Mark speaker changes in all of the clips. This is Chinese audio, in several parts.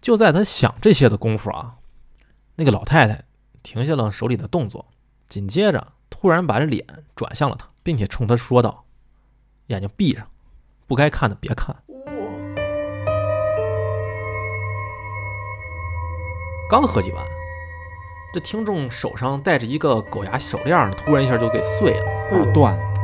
Speaker 1: 就在他想这些的功夫啊，那个老太太停下了手里的动作，紧接着突然把脸转向了他，并且冲他说道：“眼睛闭上，不该看的别看。”刚合计完，这听众手上戴着一个狗牙手链儿，突然一下就给碎了。
Speaker 2: 啊，断
Speaker 3: 哎
Speaker 2: 了，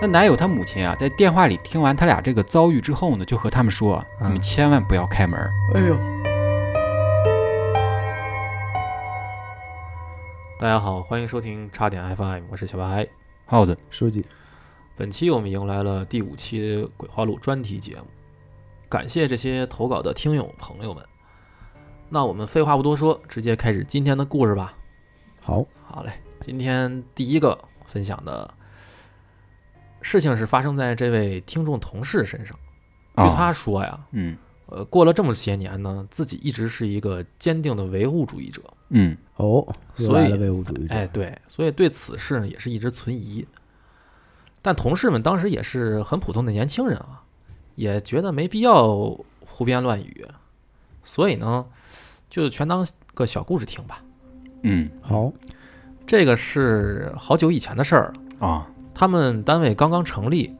Speaker 2: 那男友他母亲啊，在电话里听完他俩这个遭遇之后呢，就和他们说：“
Speaker 1: 嗯
Speaker 2: 你们千万不要开门。
Speaker 3: 哎呦，
Speaker 1: 大家好，欢迎收听叉点 FM，我是小白。”
Speaker 2: 耗子，
Speaker 3: 书记，
Speaker 1: 本期我们迎来了第五期《鬼话录》专题节目，感谢这些投稿的听友朋友们。那我们废话不多说，直接开始今天的故事吧。
Speaker 3: 好，
Speaker 1: 好嘞，今天第一个分享的事情是发生在这位听众同事身上。据
Speaker 2: 啊
Speaker 1: 他说呀，
Speaker 2: 嗯
Speaker 1: 呃，过了这么些年呢，自己一直是一个坚定的唯物主义者。
Speaker 2: 嗯
Speaker 3: 哦，又
Speaker 1: 所
Speaker 3: 来
Speaker 1: 以
Speaker 3: 了唯物主义者，
Speaker 1: 哎，对，所以对此事呢也是一直存疑。但同事们当时也是很普通的年轻人啊，也觉得没必要胡编乱语，所以呢，就全当个小故事听吧。
Speaker 2: 嗯
Speaker 3: 好，
Speaker 1: 这个是好久以前的事儿了，
Speaker 2: 啊
Speaker 1: 他们单位刚刚成立，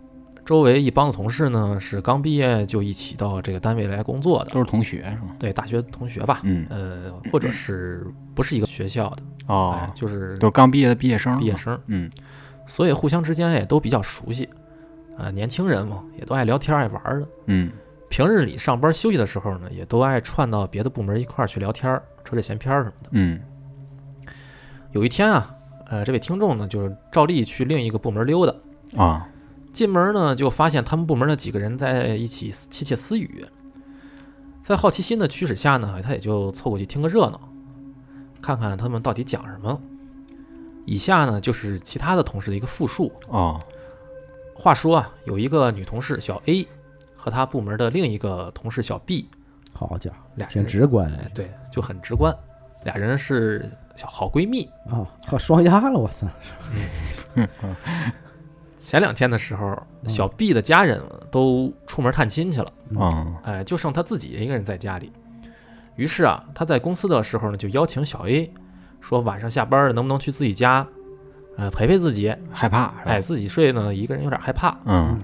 Speaker 1: 周围一帮子同事呢是刚毕业就一起到这个单位来工作的，
Speaker 2: 都是同学是吗？
Speaker 1: 对，大学同学吧，
Speaker 2: 嗯
Speaker 1: 呃，或者是不是一个学校的，哎
Speaker 2: 哦，
Speaker 1: 就是
Speaker 2: 都是刚毕业的毕业生，
Speaker 1: 毕业，生。
Speaker 2: 嗯
Speaker 1: 所以互相之间也都比较熟悉，啊、年轻人嘛，也都爱聊天爱玩儿的。
Speaker 2: 嗯
Speaker 1: 平日里上班休息的时候呢，也都爱串到别的部门一块儿去聊天儿、扯扯闲篇儿什么的。
Speaker 2: 嗯
Speaker 1: 有一天啊，呃，这位听众呢，就是照例去另一个部门溜达，
Speaker 2: 啊
Speaker 1: 进门呢就发现他们部门的几个人在一起窃窃私语，在好奇心的驱使下呢，他也就凑过去听个热闹，看看他们到底讲什么。以下呢就是其他的同事的一个复述。
Speaker 2: 哦
Speaker 1: 话说啊，有一个女同事小 A 和她部门的另一个同事小 B，
Speaker 3: 好家伙，
Speaker 1: 俩
Speaker 3: 挺
Speaker 1: 人
Speaker 3: 直观
Speaker 1: 哎，对，就很直观，俩人是小好闺蜜。
Speaker 3: 啊，呵，双压了，我操，
Speaker 1: 前两天的时候，小 B 的家人都出门探亲去了，
Speaker 2: 哦
Speaker 1: 哎，就剩她自己一个人在家里。于是啊，她在公司的时候呢，就邀请小 A 说晚上下班了能不能去自己家，呃，陪陪自己。
Speaker 2: 害怕是吧？
Speaker 1: 哎，自己睡呢，一个人有点害怕。
Speaker 2: 嗯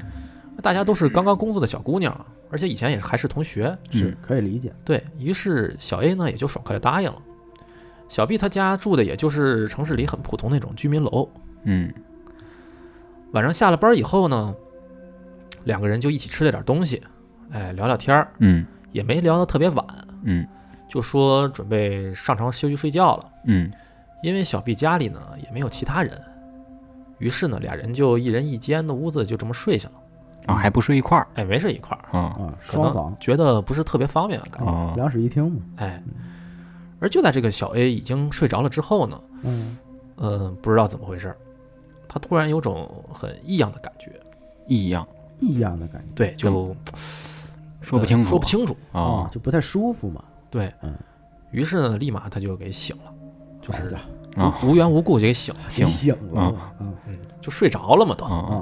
Speaker 1: 大家都是刚刚工作的小姑娘，而且以前也还是同学，
Speaker 2: 嗯
Speaker 3: 是可以理解，
Speaker 1: 对于是小 A 呢也就爽快的答应了。小 B 他家住的也就是城市里很普通那种居民楼。
Speaker 2: 嗯
Speaker 1: 晚上下了班以后呢，两个人就一起吃了点东西，哎，聊聊天儿，
Speaker 2: 嗯
Speaker 1: 也没聊得特别晚，
Speaker 2: 嗯
Speaker 1: 就说准备上床休息睡觉了。
Speaker 2: 嗯
Speaker 1: 因为小 B 家里呢也没有其他人，于是呢俩人就一人一间的屋子就这么睡下了，
Speaker 2: 啊还不睡一块儿
Speaker 1: 哎，没睡一块儿，
Speaker 2: 啊
Speaker 3: 啊，
Speaker 1: 可
Speaker 3: 双
Speaker 1: 能
Speaker 3: 房，
Speaker 1: 觉得不是特别方便，感觉
Speaker 3: 啊，
Speaker 2: 哦
Speaker 3: 两室一厅嘛，
Speaker 1: 哎。
Speaker 3: 嗯
Speaker 1: 而就在这个小 A 已经睡着了之后呢，
Speaker 3: 嗯，
Speaker 1: 嗯，不知道怎么回事，儿，他突然有种很异样的感觉，
Speaker 2: 异样，
Speaker 3: 异样的感觉
Speaker 1: 对，
Speaker 2: 怎
Speaker 1: 就
Speaker 2: 说不清楚，
Speaker 1: 呃说不清哦楚，
Speaker 2: 啊
Speaker 3: 就不太舒服嘛，
Speaker 1: 对
Speaker 3: 嗯，
Speaker 1: 于是呢，立马他就给醒了，就
Speaker 3: 好
Speaker 1: 是
Speaker 3: 家伙
Speaker 2: 啊
Speaker 1: 无缘无故就给醒了，
Speaker 2: 行
Speaker 3: 你醒了
Speaker 2: 啊
Speaker 3: 嘛，嗯
Speaker 1: 嗯，就睡着了嘛都。
Speaker 2: 啊
Speaker 3: 啊，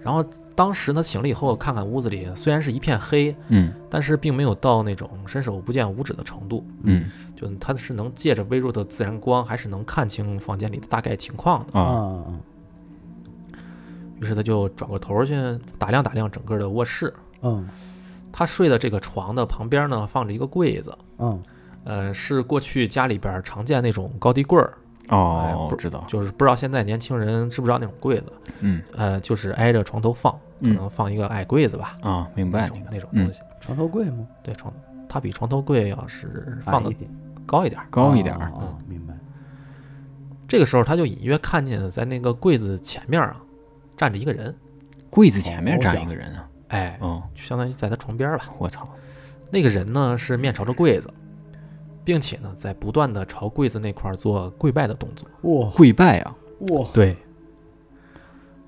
Speaker 1: 然后当时呢，醒了以后，看看屋子里虽然是一片黑，
Speaker 2: 嗯
Speaker 1: 但是并没有到那种伸手不见五指的程度，
Speaker 2: 嗯
Speaker 1: 就他是能借着微弱的自然光，还是能看清房间里的大概情况的。
Speaker 3: 啊
Speaker 2: 啊
Speaker 3: 啊
Speaker 1: 于是他就转过头去打量打量整个的卧室。
Speaker 3: 嗯
Speaker 1: 他睡的这个床的旁边呢，放着一个柜子，
Speaker 3: 嗯，
Speaker 1: 呃，是过去家里边儿常见那种高低柜儿，哎
Speaker 2: 哦
Speaker 1: 不
Speaker 2: 知道
Speaker 1: 就是不知道现在年轻人知不知道那种柜子，
Speaker 2: 嗯
Speaker 1: 呃，就是挨着床头放，可
Speaker 2: 嗯
Speaker 1: 能放一个矮柜子吧，
Speaker 2: 啊明白
Speaker 1: 那
Speaker 2: 那
Speaker 1: 种
Speaker 2: 个
Speaker 1: 那种
Speaker 2: 嗯
Speaker 1: 东西。
Speaker 3: 床头柜吗？
Speaker 1: 对床，它比床头柜要是放
Speaker 3: 矮
Speaker 1: 的
Speaker 3: 一点，
Speaker 1: 高一点儿。嗯
Speaker 2: 高一点
Speaker 3: 啊
Speaker 1: 哦
Speaker 2: 儿，
Speaker 3: 啊，啊明白，
Speaker 1: 这个时候，他就隐约看见在那个柜子前面啊，站着一个人，
Speaker 2: 柜子前面站一个人啊，
Speaker 1: 哎，
Speaker 2: 哦
Speaker 1: 就相当于在他床边儿吧。
Speaker 2: 我操
Speaker 1: 那个人呢是面朝着柜子，并且呢在不断的朝柜子那块儿做跪拜的动作。
Speaker 3: 哇
Speaker 2: 跪拜啊
Speaker 3: 哇，
Speaker 1: 对，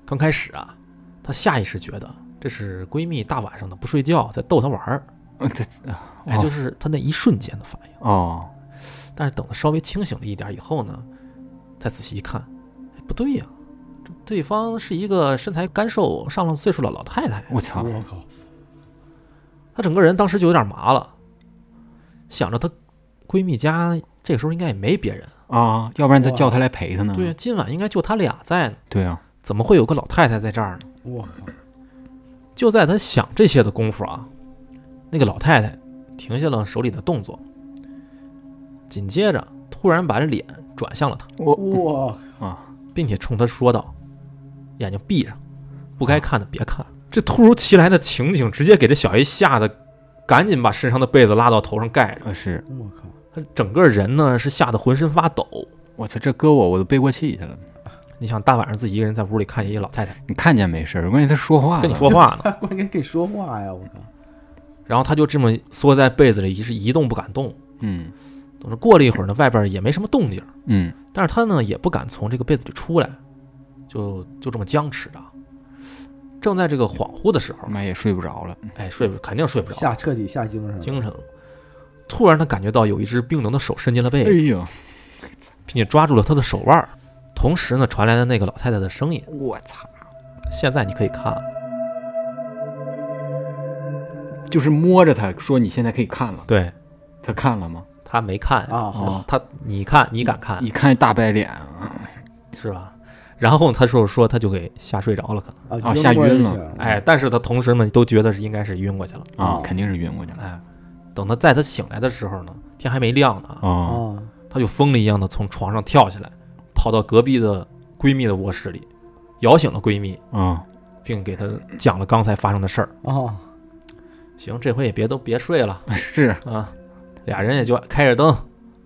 Speaker 1: 刚开始啊，她下意识觉得这是闺蜜大晚上的不睡觉在逗她玩儿，
Speaker 2: 呃这啊
Speaker 1: 哎，就是她那一瞬间的反应。
Speaker 2: 哦
Speaker 1: 但是等她稍微清醒了一点以后呢，再仔细一看，哎，不对呀、这对方是一个身材干瘦、上了岁数的老太太，
Speaker 2: 我操，
Speaker 3: 我靠，
Speaker 1: 她整个人当时就有点麻了，想着她闺蜜家这个时候应该也没别人，
Speaker 2: 啊，要不然再叫他来陪他呢？
Speaker 1: 对，啊今晚应该就他俩在呢，
Speaker 2: 对啊，
Speaker 1: 怎么会有个老太太在这儿呢？
Speaker 3: 我靠，
Speaker 1: 就在她想这些的功夫啊，那个老太太停下了手里的动作，紧接着突然把脸转向了他，
Speaker 2: 我
Speaker 3: 我
Speaker 2: 啊，
Speaker 1: 并且冲他说道：“眼睛闭上，不该看的别看。”这突如其来的情景直接给这小 A 吓得，赶紧把身上的被子拉到头上盖着。
Speaker 2: 呃是，
Speaker 3: 我靠，
Speaker 1: 他整个人呢是吓得浑身发抖。
Speaker 2: 我操，这搁我我都背过气去了。
Speaker 1: 你想大晚上自己一个人在屋里看一个老太太
Speaker 2: 你看见没事儿，关键他说话了
Speaker 1: 跟你说话呢，
Speaker 3: 他关键给说话呀，我靠，
Speaker 1: 然后他就这么缩在被子里，一是一动不敢动。
Speaker 2: 嗯
Speaker 1: 等着过了一会儿呢，外边也没什么动静，
Speaker 2: 嗯，
Speaker 1: 但是他呢也不敢从这个被子里出来，就就这么僵持着。正在这个恍惚的时候，
Speaker 2: 妈也睡不着了。
Speaker 1: 哎，睡不肯定睡不着，
Speaker 3: 吓彻底吓精神了，
Speaker 1: 精神了。突然，他感觉到有一只冰冷的手伸进了被
Speaker 2: 哎
Speaker 1: 子，
Speaker 2: 呦，
Speaker 1: 并且抓住了他的手腕儿。同时呢，传来了那个老太太的声音。
Speaker 2: 我操，
Speaker 1: 现在你可以看了，
Speaker 2: 就是摸着他说你现在可以看了，
Speaker 1: 对
Speaker 2: 他看了吗？
Speaker 1: 他没看
Speaker 3: 啊
Speaker 2: 哦
Speaker 1: 他你看你敢看
Speaker 2: 一看大白脸啊，
Speaker 1: 是吧？然后他说说他就给吓睡着了，可能
Speaker 2: 啊
Speaker 3: 啊
Speaker 2: 吓晕了
Speaker 3: 了
Speaker 1: 哎，，但是他同事们都觉得是应该是晕过去了，
Speaker 2: 啊
Speaker 3: 哦
Speaker 2: 肯定是晕过去了。
Speaker 1: 哎，等他在他醒来的时候呢，天还没亮呢，
Speaker 2: 哦，
Speaker 3: 啊，
Speaker 1: 他就疯了一样的从床上跳起来，跑到隔壁的闺蜜的卧室里，摇醒了闺蜜，
Speaker 2: 啊，
Speaker 1: 并给她讲了刚才发生的事儿。
Speaker 3: 哦，
Speaker 1: 行，这回也别都别睡了
Speaker 2: 哦 是，
Speaker 1: 啊，俩人也就开着灯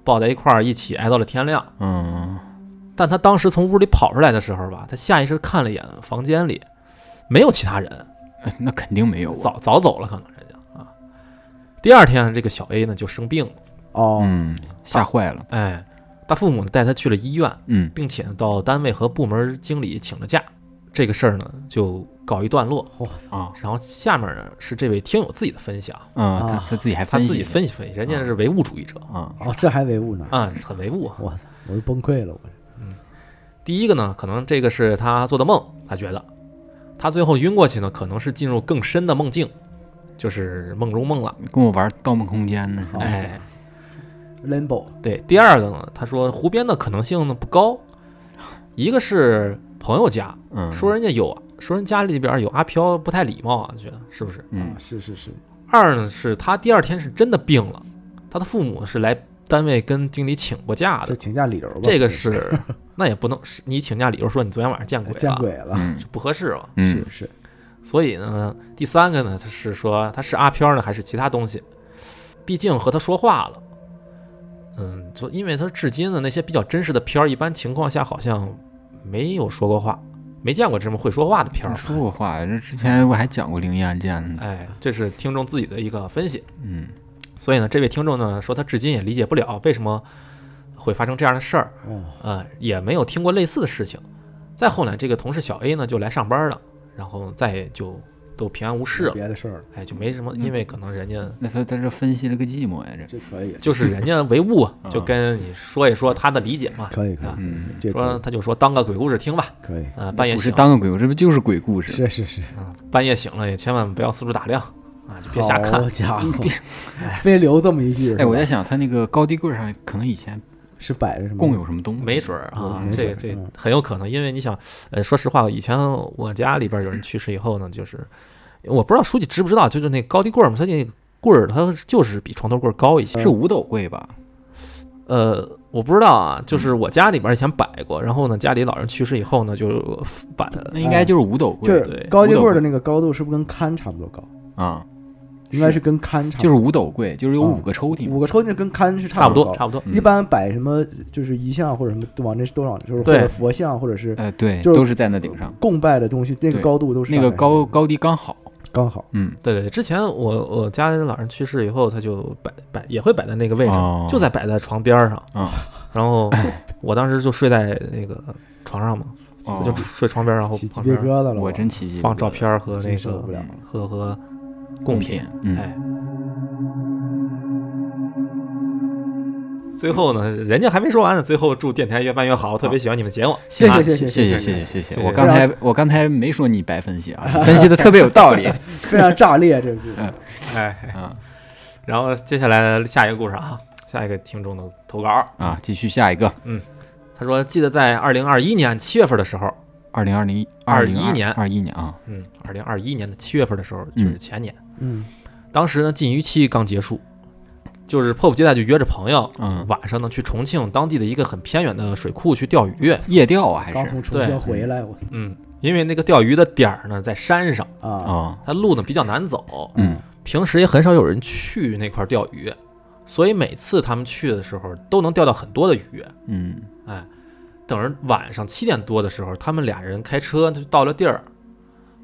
Speaker 1: 抱在一块儿，一起挨到了天亮。
Speaker 2: 嗯，
Speaker 1: 但他当时从屋里跑出来的时候吧，他下意识看了一眼房间里，没有其他人，
Speaker 2: 哎那肯定没有啊。
Speaker 1: 早早走了，可能人家啊。第二天，这个小 A 呢就生病了，
Speaker 3: 哦，
Speaker 2: 嗯，吓坏了。
Speaker 1: 哎，他父母呢带他去了医院，
Speaker 2: 嗯
Speaker 1: 并且呢到单位和部门经理请了假。这个事儿呢就告一段落。
Speaker 3: 我操，
Speaker 2: 啊，
Speaker 1: 然后下面呢是这位听友自己的分享，
Speaker 2: 嗯，
Speaker 3: 啊
Speaker 2: 他他自己还
Speaker 1: 他
Speaker 2: 分析
Speaker 1: 自己分析分析，人家是唯物主义者
Speaker 2: 啊，
Speaker 3: 哦，这还唯物呢，
Speaker 1: 啊，很唯物啊。
Speaker 3: 我操，我都崩溃了，我这
Speaker 1: 第一个呢，可能这个是他做的梦，他觉得他最后晕过去呢，可能是进入更深的梦境，就是梦中梦了。
Speaker 2: 跟我玩《盗梦空间》呢。
Speaker 3: 好
Speaker 1: 哎，
Speaker 3: 哦 Lambo 哦
Speaker 1: 对。第二个呢，他说湖边的可能性呢不高，一个是朋友家，
Speaker 2: 嗯，
Speaker 1: 说人家有，说人家里边有阿飘不太礼貌啊，觉得是不是？
Speaker 2: 嗯
Speaker 3: 啊，是是是，
Speaker 1: 二呢是他第二天是真的病了，他的父母是来单位跟经理请过假
Speaker 3: 这
Speaker 1: 的，
Speaker 3: 请假理由吧，
Speaker 1: 这个是那也不能是你请假理由说你昨天晚上见鬼了，
Speaker 3: 见鬼了，
Speaker 2: 嗯
Speaker 1: 这不合适吧？
Speaker 2: 嗯
Speaker 3: 啊是是，
Speaker 1: 所以呢，第三个呢，他是说他是阿飘呢，还是其他东西？毕竟和他说话了，嗯，就因为他至今的那些比较真实的飘儿，一般情况下好像没有说过话，没见过这么会说话的飘儿
Speaker 2: 你。说过话，这之前我还讲过灵异案件呢。
Speaker 1: 哎，这是听众自己的一个分析。
Speaker 2: 嗯
Speaker 1: 所以呢，这位听众呢说他至今也理解不了为什么会发生这样的事儿，
Speaker 3: 哦，
Speaker 1: 呃，也没有听过类似的事情。再后来，这个同事小 A 呢就来上班了，然后再也就都平安无事了。
Speaker 3: 别的事儿了，
Speaker 2: 嗯
Speaker 1: 哎，就没什么，因为可能人家
Speaker 2: 那他在这分析了个寂寞呀，这
Speaker 3: 这可以，
Speaker 1: 就是人家唯物啊
Speaker 2: 啊，
Speaker 1: 就跟你说一说他的理解嘛。
Speaker 3: 可以可以
Speaker 1: 啊，
Speaker 2: 嗯，
Speaker 3: 这
Speaker 1: 说他就说当个鬼故事听吧，
Speaker 3: 可以，
Speaker 1: 啊，半夜
Speaker 2: 不是
Speaker 1: 醒，
Speaker 2: 当个鬼故事，这不就是鬼故事？
Speaker 3: 是是是，
Speaker 1: 嗯半夜醒了也千万不要四处打量啊，就别瞎
Speaker 3: 好
Speaker 1: 看。
Speaker 3: 家伙
Speaker 2: 你别，
Speaker 3: 非留这么一句，
Speaker 2: 哎，我在
Speaker 3: 在
Speaker 2: 想他那个高低柜上可能以前
Speaker 3: 是摆着什么
Speaker 2: 供有什么东西？
Speaker 1: 没准儿啊
Speaker 3: 嗯，没
Speaker 1: 这
Speaker 3: 准儿
Speaker 1: 这
Speaker 3: 嗯
Speaker 1: 很有可能，因为你想，呃，说实话，以前我家里边有人去世以后呢，就是我不知道书记知不知道，就是那高低棍儿嘛，它那个棍儿它就是比床头棍儿高一些。
Speaker 3: 嗯
Speaker 2: 是五斗柜吧？
Speaker 1: 呃，我不知道啊，就是我家里边以前摆过，然后呢，家里老人去世以后呢，就摆
Speaker 2: 那应该就是五斗柜
Speaker 3: 就
Speaker 1: 对
Speaker 3: 是高低
Speaker 2: 五斗
Speaker 3: 棍儿的
Speaker 2: 柜
Speaker 3: 那个高度是不是跟龛差不多高？
Speaker 2: 啊，
Speaker 3: 应该是跟龛差不
Speaker 2: 就是
Speaker 3: 多，
Speaker 2: 五斗柜，就是有
Speaker 3: 啊
Speaker 2: 五个抽屉
Speaker 3: 五
Speaker 2: 嘛。
Speaker 3: 个抽屉跟龛是
Speaker 1: 差不
Speaker 3: 不
Speaker 1: 多，
Speaker 3: 多
Speaker 1: 差
Speaker 3: 高。
Speaker 1: 不多。
Speaker 2: 嗯
Speaker 3: 一般摆什么就是遗像或者什么往那多少，就是或
Speaker 1: 对
Speaker 3: 者佛像或者是
Speaker 2: 呃，对，
Speaker 3: 就是
Speaker 2: 都是在那顶上，
Speaker 3: 供拜的东西，那个
Speaker 2: 对
Speaker 3: 高度都是
Speaker 2: 那个
Speaker 3: 大概
Speaker 2: 高高低刚好。
Speaker 3: 刚好。
Speaker 2: 嗯，
Speaker 1: 对对，对之前我我家人老人去世以后，他就摆摆也会摆在那个位置，
Speaker 2: 哦
Speaker 1: 就在摆在床边儿上。
Speaker 3: 哦
Speaker 2: 啊
Speaker 1: 然后我当时就睡在那个床上嘛，
Speaker 2: 哦
Speaker 1: 我就睡床边儿，然后
Speaker 3: 起鸡
Speaker 1: 旁
Speaker 3: 皮
Speaker 1: 边儿
Speaker 3: 疙瘩了，
Speaker 2: 我真奇迹，
Speaker 1: 放照片儿和那
Speaker 3: 真受不
Speaker 1: 个
Speaker 3: 了
Speaker 2: 嗯
Speaker 1: 和和
Speaker 3: 嗯
Speaker 1: 哎贡品。
Speaker 2: 嗯，
Speaker 1: 哎，最后呢，人家还没说完呢，最后祝电台越办越好，特别喜欢你们节目。
Speaker 3: 谢
Speaker 2: 啊
Speaker 3: 谢
Speaker 2: 谢
Speaker 3: 谢
Speaker 2: 谢
Speaker 3: 谢
Speaker 2: 谢
Speaker 3: 谢，
Speaker 2: 谢
Speaker 1: 谢
Speaker 2: 我刚
Speaker 3: 非
Speaker 2: 才我刚才没说你白分析啊，分析的特别有道理。
Speaker 3: 非常炸裂 这个故
Speaker 2: 嗯
Speaker 3: 事，
Speaker 1: 哎，
Speaker 2: 啊
Speaker 1: 然后接下来下一个故事啊，下一个听众的投稿，
Speaker 2: 啊，继续下一个，
Speaker 1: 他说记得在二零二一年七月份的时候，
Speaker 2: 二零二零
Speaker 1: 21年
Speaker 2: 二一年啊，
Speaker 1: 嗯，二零二一年的七月份的时候，就是前年，
Speaker 3: 嗯
Speaker 1: 当时呢禁渔期刚结束，就是迫不及待就约着朋友，
Speaker 2: 嗯
Speaker 1: 晚上呢去重庆当地的一个很偏远的水库去钓鱼，
Speaker 2: 夜钓啊还
Speaker 3: 刚
Speaker 2: 是
Speaker 3: 从重庆回来，我
Speaker 1: 嗯，因为那个钓鱼的点儿呢在山上，
Speaker 3: 啊，
Speaker 2: 啊，
Speaker 1: 它路呢比较难走，
Speaker 2: 嗯
Speaker 1: 平时也很少有人去那块儿钓鱼，所以每次他们去的时候都能钓到很多的鱼。
Speaker 2: 嗯
Speaker 1: 哎，等着晚上七点多的时候，他们俩人开车就到了地儿，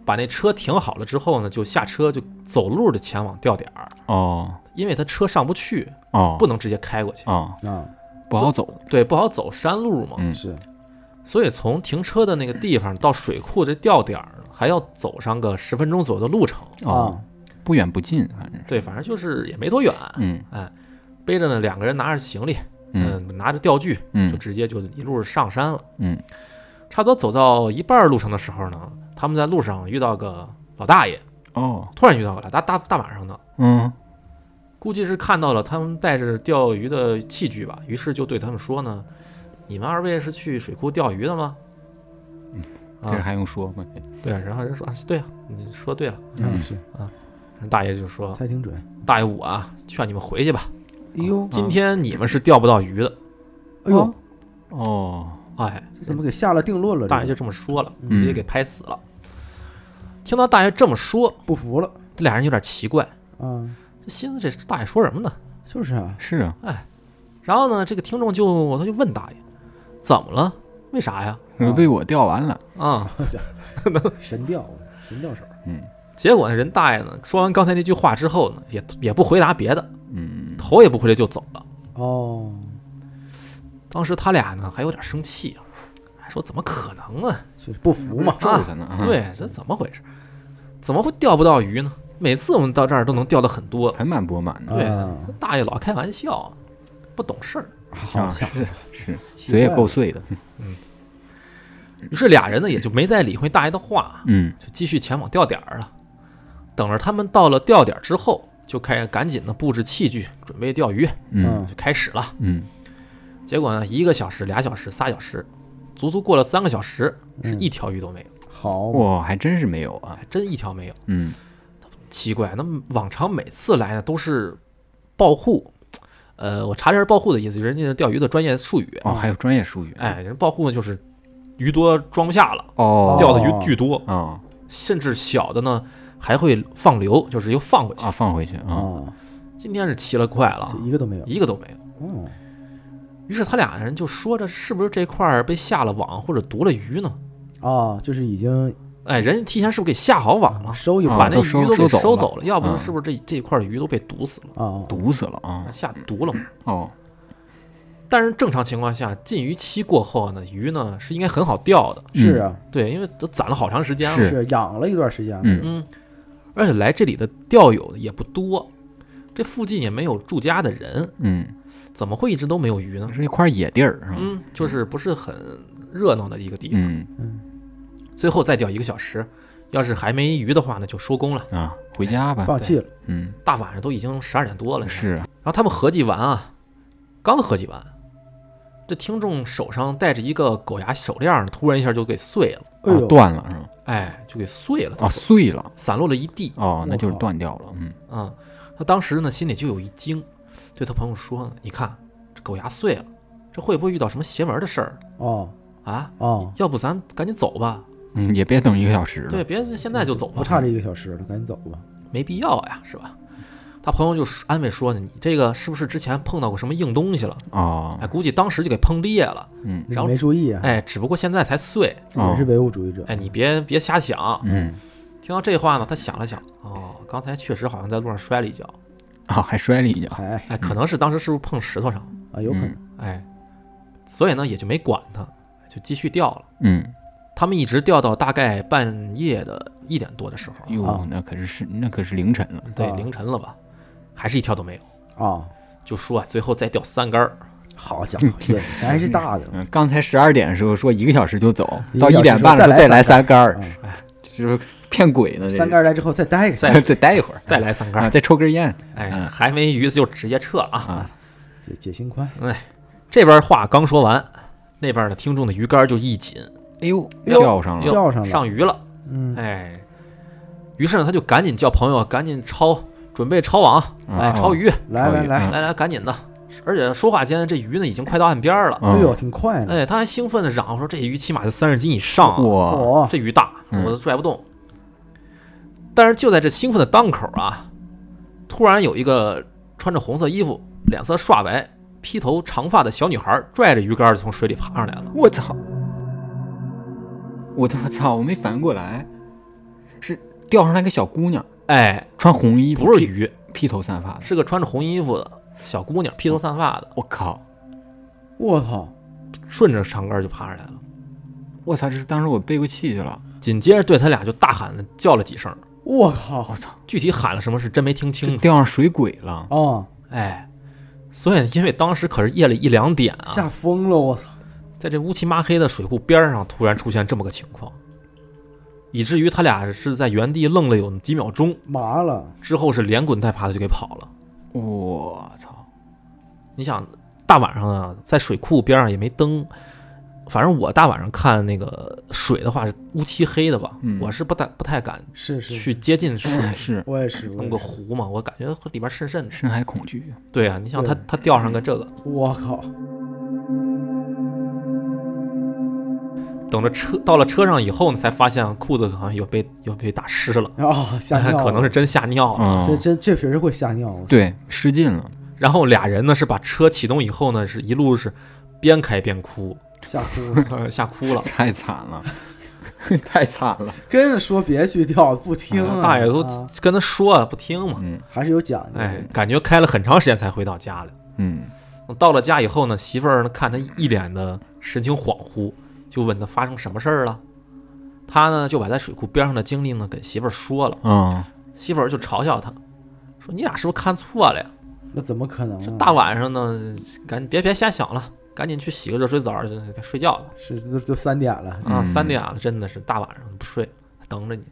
Speaker 1: 把那车停好了之后呢，就下车就走路的前往钓点儿，
Speaker 2: 哦
Speaker 1: 因为他车上不去，
Speaker 2: 哦
Speaker 1: 不能直接开过去，
Speaker 2: 哦
Speaker 3: 啊
Speaker 2: 不好走，
Speaker 1: 对，不好走山路嘛，
Speaker 2: 嗯
Speaker 3: 是
Speaker 1: 所以从停车的那个地方到水库这钓点儿，还要走上个十分钟左右的路程。
Speaker 2: 哦
Speaker 3: 啊，
Speaker 2: 不远不近，反正
Speaker 1: 对，反正就是也没多远，
Speaker 2: 嗯
Speaker 1: 背着呢两个人拿着行李，
Speaker 2: 嗯
Speaker 1: 嗯、拿着钓具，就
Speaker 2: 嗯
Speaker 1: 直接就一路上山了。
Speaker 2: 嗯
Speaker 1: 差不多走到一半儿路程的时候呢，他们在路上遇到个老大爷，
Speaker 2: 哦
Speaker 1: 突然遇到个老大大大晚上的，
Speaker 2: 嗯
Speaker 1: 估计是看到了他们带着钓鱼的器具吧，于是就对他们说呢：“你们二位是去水库钓鱼的吗？”
Speaker 2: 这
Speaker 1: 啊，
Speaker 2: 还用说吗？
Speaker 1: 对，然后人说：“啊，对啊，你说对了。
Speaker 2: 嗯
Speaker 3: 啊是，”
Speaker 1: 大爷就
Speaker 2: 哦
Speaker 1: 说
Speaker 3: 猜挺准，：“
Speaker 1: 大爷我啊，劝你们回去吧，
Speaker 3: 哎
Speaker 2: 嗯
Speaker 3: 呦
Speaker 1: 今天你们是钓不到鱼的。
Speaker 3: 哎呦
Speaker 2: 哦，哦，
Speaker 1: 哎，
Speaker 3: 这怎么给下了定论了？
Speaker 1: 大爷就
Speaker 3: 这
Speaker 1: 这么说了，
Speaker 3: 嗯
Speaker 1: 直接给拍死了。听到大爷这么说，
Speaker 3: 不服了
Speaker 1: 这俩人有点奇怪，
Speaker 3: 啊，
Speaker 1: 这心思这大爷说什么呢？
Speaker 3: 就是 啊，
Speaker 2: 是啊，
Speaker 1: 然后呢，这个听众就他就问大爷，怎么了？为啥呀？
Speaker 2: 是不是被我钓完了，
Speaker 1: 啊、
Speaker 3: 神调神调手，
Speaker 2: 嗯
Speaker 1: 结果呢，人大爷呢说完刚才那句话之后呢，也也不回答别的，
Speaker 2: 嗯
Speaker 1: 头也不回的就走了。
Speaker 3: 哦，
Speaker 1: 当时他俩呢还有点生气，啊还说怎么可能啊呢？
Speaker 3: 就是不服嘛，
Speaker 2: 咒他呢，啊，
Speaker 1: 对，这怎么回事？怎么会钓不到鱼呢？每次我们到这儿都能钓到很多。
Speaker 2: 盆满钵满的
Speaker 1: 对
Speaker 3: 啊，
Speaker 1: 大爷老开玩笑，啊不懂事儿。
Speaker 3: 好
Speaker 2: 啊
Speaker 3: 像
Speaker 2: 是是，
Speaker 3: 奇
Speaker 2: 嘴也
Speaker 3: 怪
Speaker 2: 够
Speaker 3: 了
Speaker 2: 碎的，
Speaker 1: 于是俩人呢也就没再理会大爷的话，
Speaker 2: 嗯
Speaker 1: 就继续前往钓点儿了。等着他们到了钓点儿之后，就开赶紧的布置器具，准备钓鱼，
Speaker 2: 嗯
Speaker 1: 就开始了。
Speaker 2: 嗯
Speaker 1: 结果呢，一个小时、俩小时、仨小时，足足过了三个小时，是一条鱼都没有，
Speaker 3: 好嘛，
Speaker 2: 哇，哦还真是没有啊，
Speaker 1: 还真一条没有。
Speaker 2: 嗯
Speaker 1: 奇怪，那么往常每次来呢都是报户，呃，我查了一下报户的意思，就是人家是钓鱼的专业术语。
Speaker 3: 嗯
Speaker 2: 哦，还有专业术语，
Speaker 1: 哎，人报户呢就是鱼多装不下了，
Speaker 2: 哦
Speaker 1: 钓的鱼
Speaker 3: 哦
Speaker 1: 巨多，
Speaker 2: 哦
Speaker 1: 甚至小的呢还会放流，就是又放回去。
Speaker 2: 啊，嗯放回去啊，
Speaker 3: 啊，
Speaker 1: 今天是奇了怪了
Speaker 3: 这，一个都没有，
Speaker 1: 一个都没有。
Speaker 3: 哦，
Speaker 1: 于是他俩人就说着，是不是这块儿被下了网或者毒了鱼呢？
Speaker 3: 啊，就是已经
Speaker 1: 哎，人家提前是不是给下好网了？
Speaker 3: 收一
Speaker 2: 啊
Speaker 1: 把
Speaker 3: 把
Speaker 1: 那
Speaker 2: 都
Speaker 1: 鱼
Speaker 2: 收
Speaker 1: 都给
Speaker 2: 收走
Speaker 1: 收
Speaker 2: 了
Speaker 1: 走了，要不
Speaker 2: 嗯
Speaker 1: 是不是这这块鱼都被毒死了，
Speaker 3: 啊，
Speaker 2: 毒死了啊，
Speaker 1: 下毒了嘛？
Speaker 3: 嗯
Speaker 2: 哦
Speaker 1: 但是正常情况下，禁渔期过后呢，鱼呢是应该很好钓的，
Speaker 3: 是啊，
Speaker 1: 对，因为都攒了好长时间了，
Speaker 2: 是
Speaker 3: 是养了一段时间了，
Speaker 2: 嗯
Speaker 1: 嗯，而且来这里的钓友也不多，这附近也没有住家的人，
Speaker 2: 嗯，
Speaker 1: 怎么会一直都没有鱼呢？
Speaker 2: 是一块野地儿是吧？
Speaker 1: 嗯，就是不是很热闹的一个地方。
Speaker 2: 嗯
Speaker 3: 嗯，
Speaker 1: 最后再钓一个小时，要是还没鱼的话呢，就收工了。
Speaker 2: 啊，回家吧，
Speaker 3: 放弃了，
Speaker 2: 嗯
Speaker 1: 大晚上都已经十二点多了，
Speaker 2: 是啊
Speaker 1: 然后他们合计完啊，刚合计完，这听众手上戴着一个狗牙手链呢，突然一下就给碎
Speaker 2: 啊
Speaker 1: 了，
Speaker 3: 哎呦，
Speaker 2: 断了是吧？
Speaker 1: 哎，就给碎了，
Speaker 2: 哦，碎了
Speaker 1: 散落了一地
Speaker 2: 哦，那就是
Speaker 3: 我靠
Speaker 2: 断掉了，嗯
Speaker 1: 啊、他当时呢心里就有一惊，对他朋友说呢：“你看这狗牙碎了，这会不会遇到什么邪门的事儿
Speaker 3: 哦
Speaker 1: 啊？
Speaker 3: 哦，
Speaker 1: 要不咱赶紧走吧？
Speaker 2: 嗯，也别等一个小时了，
Speaker 1: 对，别现在就走吧，
Speaker 3: 不差这一个小时了，赶紧走吧，
Speaker 1: 没必要呀，是吧？”他朋友就说安慰说呢：“你这个是不是之前碰到过什么硬东西了？
Speaker 2: 哦
Speaker 3: 啊
Speaker 1: 哎，，估计当时就给碰裂了，
Speaker 2: 嗯
Speaker 1: 然后
Speaker 3: 没注意啊，
Speaker 1: 哎，只不过现在才碎。”
Speaker 3: 这也是唯物主义者，
Speaker 1: 哎，你别别瞎想。
Speaker 2: 嗯
Speaker 1: 听到这话呢，他想了想，哦，刚才确实好像在路上摔了一跤，
Speaker 2: 啊，还摔了一跤，
Speaker 3: 哎
Speaker 1: 哎，可能是当时是不是碰石头上，
Speaker 3: 啊，有可能。
Speaker 2: 嗯
Speaker 1: 哎，所以呢也就没管他，就继续钓了。
Speaker 2: 嗯，
Speaker 1: 他们一直钓到大概半夜的一点多的时候，
Speaker 2: 嗯哟
Speaker 3: 啊，
Speaker 2: 那可是是那可是凌晨了，
Speaker 1: 对，
Speaker 3: 啊
Speaker 1: 凌晨了吧，还是一条都没有。
Speaker 3: 啊
Speaker 1: 就说啊，最后再钓三竿儿，
Speaker 3: 好家伙，眼前还是大的，
Speaker 2: 嗯，刚才十二点的时候说一个小时就走，
Speaker 3: 一个
Speaker 2: 到
Speaker 3: 小时
Speaker 2: 一点半了
Speaker 3: 再
Speaker 2: 说
Speaker 3: 来
Speaker 2: 再来
Speaker 3: 三
Speaker 2: 三杆儿，哎
Speaker 3: 嗯
Speaker 2: 就是骗鬼呢。这
Speaker 3: 三
Speaker 2: 个
Speaker 3: 杆儿来之后再待一个小时，
Speaker 1: 再
Speaker 2: 再待一会儿，
Speaker 1: 再来三杆
Speaker 2: 啊，
Speaker 1: 儿，
Speaker 2: 再抽根烟
Speaker 1: 哎，
Speaker 2: 嗯
Speaker 1: 还没鱼就直接撤了啊。
Speaker 2: 啊。
Speaker 3: 解解心宽。
Speaker 1: 这边话刚说完，那边呢听众的鱼竿就一紧，
Speaker 2: 哎呦，
Speaker 3: 哟
Speaker 2: 钓上了
Speaker 3: 哟，钓上了
Speaker 1: 上鱼了，
Speaker 3: 嗯，
Speaker 1: 哎，于是呢他就赶紧叫朋友赶紧抄，准备抄网，
Speaker 2: 嗯
Speaker 1: 哎，
Speaker 2: 哦
Speaker 1: 抄鱼，
Speaker 3: 来来来，
Speaker 2: 嗯
Speaker 1: 来来，赶紧的。而且说话间，这鱼呢已经快到岸边儿了，
Speaker 3: 哎
Speaker 2: 嗯
Speaker 3: 呦，挺快的，
Speaker 1: 哎，他还兴奋的嚷说：“这鱼起码在三十斤以上啊、
Speaker 2: 哇，
Speaker 3: 哦，
Speaker 1: 这鱼大，
Speaker 2: 嗯
Speaker 1: 我都拽不动。但是就在这兴奋的当口啊，突然有一个穿着红色衣服、脸色刷白、披头长发的小女孩拽着鱼竿就从水里爬上来了。
Speaker 2: 我操！我他妈操！我没反应过来，是钓上来个小姑娘，
Speaker 1: 哎，
Speaker 2: 穿红衣服，
Speaker 1: 不是
Speaker 2: 披
Speaker 1: 鱼，
Speaker 2: 披头散发的。
Speaker 1: 是个穿着红衣服的小姑娘，披头散发的，
Speaker 2: 我靠！
Speaker 3: 我操，
Speaker 1: 顺着长杆就爬上来了。
Speaker 2: 我操！这是当时我背过气去了。
Speaker 1: 紧接着对他俩就大喊的叫了几声，
Speaker 3: 我
Speaker 2: 我
Speaker 3: 靠，
Speaker 2: 操！
Speaker 1: 具体喊了什么是真没听
Speaker 2: 这
Speaker 1: 清楚。
Speaker 2: 钓上水鬼了。
Speaker 3: 啊，
Speaker 1: 哎，所以因为当时可是夜里一两点啊，
Speaker 3: 吓疯了，我操，
Speaker 1: 在这乌漆麻黑的水库边儿上，突然出现这么个情况，以至于他俩是在原地愣了有几秒钟，
Speaker 3: 麻了，
Speaker 1: 之后是连滚带爬的就给跑了。
Speaker 2: 我操！
Speaker 1: 你想，大晚上啊，在水库边上也没灯，反正我大晚上看那个水的话是乌漆黑的吧，
Speaker 2: 嗯
Speaker 1: 我是不太不太敢
Speaker 3: 是是，
Speaker 1: 去接近水，
Speaker 2: 是
Speaker 3: 我也是，我
Speaker 1: 弄
Speaker 3: 也
Speaker 1: 个
Speaker 3: 是
Speaker 1: 湖嘛，我感觉里边渗渗的。
Speaker 2: 深海恐惧。
Speaker 1: 对啊，你想他
Speaker 3: 对
Speaker 1: 他钓上个这个，
Speaker 3: 我靠，
Speaker 1: 等着车到了车上以后，你才发现裤子好像有被有被打湿了，
Speaker 3: 啊，吓尿了，
Speaker 1: 可能是真吓尿了。
Speaker 3: 这
Speaker 2: 嗯，
Speaker 3: 这这确实会吓尿，我操
Speaker 2: 对，失禁了。
Speaker 1: 然后俩人呢是把车启动以后呢，是一路是边开边哭，
Speaker 3: 吓哭了，
Speaker 1: 呃，吓哭了。
Speaker 2: 太惨了，太惨了。
Speaker 3: 跟着说别去钓，不听啊，
Speaker 1: 大爷都
Speaker 3: 啊
Speaker 1: 跟他说啊，不听嘛。
Speaker 2: 嗯
Speaker 3: 还是有讲究，
Speaker 1: 哎，感觉开了很长时间才回到家里。
Speaker 2: 嗯，
Speaker 1: 到了家以后呢，媳妇儿呢看他一脸的神情恍惚，就问他发生什么事儿了。他呢就把在水库边上的经历呢给媳妇儿说了，
Speaker 2: 啊，
Speaker 1: 媳妇儿就嘲笑他，说你俩是不是看错了呀？
Speaker 3: 那怎么可能啊？
Speaker 1: 大晚上呢，赶紧别别瞎想了，赶紧去洗个热水澡儿，就该睡觉了。
Speaker 3: 是都都三点了，
Speaker 1: 啊，
Speaker 2: 嗯
Speaker 1: 三点了，真的是大晚上不睡，等着你。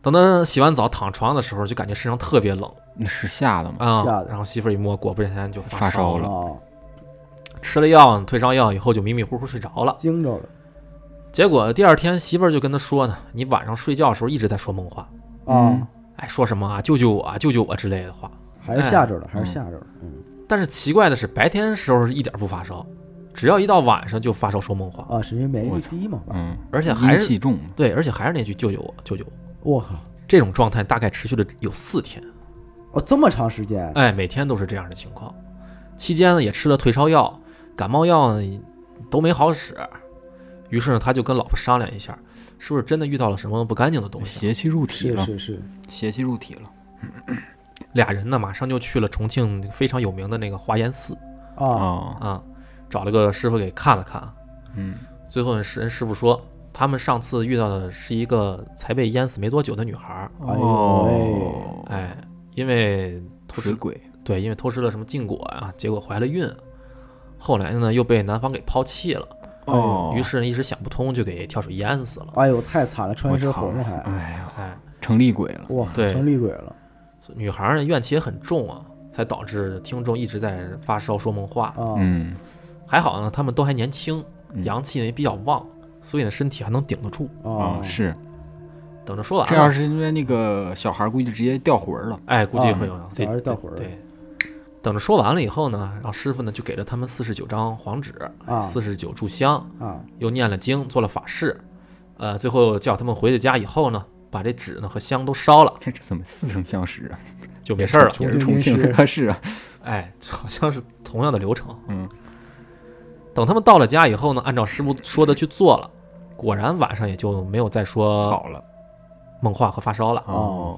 Speaker 1: 等他洗完澡躺床的时候，就感觉身上特别冷
Speaker 2: 那是吓的吗？
Speaker 1: 啊
Speaker 3: 吓，得
Speaker 1: 然后媳妇儿一摸，果不其然就烧
Speaker 2: 发烧了
Speaker 3: 哦，
Speaker 1: 吃了药，退烧药以后就迷迷糊糊睡着了。
Speaker 3: 惊着了
Speaker 1: 结果第二天媳妇儿就跟他说呢：“你晚上睡觉的时候一直在说梦话，
Speaker 2: 嗯
Speaker 3: 啊，
Speaker 1: 哎，说什么啊，救救我啊，救救我之类的话。
Speaker 3: 还是吓着了，还是吓着了，嗯，”
Speaker 1: 但是奇怪的是，白天时候是一点不发烧，只要一到晚上就发烧说梦话，
Speaker 3: 啊，是因为免疫
Speaker 2: 我
Speaker 3: 力
Speaker 2: 操
Speaker 3: 低嘛，
Speaker 2: 嗯，
Speaker 1: 而且还
Speaker 2: 阴
Speaker 1: 是
Speaker 2: 气重。
Speaker 1: 对，而且还是那句“救救我，救救我
Speaker 3: 我靠，”
Speaker 1: 这种状态，大概持续了有四天。
Speaker 3: 哦，这么长时间，
Speaker 1: 哎，每天都是这样的情况。期间呢，也吃了退烧药、感冒药呢，都没好使。于是呢，他就跟老婆商量一下，是不是真的遇到了什么不干净的东西？
Speaker 2: 邪气入体
Speaker 3: 是
Speaker 2: 了，
Speaker 3: 是是，
Speaker 2: 邪气入体了。
Speaker 1: 俩人呢，马上就去了重庆非常有名的那个华严寺
Speaker 3: 啊，
Speaker 2: 啊，
Speaker 1: 啊，找了个师傅给看了看啊。
Speaker 2: 嗯，
Speaker 1: 最后呢，是人师傅说，他们上次遇到的是一个才被淹死没多久的女孩儿，
Speaker 3: 哎呦
Speaker 2: 哦，
Speaker 1: 哎，因为偷
Speaker 2: 水
Speaker 1: 吃
Speaker 2: 鬼，
Speaker 1: 对，因为偷吃了什么禁果啊，结果怀了孕，后来呢又被男方给抛弃了。
Speaker 2: 哦，
Speaker 1: 于是呢一时想不通，就给跳水淹死了。
Speaker 3: 哎呦，太惨了，穿
Speaker 2: 我
Speaker 3: 一身
Speaker 2: 操
Speaker 3: 火，还，
Speaker 2: 哎呀，
Speaker 1: 哎，
Speaker 2: 成厉鬼了，
Speaker 3: 我靠，
Speaker 1: 对
Speaker 3: 成厉鬼了，
Speaker 1: 所以女孩儿呢怨气也很重啊，才导致听众一直在发烧说梦话。
Speaker 3: 啊，
Speaker 2: 嗯，
Speaker 1: 还好呢，他们都还年轻，
Speaker 2: 嗯
Speaker 1: 阳气呢也比较旺，所以呢身体还能顶得住。
Speaker 3: 啊
Speaker 2: 啊，，是，
Speaker 1: 等着说完
Speaker 2: 这要
Speaker 1: 了，
Speaker 2: 是因为那个小孩，估计直接掉魂儿了。
Speaker 1: 哎，估计
Speaker 3: 啊
Speaker 1: 会有
Speaker 3: 小孩儿
Speaker 1: 对
Speaker 3: 掉魂儿了
Speaker 1: 对，等着说完了以后呢，然后师傅呢就给了他们四十九张黄纸，
Speaker 3: 啊
Speaker 1: 四十九炷香，
Speaker 3: 啊，
Speaker 1: 又念了经，做了法事，呃，最后叫他们回到家以后呢，把这纸呢和香都烧了，
Speaker 2: 这怎么似曾相识啊？
Speaker 1: 就没事儿了。
Speaker 2: 也是重庆
Speaker 3: 重庆
Speaker 2: 人，是 啊，
Speaker 1: 哎， 好像是同样的流程。
Speaker 2: 嗯，
Speaker 1: 等他们到了家以后呢，按照师傅说的去做了，果然晚上也就没有再说
Speaker 2: 好了，
Speaker 1: 啊梦话和发烧了。
Speaker 2: 哦，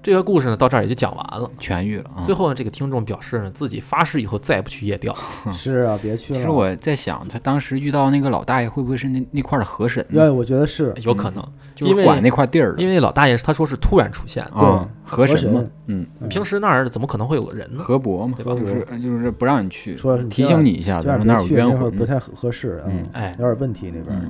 Speaker 1: 这个故事呢，到这儿也就讲完了。
Speaker 2: 痊愈了啊。
Speaker 1: 最后呢，这个听众表示呢，自己发誓以后再也不去夜钓。
Speaker 3: 是啊，别去
Speaker 2: 其
Speaker 3: 了。
Speaker 2: 实我在想，他当时遇到那个老大爷，会不会是那那块儿的河神呢？
Speaker 3: 要哎我觉得是
Speaker 1: 有可能，
Speaker 2: 就是
Speaker 1: 因为
Speaker 2: 管那块地儿的
Speaker 1: 因为老大爷他说是突然出现的，
Speaker 2: 啊，
Speaker 3: 河
Speaker 2: 河神嘛
Speaker 3: 神，
Speaker 2: 嗯，
Speaker 3: 嗯
Speaker 1: 平时那儿怎么可能会有个人呢？
Speaker 2: 河伯嘛，
Speaker 1: 对吧
Speaker 2: 就是就是不让你去
Speaker 3: 说是，
Speaker 2: 提醒你一下，
Speaker 3: 这样
Speaker 2: 啊咱们那
Speaker 3: 别
Speaker 2: 儿
Speaker 3: 去，
Speaker 2: 有冤
Speaker 3: 那会儿
Speaker 2: 魂嗯
Speaker 3: 不
Speaker 2: 呢。
Speaker 3: 太合合适啊，
Speaker 2: 嗯
Speaker 1: 哎，
Speaker 3: 有点问题那边儿。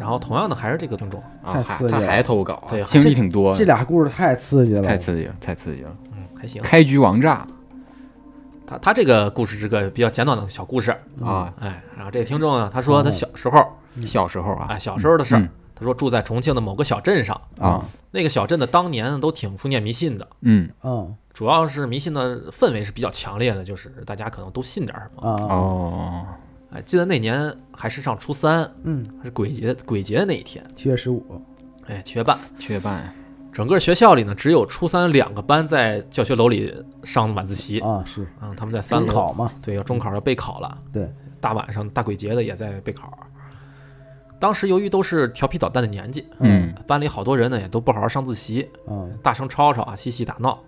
Speaker 1: 然后同样的还是这个听众，
Speaker 2: 啊，
Speaker 3: 太
Speaker 2: 还
Speaker 3: 刺激
Speaker 2: 他
Speaker 3: 了
Speaker 2: 还投稿
Speaker 1: 对
Speaker 2: 啊，经历挺多
Speaker 3: 这
Speaker 2: 的，
Speaker 3: 俩故事太刺激了，
Speaker 2: 太刺激了，太刺激了。
Speaker 1: 嗯，还行。
Speaker 2: 开局王炸
Speaker 1: 他他这个故事是个比较简短的小故事，
Speaker 3: 嗯
Speaker 2: 啊，
Speaker 1: 哎，然后这个听众呢，他说他小时候，
Speaker 2: 小时候啊
Speaker 1: 哎，小时候的事儿
Speaker 2: 哦嗯，
Speaker 1: 他说住在重庆的某个小镇上，
Speaker 3: 嗯
Speaker 2: 啊，
Speaker 1: 那个小镇的当年都挺封建迷信的，
Speaker 2: 嗯
Speaker 3: 嗯
Speaker 1: 主要是迷信的氛围是比较强烈的，就是大家可能都信点儿什么。
Speaker 3: 啊
Speaker 2: 哦，
Speaker 1: 哎，记得那年还是上初三，
Speaker 3: 嗯，
Speaker 1: 还是鬼节鬼节那一天，
Speaker 3: 七月十五，
Speaker 1: 哎，七月半，
Speaker 2: 缺半
Speaker 1: 整个学校里呢只有初三两个班在教学楼里上晚自习，
Speaker 3: 啊是
Speaker 1: 嗯，他们在三
Speaker 3: 中
Speaker 1: 楼，
Speaker 3: 考嘛，
Speaker 1: 对，要中考要备考了，
Speaker 3: 对，
Speaker 1: 大晚上大鬼节的也在备考。当时由于都是调皮捣蛋的年纪，
Speaker 2: 嗯
Speaker 1: 班里好多人呢也都不好好上自习，
Speaker 3: 嗯
Speaker 1: 大声吵吵啊，嬉戏打闹，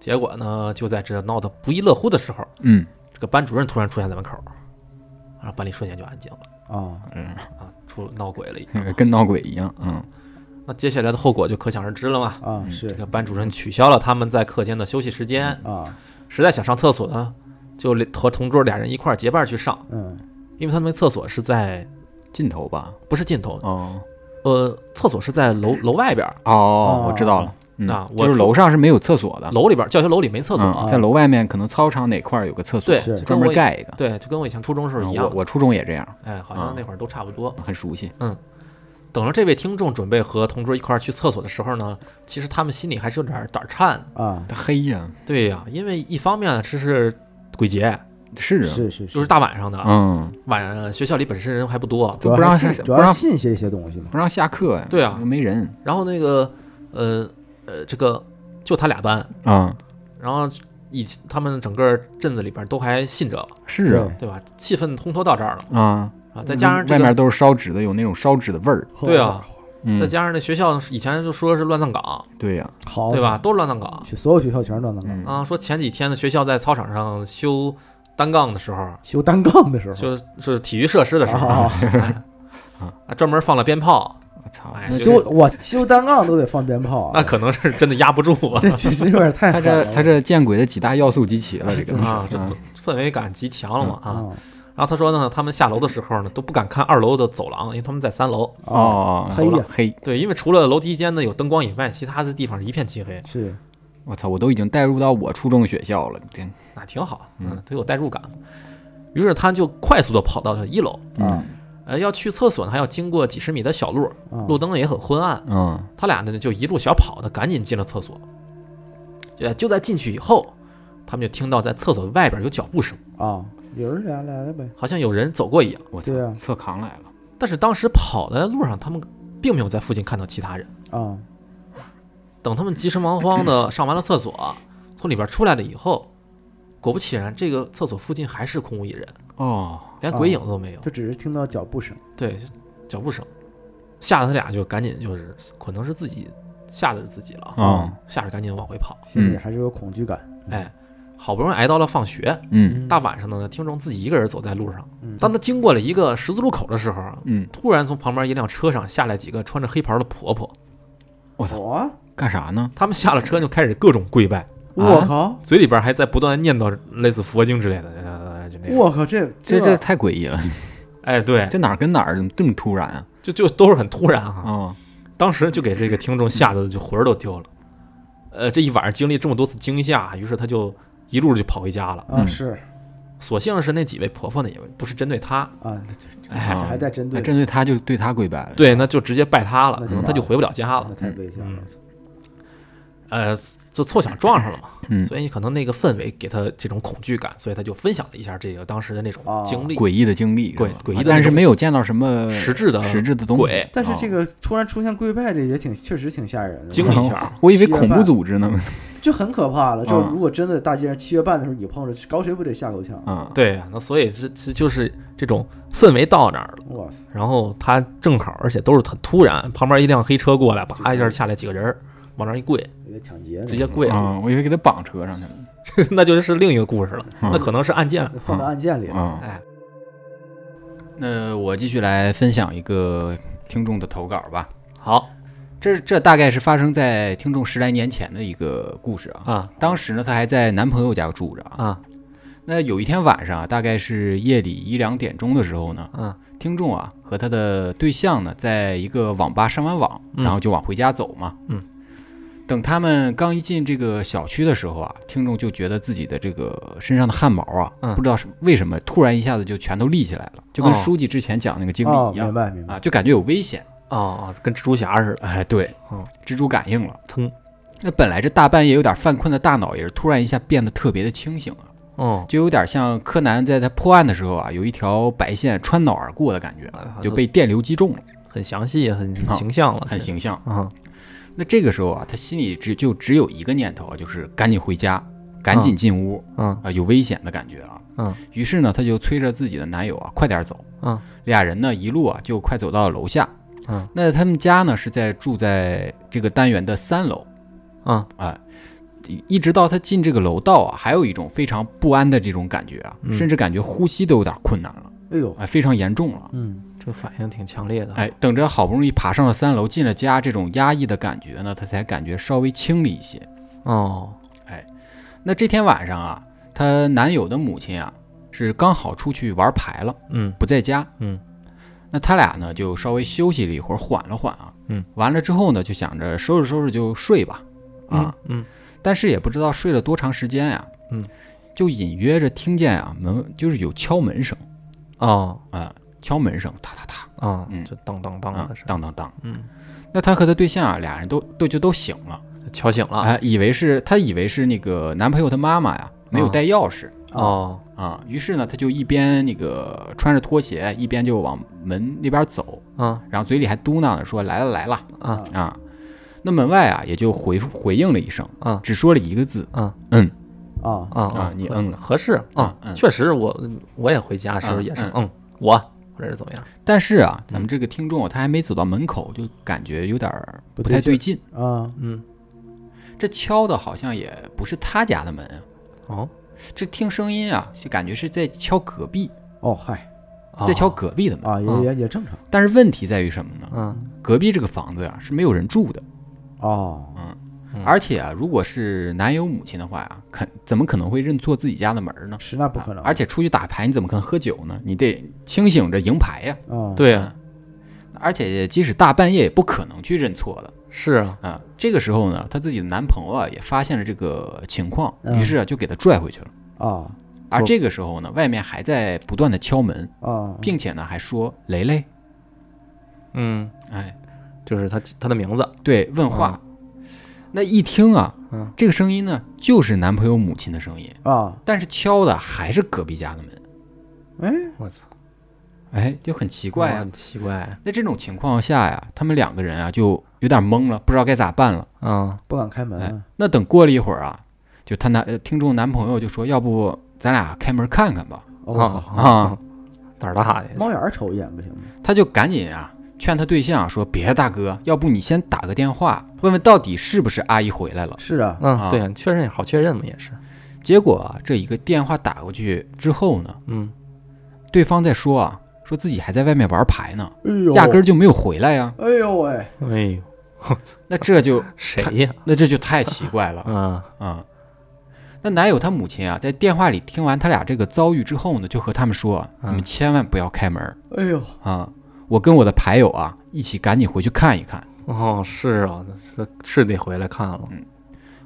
Speaker 1: 结果呢就在这闹得不亦乐乎的时候，
Speaker 2: 嗯
Speaker 1: 这个班主任突然出现在门口，然后班里瞬间就安静了
Speaker 3: 啊
Speaker 2: 嗯，
Speaker 1: 啊，出闹鬼了已经。
Speaker 2: 那个跟闹鬼一样，嗯
Speaker 1: 那接下来的后果就可想而知了嘛。
Speaker 3: 啊是
Speaker 1: 这个班主任取消了他们在课间的休息时间，
Speaker 3: 啊
Speaker 1: 实在想上厕所呢，就和同桌俩人一块儿结伴去上，
Speaker 3: 嗯
Speaker 1: 因为他们厕所是在
Speaker 2: 尽头吧，
Speaker 1: 不是尽头，
Speaker 2: 哦
Speaker 1: 呃，厕所是在楼楼外边儿，
Speaker 2: 哦，我知道了，嗯
Speaker 1: 啊我
Speaker 2: 就是楼上是没有厕所的，
Speaker 1: 楼里边儿教学楼里没厕所。
Speaker 2: 嗯在楼外面可能操场哪块儿有个厕所
Speaker 1: 对，
Speaker 3: 是
Speaker 1: 就跟
Speaker 2: 专门
Speaker 1: 我
Speaker 2: 盖一个，
Speaker 1: 对，就跟我以前初中时候
Speaker 2: 嗯
Speaker 1: 一
Speaker 2: 我
Speaker 1: 样，
Speaker 2: 我初中也这样，
Speaker 1: 哎，好像
Speaker 2: 嗯
Speaker 1: 那会儿都差不多。
Speaker 2: 很熟悉，
Speaker 1: 等着这位听众准备和同桌一块儿去厕所的时候呢，其实他们心里还是有点儿胆儿颤的。
Speaker 3: 啊
Speaker 2: 它黑呀，
Speaker 1: 对呀、因为一方面呢，这是鬼节，
Speaker 2: 是啊，
Speaker 3: 是是
Speaker 1: 又是大晚上的，
Speaker 2: 嗯，
Speaker 1: 晚上学校里本身人还不多，
Speaker 3: 主
Speaker 2: 就不
Speaker 3: 要
Speaker 2: 让
Speaker 3: 是
Speaker 2: 下
Speaker 3: 信主
Speaker 2: 不
Speaker 3: 要
Speaker 2: 让
Speaker 3: 是信些一些东西嘛，
Speaker 2: 不让下课呀，
Speaker 1: 对啊
Speaker 2: 又没人
Speaker 1: 然后那个呃呃，这个就他俩班，
Speaker 3: 嗯
Speaker 2: 啊，
Speaker 1: 然后以他们整个镇子里边都还信这个，
Speaker 2: 是啊
Speaker 1: 对吧？气氛通脱到这儿了
Speaker 2: 啊，
Speaker 1: 啊，再加上这
Speaker 2: 外
Speaker 1: 个，
Speaker 2: 面都是烧纸的，有那种烧纸的味儿，
Speaker 1: 对啊，再
Speaker 2: 嗯，
Speaker 1: 加上那学校以前就说是乱葬岗，
Speaker 2: 对呀，
Speaker 3: 好
Speaker 1: 对
Speaker 2: 哦
Speaker 1: 吧？？都是乱葬岗
Speaker 3: 去所有学校全是乱葬岗，
Speaker 2: 嗯
Speaker 1: 啊。说前几天呢，学校在操场上修单杠的时候，
Speaker 3: 修单杠的时候
Speaker 1: 就是就是体育设施的时候，
Speaker 3: 啊
Speaker 1: 哎 啊，专门放了鞭炮，
Speaker 2: 我操，
Speaker 1: 哎
Speaker 2: 那
Speaker 1: 就
Speaker 3: 修我修单杠都得放鞭炮
Speaker 1: 那
Speaker 3: 啊，
Speaker 1: 可能是真的压不住啊
Speaker 3: 这确实有点太
Speaker 2: 他
Speaker 3: 狠了啊
Speaker 2: 这他这见鬼的几大要素集齐了，这个
Speaker 1: 啊，这
Speaker 2: 嗯
Speaker 1: 氛氛围感极强了嘛啊。
Speaker 3: 啊
Speaker 1: 然后他说呢，他们下楼的时候呢，都不敢看二楼的走廊，因为他们在三楼。
Speaker 3: 啊
Speaker 2: 哦，
Speaker 3: 黑呀
Speaker 2: 黑，
Speaker 1: 对，因为除了楼梯间呢有灯光以外，其他的地方是一片漆黑，
Speaker 3: 是
Speaker 2: 我操，我都已经带入到我初中学校了，真
Speaker 1: 那挺好，
Speaker 2: 嗯
Speaker 1: 嗯，都有代入感。于是他就快速的跑到了一楼，
Speaker 3: 啊
Speaker 1: 呃，要去厕所呢，还要经过几十米的小路，
Speaker 3: 啊
Speaker 1: 路灯也很昏暗。
Speaker 2: 嗯
Speaker 1: 他俩呢就一路小跑的赶紧进了厕所。呃，就在进去以后，他们就听到在厕所外边有脚步声，
Speaker 3: 啊，有人来来了呗，
Speaker 1: 好像有人走过一样。
Speaker 2: 我操
Speaker 3: 对啊，
Speaker 2: 侧扛来了，
Speaker 1: 但是当时跑的路上，他们并没有在附近看到其他人。
Speaker 3: 啊
Speaker 1: 等他们急忙慌的上完了厕所，从里边出来了以后，果不其然，这个厕所附近还是空无一人，
Speaker 2: 哦，
Speaker 1: 连鬼影都没有。
Speaker 3: 就只是听到脚步声
Speaker 1: 对，脚步声，吓得他俩就赶紧就是，可能是自己吓着自己了，啊
Speaker 2: 哦，
Speaker 1: 吓着赶紧往回跑。
Speaker 2: 嗯
Speaker 3: 心里还是有恐惧感。
Speaker 1: 哎，好不容易挨到了放学，
Speaker 2: 嗯
Speaker 1: 大晚上呢，听众自己一个人走在路上。
Speaker 3: 嗯
Speaker 1: 当他经过了一个十字路口的时候，啊
Speaker 2: 嗯，
Speaker 1: 突然从旁边一辆车上下来几个穿着黑袍的婆婆，
Speaker 2: 我操，啊
Speaker 3: 我
Speaker 2: 干啥呢？
Speaker 1: 他们下了车就开始各种跪拜，
Speaker 3: 我靠，
Speaker 1: 嘴里边还在不断念叨类似佛经之类的，呃就那种。
Speaker 3: 我靠，这
Speaker 2: 哎这这太诡异了，
Speaker 1: 哎，对，
Speaker 2: 这哪儿跟哪儿，怎么这么突然啊？
Speaker 1: 就就都是很突然啊，
Speaker 2: 哦，
Speaker 1: 当时就给这个听众吓得就魂儿都丢了。呃，这一晚上经历这么多次惊吓，啊于是他就一路就跑回家了。
Speaker 3: 啊
Speaker 2: 嗯
Speaker 3: 是
Speaker 1: 所幸是那几位婆婆呢，也不是针对他，
Speaker 3: 啊，这这这
Speaker 1: 哎
Speaker 3: 还带针对
Speaker 2: 哎，针对他就对他跪拜了，
Speaker 1: 对，那就直接拜他了，
Speaker 3: 那
Speaker 1: 可
Speaker 3: 就
Speaker 1: 能他就回不了家了
Speaker 3: 那。啊太危
Speaker 2: 嗯
Speaker 3: 险了。
Speaker 1: 呃，就凑巧撞上了嘛，
Speaker 2: 嗯
Speaker 1: 所以可能那个氛围给他这种恐惧感，所以他就分享了一下这个当时的那种
Speaker 3: 哦
Speaker 1: 经历，
Speaker 2: 诡异的经历是吧，啊
Speaker 1: 诡诡异的那种
Speaker 2: 但是没有见到什么
Speaker 1: 实质的
Speaker 2: 实质的东西
Speaker 1: 鬼，
Speaker 3: 但是这
Speaker 2: 哦
Speaker 3: 个突然出现跪拜，这也挺确实挺吓人的。
Speaker 1: 经历一下。
Speaker 2: 我以为恐怖组织呢，
Speaker 3: 就很可怕了。就是
Speaker 2: 嗯
Speaker 3: 如果真的大街上七月半的时候你碰着，搞谁不得吓够呛？
Speaker 2: 嗯，
Speaker 1: 对啊，那所以是是就是这种氛围到那儿
Speaker 2: 嗯
Speaker 1: 了，
Speaker 3: 哇塞，
Speaker 1: 然后他正好，而且都是很突然，旁边一辆黑车过来，啪一下下来几个人儿，往那儿一跪，
Speaker 3: 一个抢劫呢，
Speaker 1: 直接跪了，
Speaker 2: 嗯，我以为给他绑车上去了。
Speaker 1: 那就是另一个故事了，
Speaker 2: 嗯
Speaker 1: 那可能是案件了。
Speaker 3: 啊放到案件里了。
Speaker 2: 嗯，
Speaker 1: 哎，
Speaker 2: 那我继续来分享一个听众的投稿吧。
Speaker 1: 好
Speaker 2: 这这大概是发生在听众十来年前的一个故事啊。
Speaker 1: 啊
Speaker 2: 当时呢，她还在男朋友家住着啊。
Speaker 1: 啊
Speaker 2: 那有一天晚上啊，大概是夜里一两点钟的时候呢，
Speaker 1: 啊
Speaker 2: 听众啊和他的对象呢，在一个网吧上完网，
Speaker 1: 嗯
Speaker 2: 然后就往回家走嘛。
Speaker 1: 嗯。
Speaker 2: 等他们刚一进这个小区的时候啊，听众就觉得自己的这个身上的汗毛啊，
Speaker 1: 嗯
Speaker 2: 不知道是为什么突然一下子就全都立起来了，就跟
Speaker 1: 哦
Speaker 2: 书记之前讲那个经
Speaker 3: 哦，
Speaker 2: 历一样、
Speaker 3: 明白明白。
Speaker 2: 啊，就感觉有危险。
Speaker 1: 哦哦，跟蜘蛛侠似的，
Speaker 2: 哎，对
Speaker 1: 嗯，
Speaker 2: 蜘蛛感应了。
Speaker 1: 腾
Speaker 2: 那本来这大半夜有点犯困的大脑也是突然一下变得特别的清醒了，
Speaker 1: 哦，
Speaker 2: 就有点像柯南在他破案的时候啊，有一条白线穿脑而过的感觉，
Speaker 1: 啊
Speaker 2: 就啊被哦电流击中了，
Speaker 1: 很详细，很形象了，
Speaker 2: 很形象。
Speaker 1: 啊
Speaker 2: 那这个时候啊，他心里只就只有一个念头啊，就是赶紧回家，赶紧进屋
Speaker 1: 嗯
Speaker 2: 啊，有危险的感觉啊。
Speaker 1: 嗯，
Speaker 2: 于是呢，他就催着自己的男友啊，啊快点走。
Speaker 1: 嗯，
Speaker 2: 俩人呢一路啊就快走到了楼下。
Speaker 1: 嗯，
Speaker 2: 那他们家呢是在住在这个单元的三楼。
Speaker 1: 啊
Speaker 2: 啊，一直到他进这个楼道啊，还有一种非常不安的这种感觉啊，
Speaker 1: 嗯
Speaker 2: 甚至感觉呼吸都有点困难了，
Speaker 3: 哎呦，
Speaker 2: 哎，非常严重了。
Speaker 3: 嗯，
Speaker 1: 这反应挺强烈的，
Speaker 2: 哎，等着好不容易爬上了三楼，进了家，这种压抑的感觉呢，他才感觉稍微轻了一些。
Speaker 1: 哦
Speaker 2: 那这天晚上啊，她男友的母亲啊是刚好出去玩牌了，
Speaker 1: 嗯
Speaker 2: 不在家。
Speaker 1: 嗯，
Speaker 2: 那他俩呢就稍微休息了一会儿，缓了缓啊。
Speaker 1: 嗯，
Speaker 2: 完了之后呢，就想着收拾收拾就睡吧。啊，
Speaker 1: 嗯
Speaker 2: 但是也不知道睡了多长时间呀、
Speaker 1: 嗯，
Speaker 2: 就隐约着听见啊门就是有敲门声
Speaker 1: 哦
Speaker 2: 啊，敲门声，哒哒哒
Speaker 1: 啊
Speaker 2: 嗯，
Speaker 1: 就当当当
Speaker 2: 啊
Speaker 1: 的是，，
Speaker 2: 当当当。
Speaker 1: 嗯，
Speaker 2: 那他和他对象啊，俩人都都就都醒了，
Speaker 1: 敲醒了，
Speaker 2: 哎，以为是他以为是那个男朋友他妈妈呀没有
Speaker 1: 啊
Speaker 2: 带钥匙
Speaker 1: 哦
Speaker 2: 啊，于是呢，他就一边那个穿着拖鞋，一边就往门那边走，
Speaker 1: 啊
Speaker 2: 然后嘴里还嘟囔着说来了来了
Speaker 1: 啊
Speaker 2: 啊。那门外啊也就回复回应了一声，
Speaker 1: 啊
Speaker 2: 只说了一个字，
Speaker 1: 啊
Speaker 2: 嗯
Speaker 3: 啊
Speaker 1: 啊
Speaker 2: 啊，你嗯了。
Speaker 1: 合适啊
Speaker 2: 嗯，嗯
Speaker 1: 确实我我也回家时候
Speaker 2: 嗯
Speaker 1: 也是
Speaker 2: 嗯
Speaker 1: 嗯我或者是怎么样
Speaker 2: 但是啊，咱们这个听众他还没走到门口，就感觉有点儿不太对劲。
Speaker 3: 啊，
Speaker 1: 嗯
Speaker 2: 这敲的好像也不是他家的门啊，
Speaker 1: 哦
Speaker 2: 这听声音啊，就感觉是在敲隔壁，
Speaker 3: 哦嗨
Speaker 2: 在敲
Speaker 1: 哦
Speaker 2: 隔壁的门。
Speaker 3: 啊，也
Speaker 1: 嗯
Speaker 3: 也也正常
Speaker 2: 但是问题在于什么呢？
Speaker 1: 嗯
Speaker 2: 隔壁这个房子呀、是没有人住的，
Speaker 3: 哦，
Speaker 1: 嗯
Speaker 2: 而且啊，如果是男友母亲的话呀、肯怎么可能会认错自己家的门儿呢？
Speaker 3: 是那不可
Speaker 2: 啊
Speaker 3: 能，
Speaker 2: 而且出去打牌，你怎么可能喝酒呢？你得清醒着赢牌呀、
Speaker 3: 啊，
Speaker 1: 对啊
Speaker 2: 而且即使大半夜也不可能去认错的。
Speaker 1: 是啊
Speaker 2: 啊，这个时候呢，她自己的男朋友啊也发现了这个情况，
Speaker 3: 嗯
Speaker 2: 于是啊就给她拽回去了。
Speaker 3: 啊
Speaker 2: 而
Speaker 1: 说
Speaker 2: 这个时候呢，外面还在不断的敲门，
Speaker 3: 啊，
Speaker 2: 并且呢还说“雷雷
Speaker 1: 嗯”，
Speaker 2: 哎，
Speaker 1: 就是他他的名字
Speaker 2: 对，问话。
Speaker 3: 嗯
Speaker 2: 那一听啊，
Speaker 1: 嗯
Speaker 2: 这个声音呢就是男朋友母亲的声音，
Speaker 3: 啊，
Speaker 2: 但是敲的还是隔壁家的门，
Speaker 3: 哎，
Speaker 1: 我操
Speaker 2: 哎，就很奇怪啊。
Speaker 1: 哦很奇怪
Speaker 2: 那这种情况下呀，他们两个人啊就有点懵了，不知道该咋办了。
Speaker 1: 嗯
Speaker 3: 不敢开门
Speaker 2: 哎
Speaker 3: 啊，
Speaker 2: 那等过了一会儿啊，就她男呃听众男朋友就说：“要不咱俩开门看看吧。”
Speaker 3: 哦好
Speaker 2: 啊，
Speaker 1: 嗯胆儿大呀
Speaker 3: 猫眼儿瞅一眼不行吗？
Speaker 2: 他就赶紧啊劝他对象说：“别，大哥，要不你先打个电话，问问到底是不是阿姨回来了。
Speaker 3: 是啊，
Speaker 1: 嗯对啊确认好确认嘛也是”
Speaker 2: 结果啊，这一个电话打过去之后呢，
Speaker 1: 嗯
Speaker 2: 对方在说啊，说自己还在外面玩牌呢，
Speaker 3: 哎呦，
Speaker 2: 压根儿就没有回来呀、
Speaker 3: 哎呦喂，
Speaker 1: 哎呦
Speaker 2: 那这就
Speaker 1: 谁呀
Speaker 2: 那这就太奇怪 了
Speaker 1: 嗯
Speaker 2: 啊、那男友他母亲啊，在电话里听完他俩这个遭遇之后呢，就和他们说：“
Speaker 1: 嗯
Speaker 2: 你们千万不要开门
Speaker 3: 哎呦，
Speaker 2: 啊！我跟我的牌友啊一起赶紧回去看一看。”
Speaker 1: 哦是啊那是是得回来看了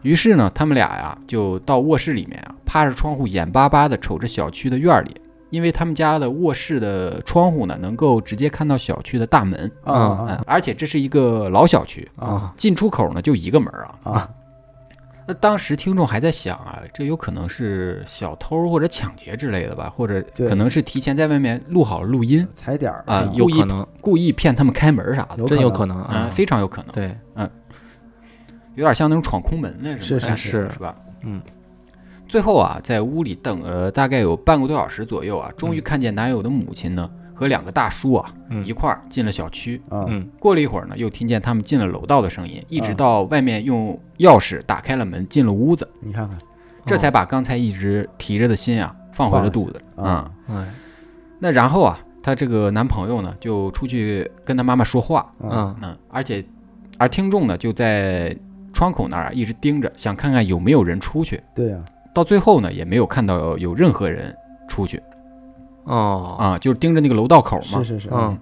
Speaker 2: 于是呢，他们俩呀就到卧室里面啊，趴着窗户，眼巴巴地瞅着小区的院儿里，因为他们家的卧室的窗户呢，能够直接看到小区的大门，
Speaker 3: 啊
Speaker 1: 嗯
Speaker 2: 嗯，而且这是一个老小区，
Speaker 1: 啊
Speaker 2: 进出口呢就一个门儿啊。
Speaker 3: 啊啊，
Speaker 2: 那当时听众还在想啊，这有可能是小偷或者抢劫之类的吧，或者
Speaker 3: 对
Speaker 2: 可能是提前在外面录好了录音，
Speaker 3: 踩点儿
Speaker 2: 啊
Speaker 3: 是吧
Speaker 1: 有
Speaker 2: 故意
Speaker 1: 可能
Speaker 2: 故意骗他们开门啥的，
Speaker 1: 真有
Speaker 3: 可
Speaker 1: 可能
Speaker 2: 嗯、
Speaker 1: 啊
Speaker 2: 非常有可能。
Speaker 1: 对
Speaker 2: 嗯，有点像那种闯空门那什么
Speaker 3: 是
Speaker 2: 的，
Speaker 1: 是是
Speaker 2: 是吧？
Speaker 1: 嗯。
Speaker 2: 最后啊，在屋里等了大概有半个多小时左右啊，终于
Speaker 1: 嗯
Speaker 2: 看见男友的母亲呢和两个大叔啊
Speaker 1: 嗯
Speaker 2: 一块儿进了小区。
Speaker 3: 啊，
Speaker 1: 嗯
Speaker 2: 过了一会儿呢，又听见他们进了楼道的声音，一直
Speaker 3: 啊
Speaker 2: 到外面用钥匙打开了门，进了屋子，
Speaker 3: 你看看
Speaker 1: 嗯
Speaker 2: 这
Speaker 1: 哦
Speaker 2: 才把刚才一直提着的心啊放回了
Speaker 3: 放
Speaker 2: 肚子。嗯
Speaker 3: 啊，
Speaker 1: 哎
Speaker 2: 那然后啊，她这个男朋友呢就出去跟她妈妈说话，
Speaker 3: 啊，
Speaker 1: 嗯
Speaker 2: 嗯，而且而听众呢就在窗口那儿啊一直盯着，想看看有没有人出去。
Speaker 3: 对啊呀，
Speaker 2: 到最后呢，也没有看到有任何人出去
Speaker 1: 哦
Speaker 2: 啊，就是盯着那个楼道口嘛
Speaker 3: 是。是是，
Speaker 1: 嗯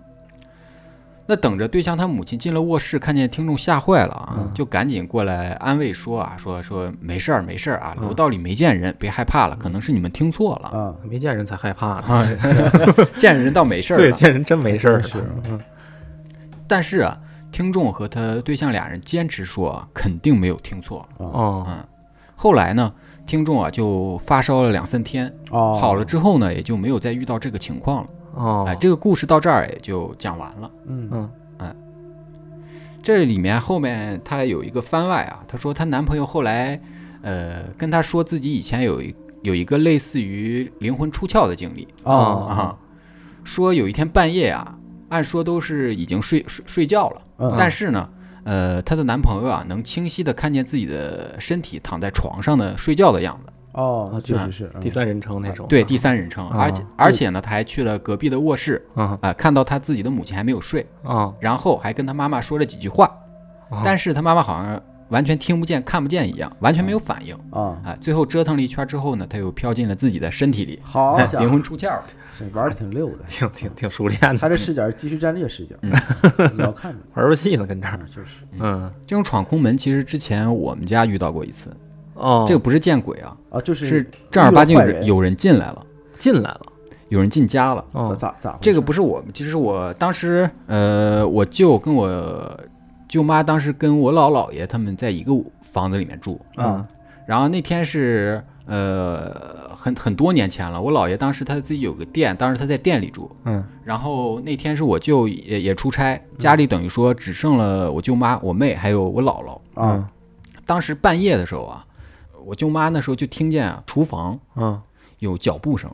Speaker 2: 那等着对象他母亲进了卧室，看见听众吓坏了啊，
Speaker 1: 嗯
Speaker 2: 就赶紧过来安慰说啊，说说没事儿没事儿啊，
Speaker 1: 嗯
Speaker 2: 楼道里没见人，别害怕了，可能是你们听错了。
Speaker 3: 啊，
Speaker 1: 没嗯见人才害怕呢。
Speaker 2: 啊， 见人倒没事儿
Speaker 1: 对，
Speaker 2: 了。
Speaker 1: 见人真没事儿。
Speaker 3: 是
Speaker 1: 嗯
Speaker 2: 但是啊，听众和他对象俩人坚持说啊肯定没有听错。
Speaker 1: 哦，
Speaker 2: 嗯，后来呢，听众啊就发烧了两三天，
Speaker 3: 哦，
Speaker 2: 好了，之后呢，也就没有再遇到这个情况了。
Speaker 1: 哦，
Speaker 2: 哎，这个故事到这儿也就讲完了。
Speaker 3: 嗯
Speaker 1: 嗯
Speaker 2: 这里面后面她有一个番外啊，她说她男朋友后来，呃，跟她说自己以前有一有一个类似于灵魂出窍的经历
Speaker 3: 啊
Speaker 2: 啊，说有一天半夜啊，按说都是已经睡睡睡觉了，
Speaker 3: 嗯
Speaker 2: 但是呢，呃，她的男朋友啊能清晰的看见自己的身体躺在床上的睡觉的样子，
Speaker 3: 哦，那确
Speaker 1: 啊
Speaker 3: 实是嗯
Speaker 1: 第三人称那种。
Speaker 2: 对，第三人称，
Speaker 1: 啊
Speaker 2: 而且而且呢，她还去了隔壁的卧室
Speaker 1: 嗯
Speaker 2: 啊、看到她自己的母亲还没有睡，
Speaker 1: 啊，
Speaker 2: 然后还跟她妈妈说了几句话。但
Speaker 3: 啊
Speaker 1: 是。
Speaker 2: 是他妈妈好像完全听不见、看不见一样，完全没有反应
Speaker 3: 啊，
Speaker 2: 啊。最后折腾了一圈之后呢，他又飘进了自己的身体里，
Speaker 3: 好
Speaker 2: 哎
Speaker 3: 家
Speaker 2: 灵
Speaker 3: 伙，
Speaker 2: 魂出窍了。
Speaker 3: 这玩的挺溜的
Speaker 1: 挺挺挺熟练的，
Speaker 3: 他这视角是即时战略视角
Speaker 2: 嗯，
Speaker 3: 你要看着
Speaker 1: 玩游戏呢，跟这
Speaker 3: 啊
Speaker 1: 儿。，
Speaker 3: 就是
Speaker 1: 嗯
Speaker 2: 这种闯空门其实之前我们家遇到过一次，
Speaker 1: 哦，
Speaker 2: 这个不是见鬼啊，
Speaker 3: 啊，就是
Speaker 2: 是正儿八经有
Speaker 3: 遇到坏人
Speaker 2: 人有人进来了，
Speaker 1: 进来了。
Speaker 2: 有人进家了。
Speaker 3: 咋
Speaker 1: 哦
Speaker 3: 咋咋回事，
Speaker 2: 这个不是我们，其实我当时呃，我舅跟我舅妈当时跟我姥姥爷他们在一个房子里面住，
Speaker 1: 嗯
Speaker 3: 啊
Speaker 2: 然后那天是呃很很多年前了，我姥爷当时他自己有个店，当时他在店里住，
Speaker 1: 嗯
Speaker 2: 然后那天是我舅也也出差，家里等于说只剩了我舅妈、我妹还有我姥姥。
Speaker 3: 啊
Speaker 2: 当时半夜的时候啊，我舅妈那时候就听见啊厨房
Speaker 1: 嗯，
Speaker 2: 有脚步声，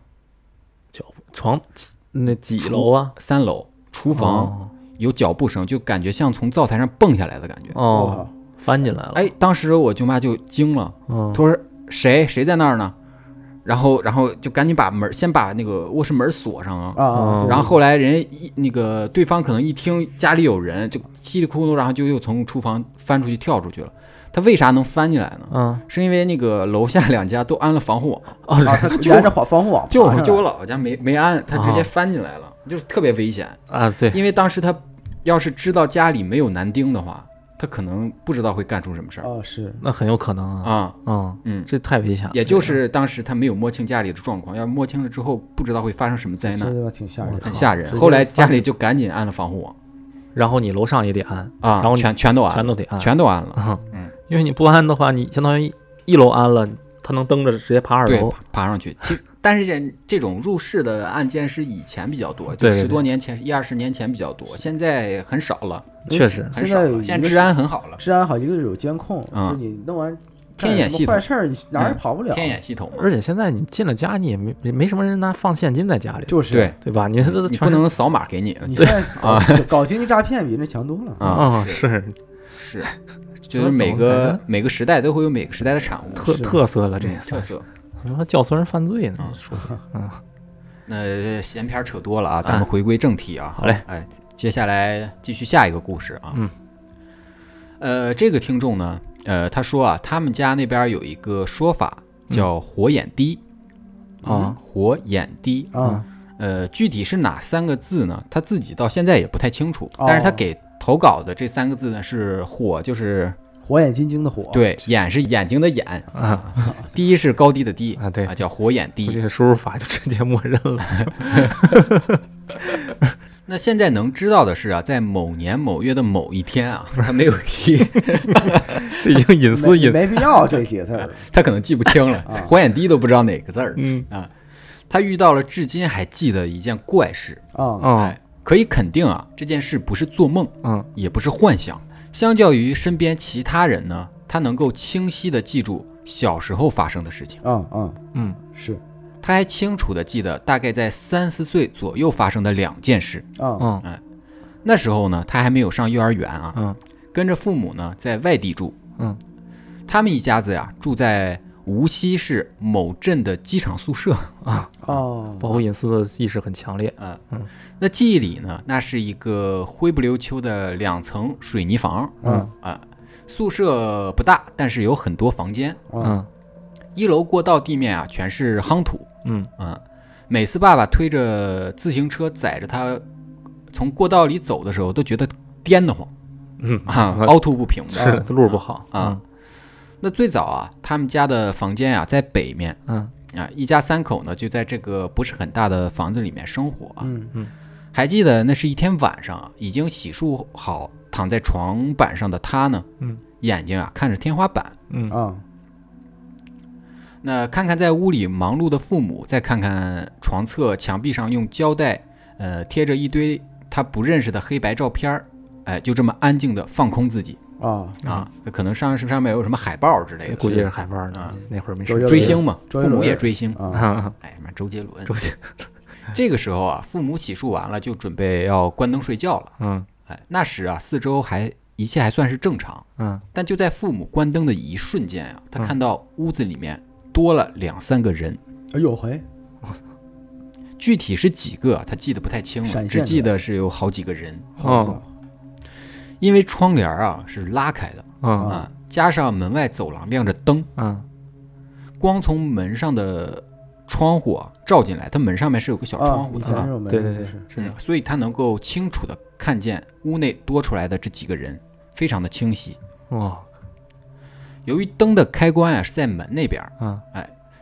Speaker 1: 床那几楼啊？哦
Speaker 2: 三楼厨房有脚步声，就感觉像从灶台上蹦下来的感觉。
Speaker 3: 我
Speaker 1: 哦，
Speaker 3: 靠
Speaker 1: 翻进来了。
Speaker 2: 哎，当时我舅妈就惊了，
Speaker 1: 嗯
Speaker 2: 她说谁谁在那儿呢？然后然后就赶紧把门先把那个卧室门锁上啊，
Speaker 3: 啊啊，
Speaker 1: 嗯
Speaker 3: 对
Speaker 2: 然后后来人一那个对方可能一听家里有人，就稀里咕噜，然后就又从厨房翻出去跳出去了。他为啥能翻进来呢？
Speaker 1: 嗯
Speaker 2: 是因为那个楼下两家都安了 防护网，
Speaker 1: 哦，
Speaker 3: 啊，他沿着防防护网
Speaker 2: 就
Speaker 3: 爬上来
Speaker 2: 就我姥姥家没没安，他直接
Speaker 1: 啊
Speaker 2: 翻进来了，就是特别危险。
Speaker 1: 啊，对，
Speaker 2: 因为当时他要是知道家里没有男丁的话，他可能不知道会干出什么
Speaker 1: 哦
Speaker 2: 事儿
Speaker 3: 啊是
Speaker 1: 那很有可能啊。
Speaker 2: 啊。
Speaker 1: 嗯，
Speaker 2: 嗯，
Speaker 1: 这太危险了。
Speaker 2: 也就是当时他没有摸清家里的状况，要摸清了之后，不知道会发生什么灾
Speaker 3: 真
Speaker 2: 难，
Speaker 3: 的挺吓人的，
Speaker 2: 很吓
Speaker 3: 直
Speaker 2: 人。
Speaker 3: 接
Speaker 2: 后来
Speaker 3: 翻
Speaker 2: 家里就赶紧安了防护网
Speaker 1: 然后你楼上也得安，
Speaker 2: 啊，
Speaker 1: 然后你
Speaker 2: 全全都安
Speaker 1: 全
Speaker 2: 了，
Speaker 1: 都得安，
Speaker 2: 全都安了。
Speaker 1: 嗯，因为你不安的话，你相当于一楼安了，他能蹬着直接爬二
Speaker 2: 对，
Speaker 1: 楼
Speaker 2: 爬。爬上去。其实，但是这这种入室的案件是以前比较多，就
Speaker 1: 对对
Speaker 2: 十多年前、一二十年前比较多，现在很少了，
Speaker 1: 确实
Speaker 2: 很
Speaker 3: 现
Speaker 2: 少
Speaker 3: 在有一
Speaker 2: 了。现
Speaker 3: 个
Speaker 2: 在治安很好了，
Speaker 3: 治安好，一个是有监控，
Speaker 2: 嗯
Speaker 3: 就是你弄完
Speaker 2: 天眼
Speaker 3: 干什么
Speaker 2: 系统
Speaker 3: 坏事儿，你哪儿也
Speaker 2: 嗯
Speaker 3: 跑不了，
Speaker 2: 天眼系统嘛，
Speaker 1: 而且现在你进了家，你也没没没什么人拿放现金在家里，
Speaker 3: 就是
Speaker 2: 对，
Speaker 1: 对吧？你这这
Speaker 2: 嗯你
Speaker 1: 全
Speaker 2: 不
Speaker 1: 是
Speaker 2: 能扫码给你。
Speaker 3: 你现在搞搞经济诈骗比那强多了。
Speaker 2: 啊，
Speaker 1: 嗯是
Speaker 2: 是，就是每
Speaker 1: 怎么感
Speaker 2: 个
Speaker 1: 觉
Speaker 2: 每个时代都会有每个时代的产物，
Speaker 1: 特
Speaker 3: 是
Speaker 1: 特色了，这
Speaker 2: 嗯
Speaker 1: 也
Speaker 2: 特
Speaker 1: 算
Speaker 2: 色。
Speaker 1: 他妈教唆人犯罪呢
Speaker 2: 嗯？
Speaker 1: 说
Speaker 2: 那闲篇儿扯多了啊，咱
Speaker 1: 啊
Speaker 2: 们回归正题啊。
Speaker 1: 好 嘞，
Speaker 2: 哎，接下来继续下一个故事啊。
Speaker 1: 嗯，
Speaker 2: 呃，这个听众呢，呃，他说啊，他们家那边有一个说法
Speaker 1: 嗯
Speaker 2: 叫“火眼滴”嗯
Speaker 1: 啊，
Speaker 2: 火眼滴。
Speaker 3: 啊
Speaker 2: 呃，具体是哪三个字呢？他自己到现在也不太清楚，
Speaker 3: 哦
Speaker 2: 但是他给投稿的这三个字呢是“火”，就是
Speaker 3: 火眼金睛的火，
Speaker 2: 对，眼是眼睛的眼，
Speaker 1: 啊
Speaker 2: 低是高低的低
Speaker 1: 啊，对
Speaker 2: 啊，，叫火眼
Speaker 1: 我这
Speaker 2: 滴。
Speaker 1: 个输入法就直接默认了。
Speaker 2: 那现在能知道的是啊，在某年某月的某一 天啊，他没有提，
Speaker 1: 这已经隐私
Speaker 3: 没
Speaker 1: 隐，
Speaker 3: 没必要这几个字儿。
Speaker 2: 他可能记不清了
Speaker 3: 啊，
Speaker 2: 火眼滴都不知道哪个字儿。
Speaker 1: 嗯
Speaker 2: 他遇到了至今还记得一件怪事，
Speaker 3: 啊
Speaker 1: 啊
Speaker 2: 哎，可以肯定啊，这件事不是做梦，
Speaker 1: 嗯
Speaker 2: 也不是幻想。相较于身边其他人呢，他能够清晰的记住小时候发生的事情，
Speaker 3: 啊啊，
Speaker 1: 嗯，
Speaker 3: 是
Speaker 2: 他还清楚的记得大概在三四岁左右发生的两件事。
Speaker 3: 啊
Speaker 1: 嗯
Speaker 2: 那时候呢，他还没有上幼儿园啊，
Speaker 1: 嗯
Speaker 2: 跟着父母呢在外地住。
Speaker 1: 嗯，
Speaker 2: 他们一家子呀住在无锡市某镇的机场宿舍。
Speaker 3: 哦
Speaker 1: 保护隐私的意识很强烈。
Speaker 2: 嗯
Speaker 1: 嗯，
Speaker 2: 那记忆里呢，那是一个灰不溜秋的两层水泥房
Speaker 3: 嗯
Speaker 2: 啊，宿舍不大，但是有很多房间。
Speaker 3: 啊
Speaker 1: 嗯
Speaker 2: 一楼过道地面啊全是夯土，
Speaker 1: 嗯
Speaker 2: 嗯，每次爸爸推着自行车载着他从过道里走的时候，都觉得颠得慌
Speaker 1: 嗯，
Speaker 2: 啊，
Speaker 1: 那
Speaker 2: 凹凸不平的
Speaker 1: 是嗯的路不好
Speaker 2: 啊。那最早啊，他们家的房间啊在北面
Speaker 1: 嗯
Speaker 2: 啊，一家三口呢就在这个不是很大的房子里面生活啊。
Speaker 3: 嗯
Speaker 2: 还记得那是一天晚上啊，已经洗漱好躺在床板上的他呢，
Speaker 1: 嗯，
Speaker 2: 眼睛啊看着天花板，
Speaker 1: 嗯
Speaker 3: 啊
Speaker 2: 那看看在屋里忙碌的父母，再看看床侧墙壁上用胶带呃贴着一堆他不认识的黑白照片儿，哎，就这么安静的放空自己
Speaker 3: 啊，
Speaker 2: 啊。那可能上是上面有什么海报之类
Speaker 1: 嗯，
Speaker 2: 的，
Speaker 1: 估计
Speaker 2: 是
Speaker 1: 是海啊边儿的
Speaker 2: 啊，
Speaker 1: 那会儿没
Speaker 3: 周
Speaker 1: 事
Speaker 3: 杰伦
Speaker 2: 追星嘛，
Speaker 3: 周杰
Speaker 2: 父
Speaker 3: 伦
Speaker 2: 母也追星。
Speaker 3: 啊
Speaker 1: 啊，
Speaker 2: 哎，什么周杰 伦
Speaker 1: 周？杰，
Speaker 2: 这个时候啊，父母洗漱完了就准备要关灯睡觉了。
Speaker 1: 嗯
Speaker 2: 哎，那时啊，四周还一切还算是正常，
Speaker 1: 嗯
Speaker 2: 但就在父母关灯的一瞬间啊，
Speaker 1: 嗯
Speaker 2: 他看到屋子里面多了两三个人，
Speaker 3: 哎呦嘿，
Speaker 2: 具体是几个啊他记得不太清了，
Speaker 3: 闪现
Speaker 2: 只
Speaker 3: 的
Speaker 2: 记得是有好几个人，
Speaker 3: 好家
Speaker 1: 哦
Speaker 3: 伙
Speaker 2: 因为窗帘啊是拉开的
Speaker 1: 嗯
Speaker 2: 啊，加上门外走廊亮着灯，
Speaker 1: 嗯
Speaker 2: 光从门上的窗户啊照进来，它门上面是有个小窗
Speaker 3: 啊，
Speaker 2: 户
Speaker 3: 以
Speaker 2: 的，
Speaker 3: 前这种门
Speaker 1: 对对
Speaker 3: 就
Speaker 1: 对
Speaker 3: 是，
Speaker 1: 是的，
Speaker 2: 嗯所以他能够清楚的看见屋内多出来的这几个人，非常的清晰。
Speaker 1: 哦
Speaker 2: 由于灯的开关啊是在门那边儿，
Speaker 1: 嗯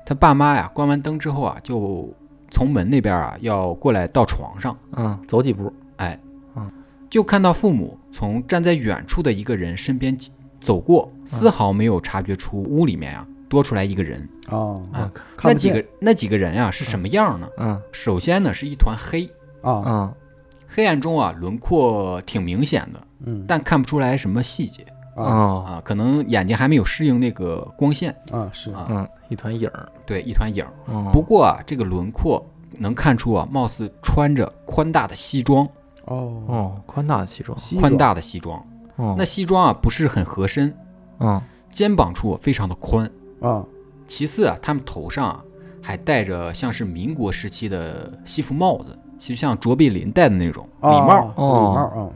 Speaker 2: 他爸妈呀关完灯之后啊，就从门那边啊要过来到床上，
Speaker 1: 嗯，走几步，
Speaker 2: 哎，
Speaker 1: 嗯
Speaker 2: 就看到父母从站在远处的一个人身边走过，丝毫没有察觉出屋里面啊多出来一个人。
Speaker 3: 啊
Speaker 2: 啊
Speaker 1: 看
Speaker 2: 那
Speaker 1: 不
Speaker 2: 几
Speaker 1: 见，
Speaker 2: 个那几个人啊是什么样呢？
Speaker 1: 嗯
Speaker 2: 首先呢是一团黑，
Speaker 3: 啊
Speaker 1: 嗯
Speaker 2: 黑暗中啊轮廓挺明显的，
Speaker 3: 嗯
Speaker 2: 但看不出来什么细节
Speaker 3: 啊
Speaker 1: 哦
Speaker 2: 啊，可能眼睛还没有适应那个光线
Speaker 3: 啊是
Speaker 2: 啊。
Speaker 1: 嗯，一团影儿，
Speaker 2: 对，一团影儿。
Speaker 1: 哦
Speaker 2: 不过啊，这个轮廓能看出啊，貌似穿着宽大的西装，
Speaker 3: 哦，
Speaker 1: 哦，宽大的西装，
Speaker 3: 西
Speaker 2: 宽
Speaker 3: 装
Speaker 2: 大的西装。
Speaker 1: 哦
Speaker 2: 那西装啊不是很合身，
Speaker 1: 嗯
Speaker 2: 肩膀处非常的宽。
Speaker 3: 啊
Speaker 2: 其次啊，他们头上啊还戴着像是民国时期的西服帽子，其实像卓别林戴的那种礼
Speaker 1: 哦
Speaker 3: 啊
Speaker 2: 帽，哦
Speaker 3: 礼帽啊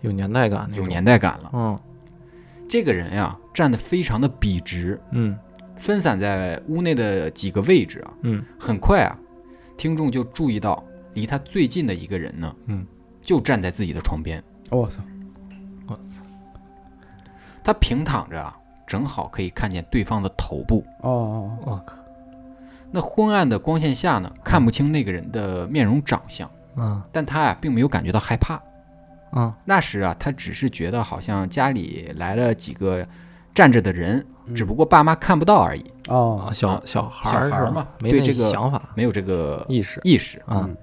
Speaker 1: 有年代感那
Speaker 2: 有
Speaker 1: 种，
Speaker 2: 年代感了。
Speaker 1: 嗯
Speaker 2: 这个人呀、站得非常的笔直，
Speaker 1: 嗯
Speaker 2: 分散在屋内的几个位置啊。
Speaker 1: 嗯
Speaker 2: 很快啊，听众就注意到离他最近的一个人呢，
Speaker 1: 嗯，
Speaker 2: 就站在自己的床边。
Speaker 3: 哦我操
Speaker 2: 他平躺着啊，正好可以看见对方的头部。
Speaker 3: 哦
Speaker 1: 我靠，
Speaker 2: 那昏暗的光线下呢，看不清那个人的面容长相，
Speaker 1: 嗯
Speaker 2: 但他啊并没有感觉到害怕。
Speaker 1: 嗯
Speaker 2: 那时啊，他只是觉得好像家里来了几个站着的人，
Speaker 3: 嗯
Speaker 2: 只不过爸妈看不到而已，
Speaker 1: 啊，
Speaker 3: 哦
Speaker 1: 小
Speaker 2: 啊
Speaker 1: 小孩儿
Speaker 2: 小孩
Speaker 1: 是
Speaker 2: 儿
Speaker 1: 吧
Speaker 2: 嘛
Speaker 1: 没
Speaker 2: 对
Speaker 1: 那
Speaker 2: 这个
Speaker 1: 想法
Speaker 2: 没有这个
Speaker 1: 意识
Speaker 2: 意识。
Speaker 1: 啊，
Speaker 3: 嗯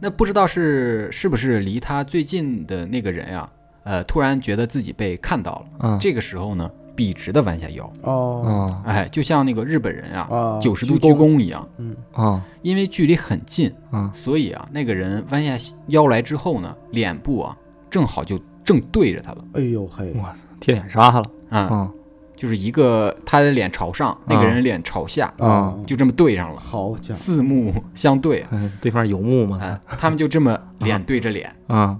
Speaker 2: 那不知道是是不是离他最近的那个人呀、呃，突然觉得自己被看到了。
Speaker 1: 嗯
Speaker 2: 这个时候呢，笔直的弯下腰，
Speaker 3: 哦
Speaker 1: 嗯
Speaker 2: 哎，就像那个日本人啊，
Speaker 3: 啊
Speaker 2: 九十度
Speaker 3: 鞠
Speaker 2: 鞠躬一样，
Speaker 3: 嗯
Speaker 1: 嗯
Speaker 2: 因为距离很近，
Speaker 1: 嗯
Speaker 2: 所以啊，那个人弯下腰来之后呢，脸部啊正好就正对着他了
Speaker 3: 哎呦嘿
Speaker 2: 嗯
Speaker 1: 我贴脸杀了，
Speaker 2: 啊，
Speaker 1: 嗯
Speaker 2: 就是一个他的脸朝上，那个人脸朝下，
Speaker 3: 啊
Speaker 2: 就这么对上了，
Speaker 3: 好家伙
Speaker 2: 四目相对啊，
Speaker 1: 嗯，对面游牧嘛，
Speaker 2: 哎他们就这么脸对着脸，
Speaker 1: 嗯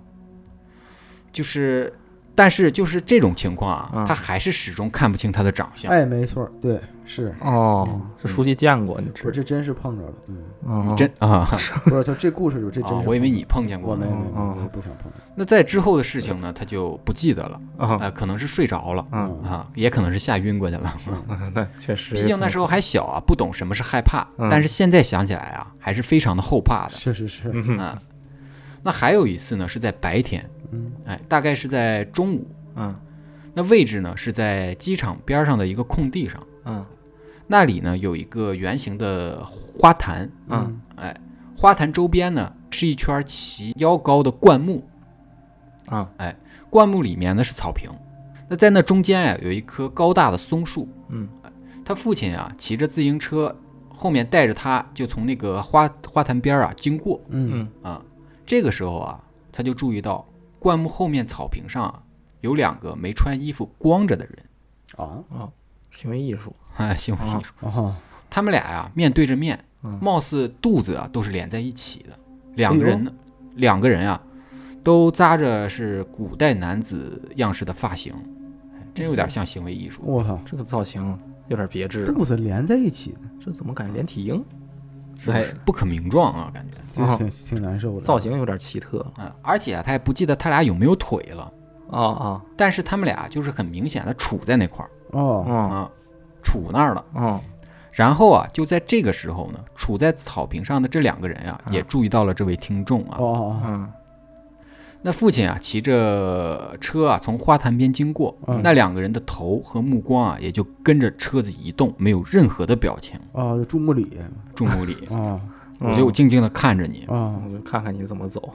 Speaker 2: 就是，但是就是这种情况啊
Speaker 1: 嗯，
Speaker 2: 他还是始终看不清他的长相，
Speaker 3: 哎没错儿对是
Speaker 1: 哦
Speaker 3: 嗯，
Speaker 1: 这书记见过你
Speaker 3: 不
Speaker 1: 知
Speaker 3: 是，这真是碰着了， 嗯，
Speaker 1: 嗯
Speaker 2: 真啊，
Speaker 3: 不是，就这故事里这真
Speaker 2: 啊
Speaker 3: 是，
Speaker 2: 我以为
Speaker 3: 碰
Speaker 2: 你碰见
Speaker 3: 着了，我
Speaker 2: 过
Speaker 3: 没
Speaker 2: 呢。
Speaker 3: 没没
Speaker 1: 嗯嗯
Speaker 3: 没，我不想碰着，
Speaker 2: 那在之后的事情呢，他就不记得了，
Speaker 1: 啊
Speaker 3: 嗯
Speaker 2: 呃，可能是睡着了
Speaker 1: 嗯
Speaker 2: 啊，也可能是吓晕过去了。
Speaker 1: 嗯，那确实，
Speaker 2: 毕竟那时候还小啊，不懂什么是害怕，
Speaker 1: 嗯
Speaker 2: 但是现在想起来啊，还是非常的后怕的。
Speaker 3: 是是是，
Speaker 1: 嗯哼
Speaker 2: 啊，那还有一次呢，是在白天，
Speaker 3: 嗯
Speaker 2: 哎，大概是在中午，
Speaker 1: 嗯
Speaker 2: 那位置呢是在机场边上的一个空地上，
Speaker 1: 嗯
Speaker 2: 那里呢有一个圆形的花坛，
Speaker 1: 嗯
Speaker 2: 哎，花坛周边呢是一圈齐腰高的灌木，哎
Speaker 1: 啊
Speaker 2: 灌木里面呢是草坪，那在那中间呀、有一棵高大的松树，哎
Speaker 1: 嗯，
Speaker 2: 他父亲啊骑着自行车，后面带着他就从那个花花坛边儿啊经过
Speaker 3: 嗯
Speaker 1: 嗯
Speaker 2: 啊。这个时候啊，他就注意到灌木后面草坪上啊有两个没穿衣服光着的人，
Speaker 3: 啊
Speaker 1: 行为艺术，
Speaker 2: 哎，行为艺术。
Speaker 3: 啊，
Speaker 2: 他们俩呀、面对着面，
Speaker 1: 嗯
Speaker 2: 貌似肚子啊都是连在一起的。两个人呢，两个人啊，都扎着是古代男子样式的发型，哎真有点像行为艺术。
Speaker 3: 我靠，
Speaker 1: 这个造型有点别致啊，
Speaker 3: 肚子连在一起的，
Speaker 1: 这怎么感觉连体婴？是不
Speaker 2: 哎
Speaker 1: 是？，
Speaker 2: 不可名状啊，感觉
Speaker 3: 这
Speaker 1: 啊
Speaker 3: 挺挺难受的。
Speaker 1: 造型有点奇特
Speaker 2: 啊，而且啊，他也不记得他俩有没有腿了，
Speaker 1: 啊啊
Speaker 2: 但是他们俩就是很明显的杵在那块儿
Speaker 3: 哦，
Speaker 1: 啊
Speaker 2: 啊，杵那儿了。
Speaker 1: 啊！
Speaker 2: 然后啊，就在这个时候呢，杵在草坪上的这两个人啊，
Speaker 1: 啊
Speaker 2: 也注意到了这位听众啊。
Speaker 3: 哦哦
Speaker 1: 嗯
Speaker 2: 那父亲啊，骑着车啊，从花坛边经过，
Speaker 3: 嗯
Speaker 2: 那两个人的头和目光啊，也就跟着车子移动，没有任何的表情。
Speaker 3: 哦，注目礼
Speaker 2: 注目礼，
Speaker 3: 啊
Speaker 2: 我就静静的看着你。
Speaker 3: 啊
Speaker 1: 我就看看你怎么走。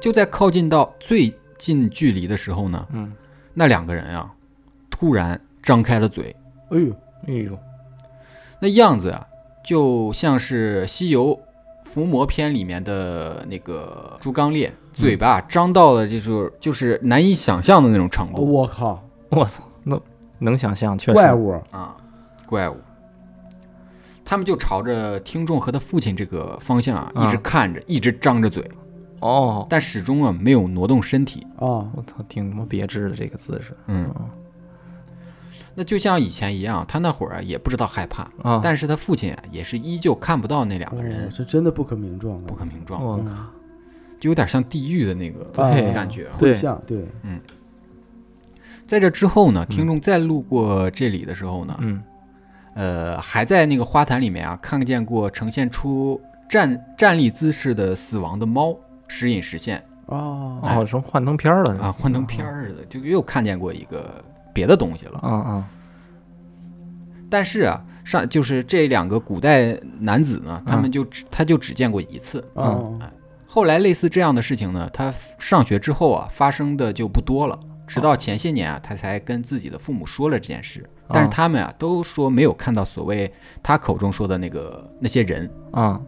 Speaker 2: 就在靠近到最近距离的时候呢，
Speaker 1: 嗯，
Speaker 2: 那两个人啊，突然张开了嘴，
Speaker 3: 哎呦，
Speaker 1: 哎呦，
Speaker 2: 那样子啊，就像是《西游伏魔篇》里面的那个猪刚鬣，嘴巴张到了就是就是难以想象的那种程
Speaker 3: 哦
Speaker 2: 度
Speaker 3: 我靠，
Speaker 1: 我操，那能想象，确实
Speaker 3: 怪物
Speaker 2: 啊，怪物。他们就朝着听众和他父亲这个方向啊，一直
Speaker 1: 啊
Speaker 2: 看着，一直张着嘴，
Speaker 1: 哦！
Speaker 2: 但始终啊没有挪动身体。
Speaker 3: 啊
Speaker 1: 我操，挺他妈别致的这个姿势
Speaker 2: 嗯，那就像以前一样，他那会儿啊也不知道害怕，
Speaker 1: 啊！
Speaker 2: 但是他父亲啊也是依旧看不到那两个
Speaker 3: 哦
Speaker 2: 人，
Speaker 3: 这真的不可名状
Speaker 2: 不
Speaker 3: 啊，
Speaker 2: 可名状，
Speaker 1: 我
Speaker 3: 嗯
Speaker 2: 就有点像地狱的那个
Speaker 1: 哦对
Speaker 2: 感觉啊。
Speaker 3: 会
Speaker 1: 对
Speaker 3: 像对，
Speaker 2: 在这之后呢，听众再路过这里的时候呢，
Speaker 1: 嗯
Speaker 2: 呃，还在那个花坛里面啊，看见过呈现出站站立姿势的死亡的猫，时隐时现
Speaker 3: 哦
Speaker 1: 哦，成幻灯片了是吧
Speaker 2: 哎啊，幻灯片儿似的，就又看见过一个别的东西了。
Speaker 1: 啊啊！
Speaker 2: 但是啊，上就是这两个古代男子呢，他们就只他就只见过一次。
Speaker 3: 哦
Speaker 2: 嗯后来类似这样的事情呢，他上学之后啊，发生的就不多了。直到前些年啊，他才跟自己的父母说了这件事，但是他们啊都说没有看到所谓他口中说的那个那些人。
Speaker 1: 啊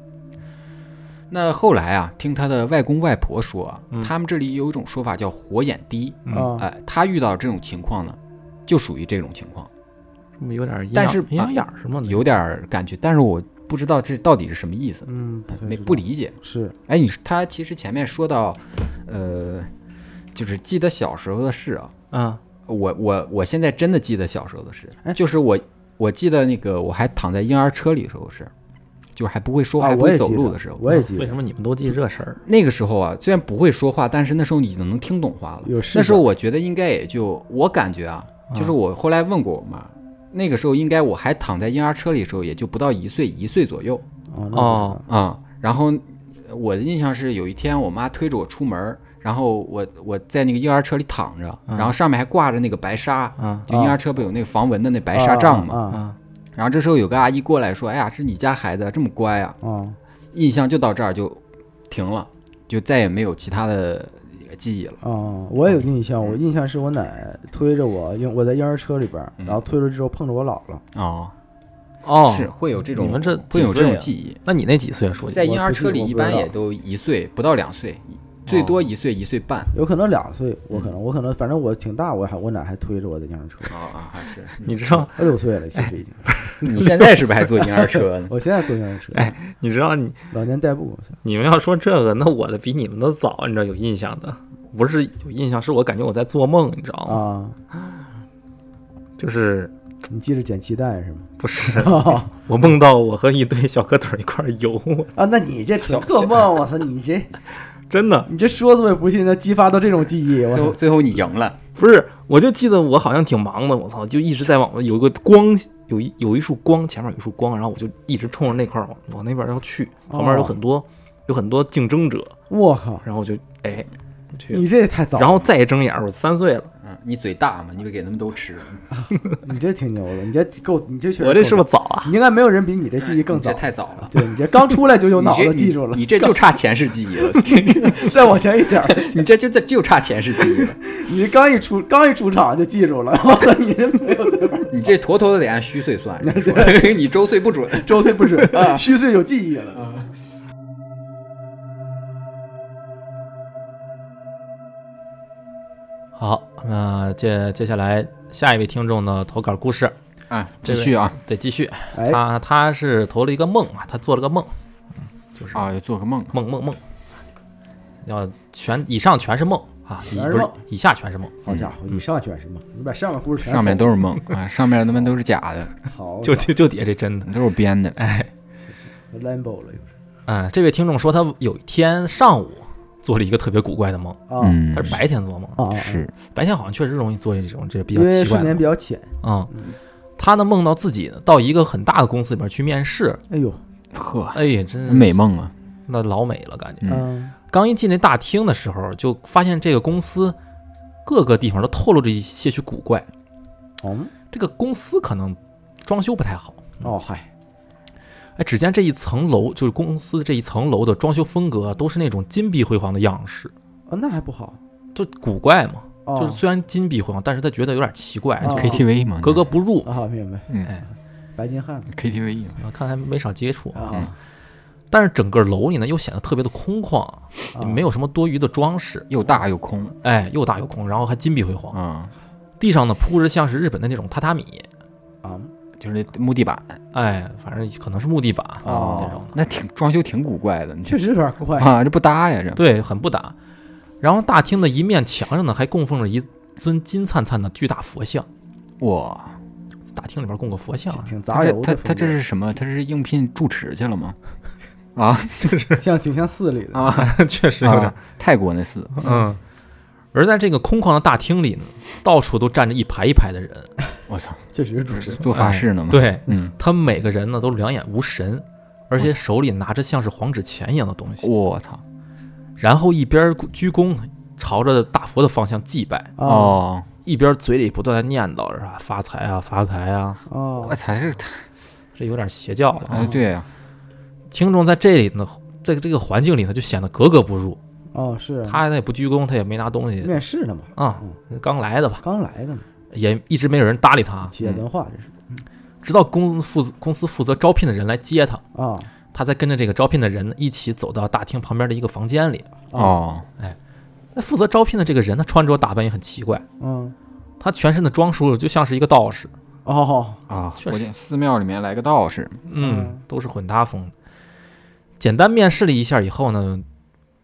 Speaker 2: 那后来啊，听他的外公外婆说啊，
Speaker 1: 嗯
Speaker 2: 他们这里有一种说法叫“火眼低
Speaker 1: 嗯
Speaker 3: 啊”，
Speaker 2: 哎、他遇到这种情况呢，就属于这种情况，
Speaker 1: 这么有点阴阳
Speaker 2: 但是
Speaker 1: 阴阳眼儿什么的，
Speaker 3: 嗯
Speaker 2: 有点儿感觉，但是我不知道这到底是什么意思，
Speaker 3: 嗯，太
Speaker 2: 没
Speaker 3: 知
Speaker 2: 不
Speaker 3: 道
Speaker 2: 理解。
Speaker 3: 是
Speaker 2: 哎，你他其实前面说到，呃，就是记得小时候的事啊，
Speaker 1: 嗯
Speaker 2: 我我我现在真的记得小时候的事
Speaker 3: 哎，
Speaker 2: 就是我我记得那个我还躺在婴儿车里的时候是，就是还不会说话、
Speaker 3: 啊，
Speaker 2: 还不
Speaker 3: 我
Speaker 2: 会
Speaker 3: 也
Speaker 2: 走
Speaker 3: 记
Speaker 2: 路
Speaker 3: 得
Speaker 2: 的时候，
Speaker 3: 我也记
Speaker 1: 为
Speaker 3: 得
Speaker 1: 什么你们都记这事儿？
Speaker 2: 那个时候啊，虽然不会说话，但是那时候你能听懂话了。
Speaker 3: 有视
Speaker 2: 那时候
Speaker 3: 角
Speaker 2: 我觉得应该也就我感觉啊，就是我后来问过我妈，那个时候应该我还躺在婴儿车里的时候，也就不到一岁一岁左右
Speaker 3: 哦
Speaker 1: 哦
Speaker 2: 啊、然后我的印象是有一天我妈推着我出门儿，然后我我在那个婴儿车里躺着，然后上面还挂着那个白纱，
Speaker 1: 啊
Speaker 2: 就婴儿车不有那个防蚊的那白纱帐嘛。
Speaker 3: 嘛
Speaker 1: 啊
Speaker 2: 然后这时候有个阿姨过来说：“哎呀，是你家孩子这么乖啊。”
Speaker 3: 啊
Speaker 2: 印象就到这儿就停了，就再也没有其他的记忆了。
Speaker 3: 哦，我也有印象，我
Speaker 2: 嗯
Speaker 3: 印象是我奶推着我，因为我在婴儿车里边儿，
Speaker 2: 嗯
Speaker 3: 然后推着之后碰着我姥姥，
Speaker 2: 哦，
Speaker 1: 哦，
Speaker 2: 是会有这种，
Speaker 1: 你们这
Speaker 2: 会有
Speaker 1: 几
Speaker 2: 这
Speaker 1: 岁
Speaker 2: 种
Speaker 1: 啊
Speaker 2: 记忆。
Speaker 1: 那你那几岁说
Speaker 2: 在婴儿车里
Speaker 3: 我不
Speaker 2: 一
Speaker 3: 知道哦
Speaker 2: 般也都一岁不到两岁，最多一岁一岁半。
Speaker 3: 有可能两岁，我
Speaker 2: 嗯
Speaker 3: 可能我可能反正我挺大，我还我奶还推着我在婴儿车，
Speaker 2: 啊啊，还是
Speaker 1: 你知道
Speaker 3: 我六岁了其实已经，
Speaker 2: 你现在是不是 还坐婴儿车呢？
Speaker 3: 我现在坐婴儿车，
Speaker 2: 哎
Speaker 1: 你知道你
Speaker 3: 老年代步，我操
Speaker 1: 你们要说这个，那我的比你们的早，你知道有印象的，不是有印象，是我感觉我在做梦，你知道吗？
Speaker 3: 啊，
Speaker 1: 就是
Speaker 3: 你记着捡脐带是吗？
Speaker 1: 不是
Speaker 3: 哦
Speaker 1: 我梦到我和一堆小哥腿儿一块儿游，
Speaker 3: 啊，那你这纯
Speaker 2: 小
Speaker 3: 做梦，我操，你这
Speaker 1: 真的
Speaker 3: 你这说死我也不信，能激发到这种记忆，我
Speaker 2: 最 后
Speaker 3: 操，
Speaker 2: 最后你赢了，
Speaker 1: 不是，我就记得我好像挺忙的，我操，就一直在往有一个光，有一有一束光，前面有一束光，然后我就一直冲着那块儿往往那边要去，旁边有很多、有很多竞争者，
Speaker 3: 我靠，
Speaker 1: 然后我就哎我去，
Speaker 3: 你这也太早，
Speaker 1: 然后再一睁眼儿，我三岁了，
Speaker 2: 嗯，你嘴大嘛，你就给他们都吃。
Speaker 3: 你这挺牛的，你这够，你这确实
Speaker 4: 我这是不
Speaker 3: 够
Speaker 4: 是早啊？
Speaker 3: 早，你应该没有人比你这记忆更
Speaker 2: 你这
Speaker 3: 早。
Speaker 2: 太早了，
Speaker 3: 对你这刚出来就有
Speaker 2: 你
Speaker 3: 脑
Speaker 2: 这
Speaker 3: 子记
Speaker 2: 你
Speaker 3: 住了，
Speaker 2: 你这就差前世记忆了，
Speaker 3: 再往前一点儿，
Speaker 2: 你这就这就差前世记忆 了，
Speaker 3: 你这刚一出刚一出场就记住了，我操，你这没有这块儿
Speaker 2: 你这妥妥的得按虚岁算，你说你周岁不准。
Speaker 3: 周岁不准，虚岁有记忆了。
Speaker 1: 好，那接接下来下一位听众呢投稿故事
Speaker 2: 啊，
Speaker 1: 这
Speaker 2: 继
Speaker 1: 位
Speaker 2: 续啊
Speaker 1: 得继续，
Speaker 3: 哎，
Speaker 1: 他他是投了一个梦啊，他做了个梦，就是
Speaker 2: 啊，要做个梦
Speaker 1: 梦梦梦，要全以上全是梦啊，以
Speaker 3: 全是
Speaker 1: 不是
Speaker 3: 梦
Speaker 1: 以下全是梦，
Speaker 3: 好家伙，以上全是梦，你把上面故事全
Speaker 2: 上面都 是梦啊，上面他妈都是假的，
Speaker 3: 是好
Speaker 1: 就就就底下这真的。
Speaker 2: 都是编的。
Speaker 3: Lambo 了又是
Speaker 1: 嗯，这位听众说他有一天上午做了一个特别古怪的梦，
Speaker 3: 啊
Speaker 2: 嗯
Speaker 1: 他是白天做梦，
Speaker 3: 啊啊，啊
Speaker 2: 是
Speaker 1: 白天好像确实容易做这种这比较
Speaker 3: 因为
Speaker 1: 奇
Speaker 3: 睡
Speaker 1: 怪的
Speaker 3: 眠比
Speaker 1: 梦。
Speaker 3: 较浅。
Speaker 1: 嗯，他呢梦到自己到一个很大的公司里面去面试，
Speaker 3: 哎呦，
Speaker 2: 呵，
Speaker 1: 哎呀，真是
Speaker 2: 美，梦啊，
Speaker 3: 哦
Speaker 1: 那老美了感觉。
Speaker 2: 嗯
Speaker 3: 嗯，
Speaker 1: 刚一进这大厅的时候，就发现这个公司各个地方都透露着一些许古怪。
Speaker 3: 哦
Speaker 1: 这个公司可能装修不太好。
Speaker 3: 哦嗨，
Speaker 1: 哎，只见这一层楼，就是公司这一层楼的装修风格啊都是那种金碧辉煌的样式，
Speaker 3: 啊那还不好，
Speaker 1: 就古怪嘛。
Speaker 3: 哦
Speaker 1: 就是虽然金碧辉煌，但是他觉得有点奇怪，
Speaker 3: 哦
Speaker 1: 就
Speaker 2: KTV 嘛，
Speaker 1: 格格不入。
Speaker 3: 啊明白，
Speaker 2: 嗯
Speaker 1: 哎，
Speaker 3: 白金汉
Speaker 2: KTV 嘛，
Speaker 1: 啊，看来没少接
Speaker 2: 嗯
Speaker 1: 触。
Speaker 3: 啊，
Speaker 1: 但是整个楼里呢，又显得特别的空旷，
Speaker 3: 啊
Speaker 1: 也没有什么多余的装饰。
Speaker 2: 又大又空
Speaker 1: 哎，又大又空，然后还金碧辉煌，
Speaker 2: 啊，
Speaker 1: 地上呢铺着像是日本的那种榻榻米，
Speaker 3: 啊
Speaker 2: 就是那木地板，
Speaker 1: 哎，反正可能是木地板
Speaker 3: 哦
Speaker 1: 那种的，
Speaker 2: 那挺装修挺古怪的，你
Speaker 3: 确实有点怪
Speaker 2: 啊，这不搭呀，这
Speaker 1: 对，很不搭。然后大厅的一面墙上呢，还供奉着一尊金灿灿的巨大佛像，
Speaker 2: 哇，
Speaker 1: 大厅里边供个佛像啊
Speaker 3: 挺，挺杂
Speaker 2: 他
Speaker 3: 糅
Speaker 2: 这
Speaker 3: 的
Speaker 2: 他
Speaker 3: 风格，
Speaker 2: 他这是什么？他是应聘住持去了吗？啊
Speaker 3: 像挺像寺里的，
Speaker 2: 啊，
Speaker 1: 确实
Speaker 2: 啊，泰国那寺，
Speaker 1: 嗯。而在这个空旷的大厅里呢，到处都站着一排一排的人，
Speaker 2: 我操，
Speaker 3: 确实是主
Speaker 2: 这是
Speaker 3: 持
Speaker 2: 做法事呢吗？，
Speaker 1: 对
Speaker 2: 嗯，
Speaker 1: 他们每个人呢都两眼无神，而且手里拿着像是黄纸钱一样的东西，
Speaker 2: 我操，
Speaker 1: 然后一边鞠躬朝着大佛的方向祭拜，
Speaker 3: 啊
Speaker 2: 哦，
Speaker 1: 一边嘴里不断的念叨着啊发财啊发财啊，
Speaker 3: 哦
Speaker 2: 我操，这
Speaker 1: 这有点邪教了啊
Speaker 2: 哎，对呀，
Speaker 1: 听众在这里呢，在这个环境里呢，就显得格格不入。
Speaker 3: 哦是
Speaker 1: 他呢也不鞠躬，他也没拿东西
Speaker 3: 面试的嘛，
Speaker 1: 啊，刚来的吧，
Speaker 3: 刚来的嘛，
Speaker 1: 也一直没有人搭理他。
Speaker 3: 企业
Speaker 2: 嗯
Speaker 3: 文化这是
Speaker 1: 直到公负公司负责招聘的人来接他，
Speaker 3: 啊
Speaker 1: 他才跟着这个招聘的人一起走到大厅旁边的一个房间里。
Speaker 3: 啊
Speaker 2: 哦，
Speaker 1: 那负责招聘的这个人，他穿着打扮也很奇怪，
Speaker 3: 嗯
Speaker 1: 他全身的装束就像是一个道士，
Speaker 3: 哦
Speaker 2: 啊，
Speaker 1: 确
Speaker 2: 佛
Speaker 1: 实
Speaker 2: 经寺庙里面来个道士，
Speaker 1: 嗯
Speaker 3: 嗯，
Speaker 1: 都是混搭风的。简单面试了一下以后呢，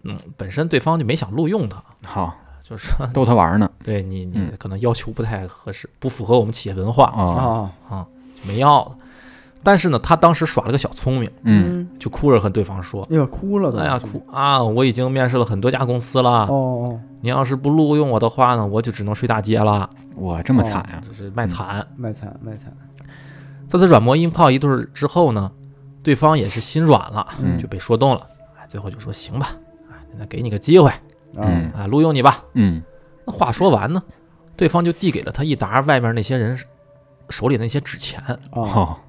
Speaker 1: 嗯，本身对方就没想录用他，
Speaker 2: 好，
Speaker 1: 就是 说
Speaker 2: 逗他玩呢，
Speaker 1: 对你你
Speaker 2: 嗯
Speaker 1: 可能要求不太合适，不符合我们企业文化，
Speaker 2: 啊，
Speaker 3: 啊
Speaker 1: 啊，就没要了。但是呢，他当时耍了个小聪明，
Speaker 2: 嗯，
Speaker 1: 就哭着和对方说
Speaker 3: 哎呀哭了：“都，
Speaker 1: 哎呀，哭啊！我已经面试了很多家公司了，
Speaker 3: 哦哦
Speaker 1: 你要是不录用我的话呢，我就只能睡大街了，
Speaker 2: 哇，这么惨呀，
Speaker 1: 就是
Speaker 3: 嗯
Speaker 1: 卖惨。
Speaker 3: 卖惨卖惨，
Speaker 1: 在他软磨硬泡一顿儿之后呢，对方也是心软了，
Speaker 2: 嗯
Speaker 1: 就被说动了。哎，最后就说：“行吧，哎，那给你个机会
Speaker 3: 啊
Speaker 2: 嗯
Speaker 1: 啊，录用你吧。
Speaker 2: 嗯，”
Speaker 1: 那话说完呢，对方就递给了他一沓外面那些人手里那些纸钱，
Speaker 3: 啊
Speaker 2: 好，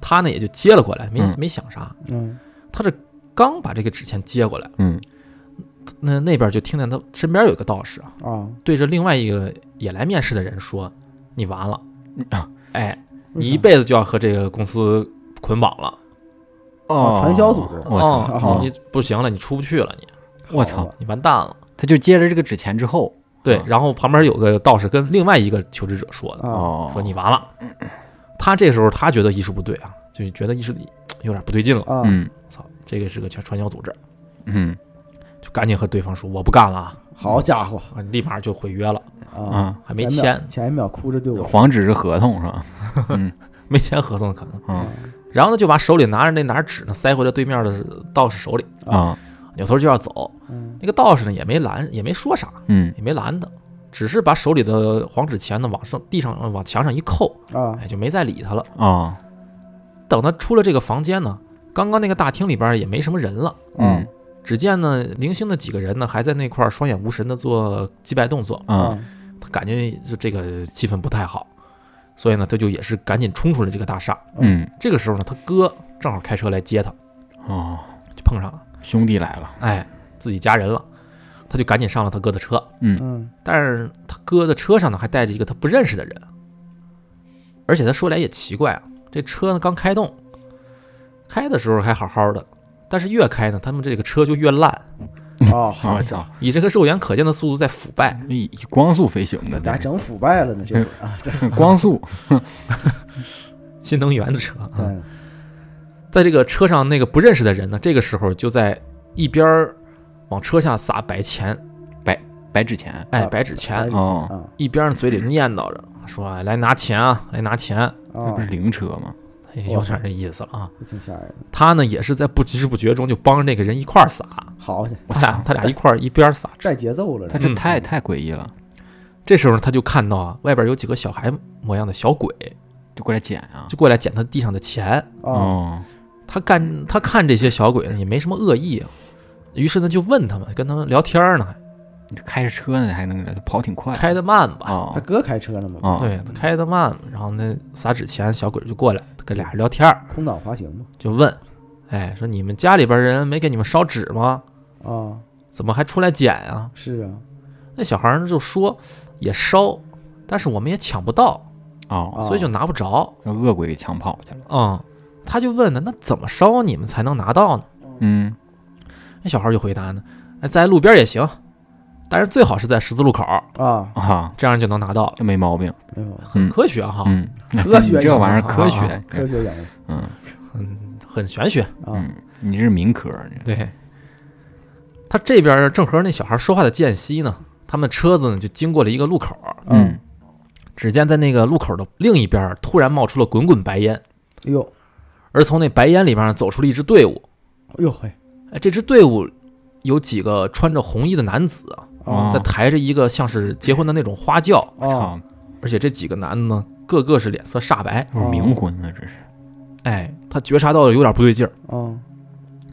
Speaker 1: 他呢也就接了过来，没、
Speaker 2: 嗯
Speaker 1: 没想啥。
Speaker 3: 嗯
Speaker 1: 他这刚把这个纸钱接过来，
Speaker 2: 嗯，
Speaker 1: 那那边就听见他身边有一个道士啊，
Speaker 3: 啊，
Speaker 1: 对着另外一个也来面试的人说：“你完了，
Speaker 2: 啊
Speaker 1: 哎，
Speaker 3: 为
Speaker 1: 你
Speaker 3: 啥
Speaker 1: 一辈子就要和这个公司捆绑了，
Speaker 2: 哦，
Speaker 3: 传销组织
Speaker 2: 我操，
Speaker 1: 哦
Speaker 3: 哦
Speaker 1: 你你不行了，你出不去了，你
Speaker 2: 我操，
Speaker 1: 你完蛋了。”
Speaker 2: 他就接了这个纸钱之后，
Speaker 1: 对
Speaker 2: 啊，
Speaker 1: 然后旁边有个道士跟另外一个求职者说的，
Speaker 3: 啊
Speaker 2: 哦，
Speaker 1: 说你完了。他这时候他觉得意识不对啊，就觉得意识有点不对劲了。
Speaker 3: 啊
Speaker 2: 嗯
Speaker 1: 操，这个是个传传销组织，
Speaker 2: 嗯
Speaker 1: 就赶紧和对方说我不干了啊，
Speaker 3: 好家伙
Speaker 1: 啊立马就毁约了，
Speaker 3: 啊，
Speaker 2: 啊，
Speaker 1: 还没
Speaker 3: 前一秒
Speaker 1: 签，
Speaker 3: 前一秒哭着对我
Speaker 2: 黄纸是合同是吧？嗯
Speaker 1: 没签合同可能。
Speaker 2: 啊
Speaker 1: 然后呢，就把手里拿着那拿着纸呢塞回了对面的道士手里，
Speaker 2: 啊
Speaker 1: 扭头就要走。
Speaker 3: 嗯
Speaker 1: 那个道士呢也没拦，也没说啥，
Speaker 2: 嗯
Speaker 1: 也没拦他，只是把手里的黄纸钱呢往上地上往墙上一扣，
Speaker 3: 啊
Speaker 1: 哎，就没再理他了。
Speaker 2: 啊
Speaker 1: 等他出了这个房间呢，刚刚那个大厅里边也没什么人了。
Speaker 3: 啊
Speaker 2: 嗯
Speaker 1: 只见呢，零星的几个人呢，还在那块儿双眼无神的做祭拜动作。
Speaker 2: 啊，
Speaker 1: 他感觉就这个气氛不太好，所以呢，他就也是赶紧冲出了这个大厦。
Speaker 2: 嗯，
Speaker 1: 这个时候呢，他哥正好开车来接他，
Speaker 2: 哦，
Speaker 1: 就碰上了，
Speaker 2: 兄弟来了，
Speaker 1: 哎，自己家人了，他就赶紧上了他哥的车。
Speaker 3: 嗯
Speaker 1: 但是他哥的车上呢还带着一个他不认识的人，而且他说来也奇怪啊，这车呢刚开动，开的时候还好好的，但是越开呢，他们这个车就越烂，
Speaker 3: 哦，
Speaker 2: 我操，
Speaker 1: 以这个肉眼可见的速度在腐败。
Speaker 2: 以以光速飞行的，
Speaker 3: 咋
Speaker 2: 这
Speaker 3: 整腐败了呢？这会儿啊，这
Speaker 2: 是光速，
Speaker 1: 新能源的车，
Speaker 3: 嗯
Speaker 1: 在这个车上那个不认识的人呢，这个时候就在一边儿往车下撒白钱，
Speaker 2: 白纸钱，
Speaker 1: 哎，
Speaker 3: 啊
Speaker 1: 白纸钱，
Speaker 2: 哦，
Speaker 3: 啊
Speaker 1: 一边儿嘴里念叨着说：“哎，来拿钱啊，来拿钱。
Speaker 2: 这
Speaker 3: 啊
Speaker 2: 不是，灵车吗？
Speaker 1: 哎”有点这意思了啊。
Speaker 3: 挺吓人的。
Speaker 1: 他呢也是在不知不觉中就帮着那个人一块儿撒，
Speaker 3: 好，
Speaker 2: 我
Speaker 1: 他俩
Speaker 2: 操，
Speaker 1: 他俩一块儿一边儿撒。
Speaker 3: 带节奏了，
Speaker 2: 他这
Speaker 1: 嗯
Speaker 2: 太太诡异了，
Speaker 1: 这时候呢，他就看到啊，外边有几个小孩模样的小鬼，
Speaker 2: 就过来捡啊，
Speaker 1: 就过来捡他地上的钱。
Speaker 3: 啊，
Speaker 2: 哦，
Speaker 1: 他干他看这些小鬼呢也没什么恶意啊，于是呢就问他们，跟他们聊天儿呢，
Speaker 2: 你开着车呢，还能跑挺快，
Speaker 1: 开得慢吧，
Speaker 3: 他
Speaker 2: 哦
Speaker 3: 哥开车呢嘛，
Speaker 2: 哎哦，
Speaker 1: 对，他开得慢，然后呢撒纸钱，小鬼就过来跟俩人聊天儿，
Speaker 3: 空挡滑行嘛，
Speaker 1: 就问，哎，说你们家里边人没给你们烧纸吗？
Speaker 3: 啊，
Speaker 1: 怎么还出来捡啊？
Speaker 3: 是啊，
Speaker 1: 那小孩儿就说也烧，但是我们也抢不到，
Speaker 2: 哦，
Speaker 1: 所以就拿不着。
Speaker 2: 让恶鬼给抢跑去了，
Speaker 1: 嗯，他就问呢，那怎么烧你们才能拿到呢？
Speaker 2: 嗯，
Speaker 1: 那小孩就回答呢，哎，在路边也行，但是最好是在十字路口，
Speaker 3: 啊，
Speaker 2: 啊，
Speaker 1: 这样就能拿到了，
Speaker 2: 这没毛病，
Speaker 3: 没有
Speaker 1: 很科学哈，
Speaker 2: 嗯，
Speaker 3: 科学
Speaker 2: 你这玩意儿
Speaker 1: 啊
Speaker 2: 科
Speaker 1: 啊
Speaker 2: 学，
Speaker 3: 科学眼
Speaker 2: 嗯
Speaker 1: 很很玄学。
Speaker 3: 光啊，
Speaker 2: 嗯，你这是民科，你这
Speaker 1: 对，他这边正和那小孩说话的间隙呢，他们车子呢就经过了一个路口，
Speaker 3: 啊
Speaker 2: 嗯，
Speaker 1: 只见在那个路口的另一边突然冒出了滚滚白烟，
Speaker 3: 哎呦，
Speaker 1: 而从那白烟里边呢走出了一支队伍，
Speaker 3: 哎呦嘿，
Speaker 1: 哎，这支队伍。有几个穿着红衣的男子啊
Speaker 2: 哦
Speaker 1: 在抬着一个像是结婚的那种花轿，
Speaker 3: 啊，
Speaker 2: 操，
Speaker 1: 而且这几个男的呢，个个是脸色煞白。
Speaker 2: 这是冥婚呢，这是，
Speaker 1: 哎，他觉察到了有点不对劲儿，
Speaker 3: 啊，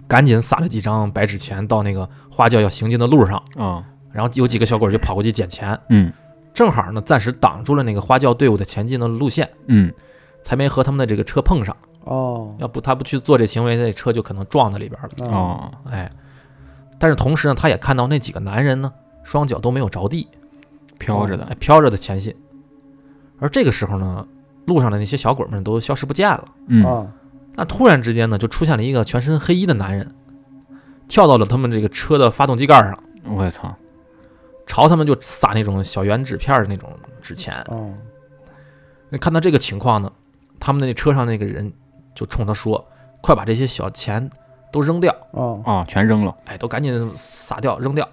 Speaker 1: 赶紧撒了几张白纸钱到那个花轿要行进的路上，
Speaker 2: 哦，
Speaker 1: 然后有几个小鬼就跑过去捡钱，
Speaker 2: 嗯
Speaker 1: 正好呢暂时挡住了那个花轿队伍的前进的路线，
Speaker 2: 嗯，
Speaker 1: 才没和他们的这个车碰上。
Speaker 3: 哦，
Speaker 1: 要不他不去做这行为，那车就可能撞到里边了。
Speaker 3: 啊，
Speaker 2: 哦，
Speaker 1: 哎，但是同时呢，他也看到那几个男人呢，双脚都没有着地，
Speaker 2: 飘着
Speaker 1: 哎
Speaker 2: 的，
Speaker 1: 飘着的前进。而这个时候呢，路上的那些小鬼们都消失不见了。
Speaker 2: 嗯，
Speaker 3: 啊，
Speaker 1: 那突然之间呢，就出现了一个全身黑衣的男人，跳到了他们这个车的发动机盖上，
Speaker 2: 我操，
Speaker 1: 朝他们就撒那种小圆纸片儿的那种纸钱。
Speaker 3: 哦，
Speaker 1: 那看到这个情况呢，他们那车上那个人就冲他说：“快把这些小钱都扔掉，
Speaker 3: 哦，
Speaker 2: 哦，全扔了，
Speaker 1: 哎，都赶紧撒掉扔掉。”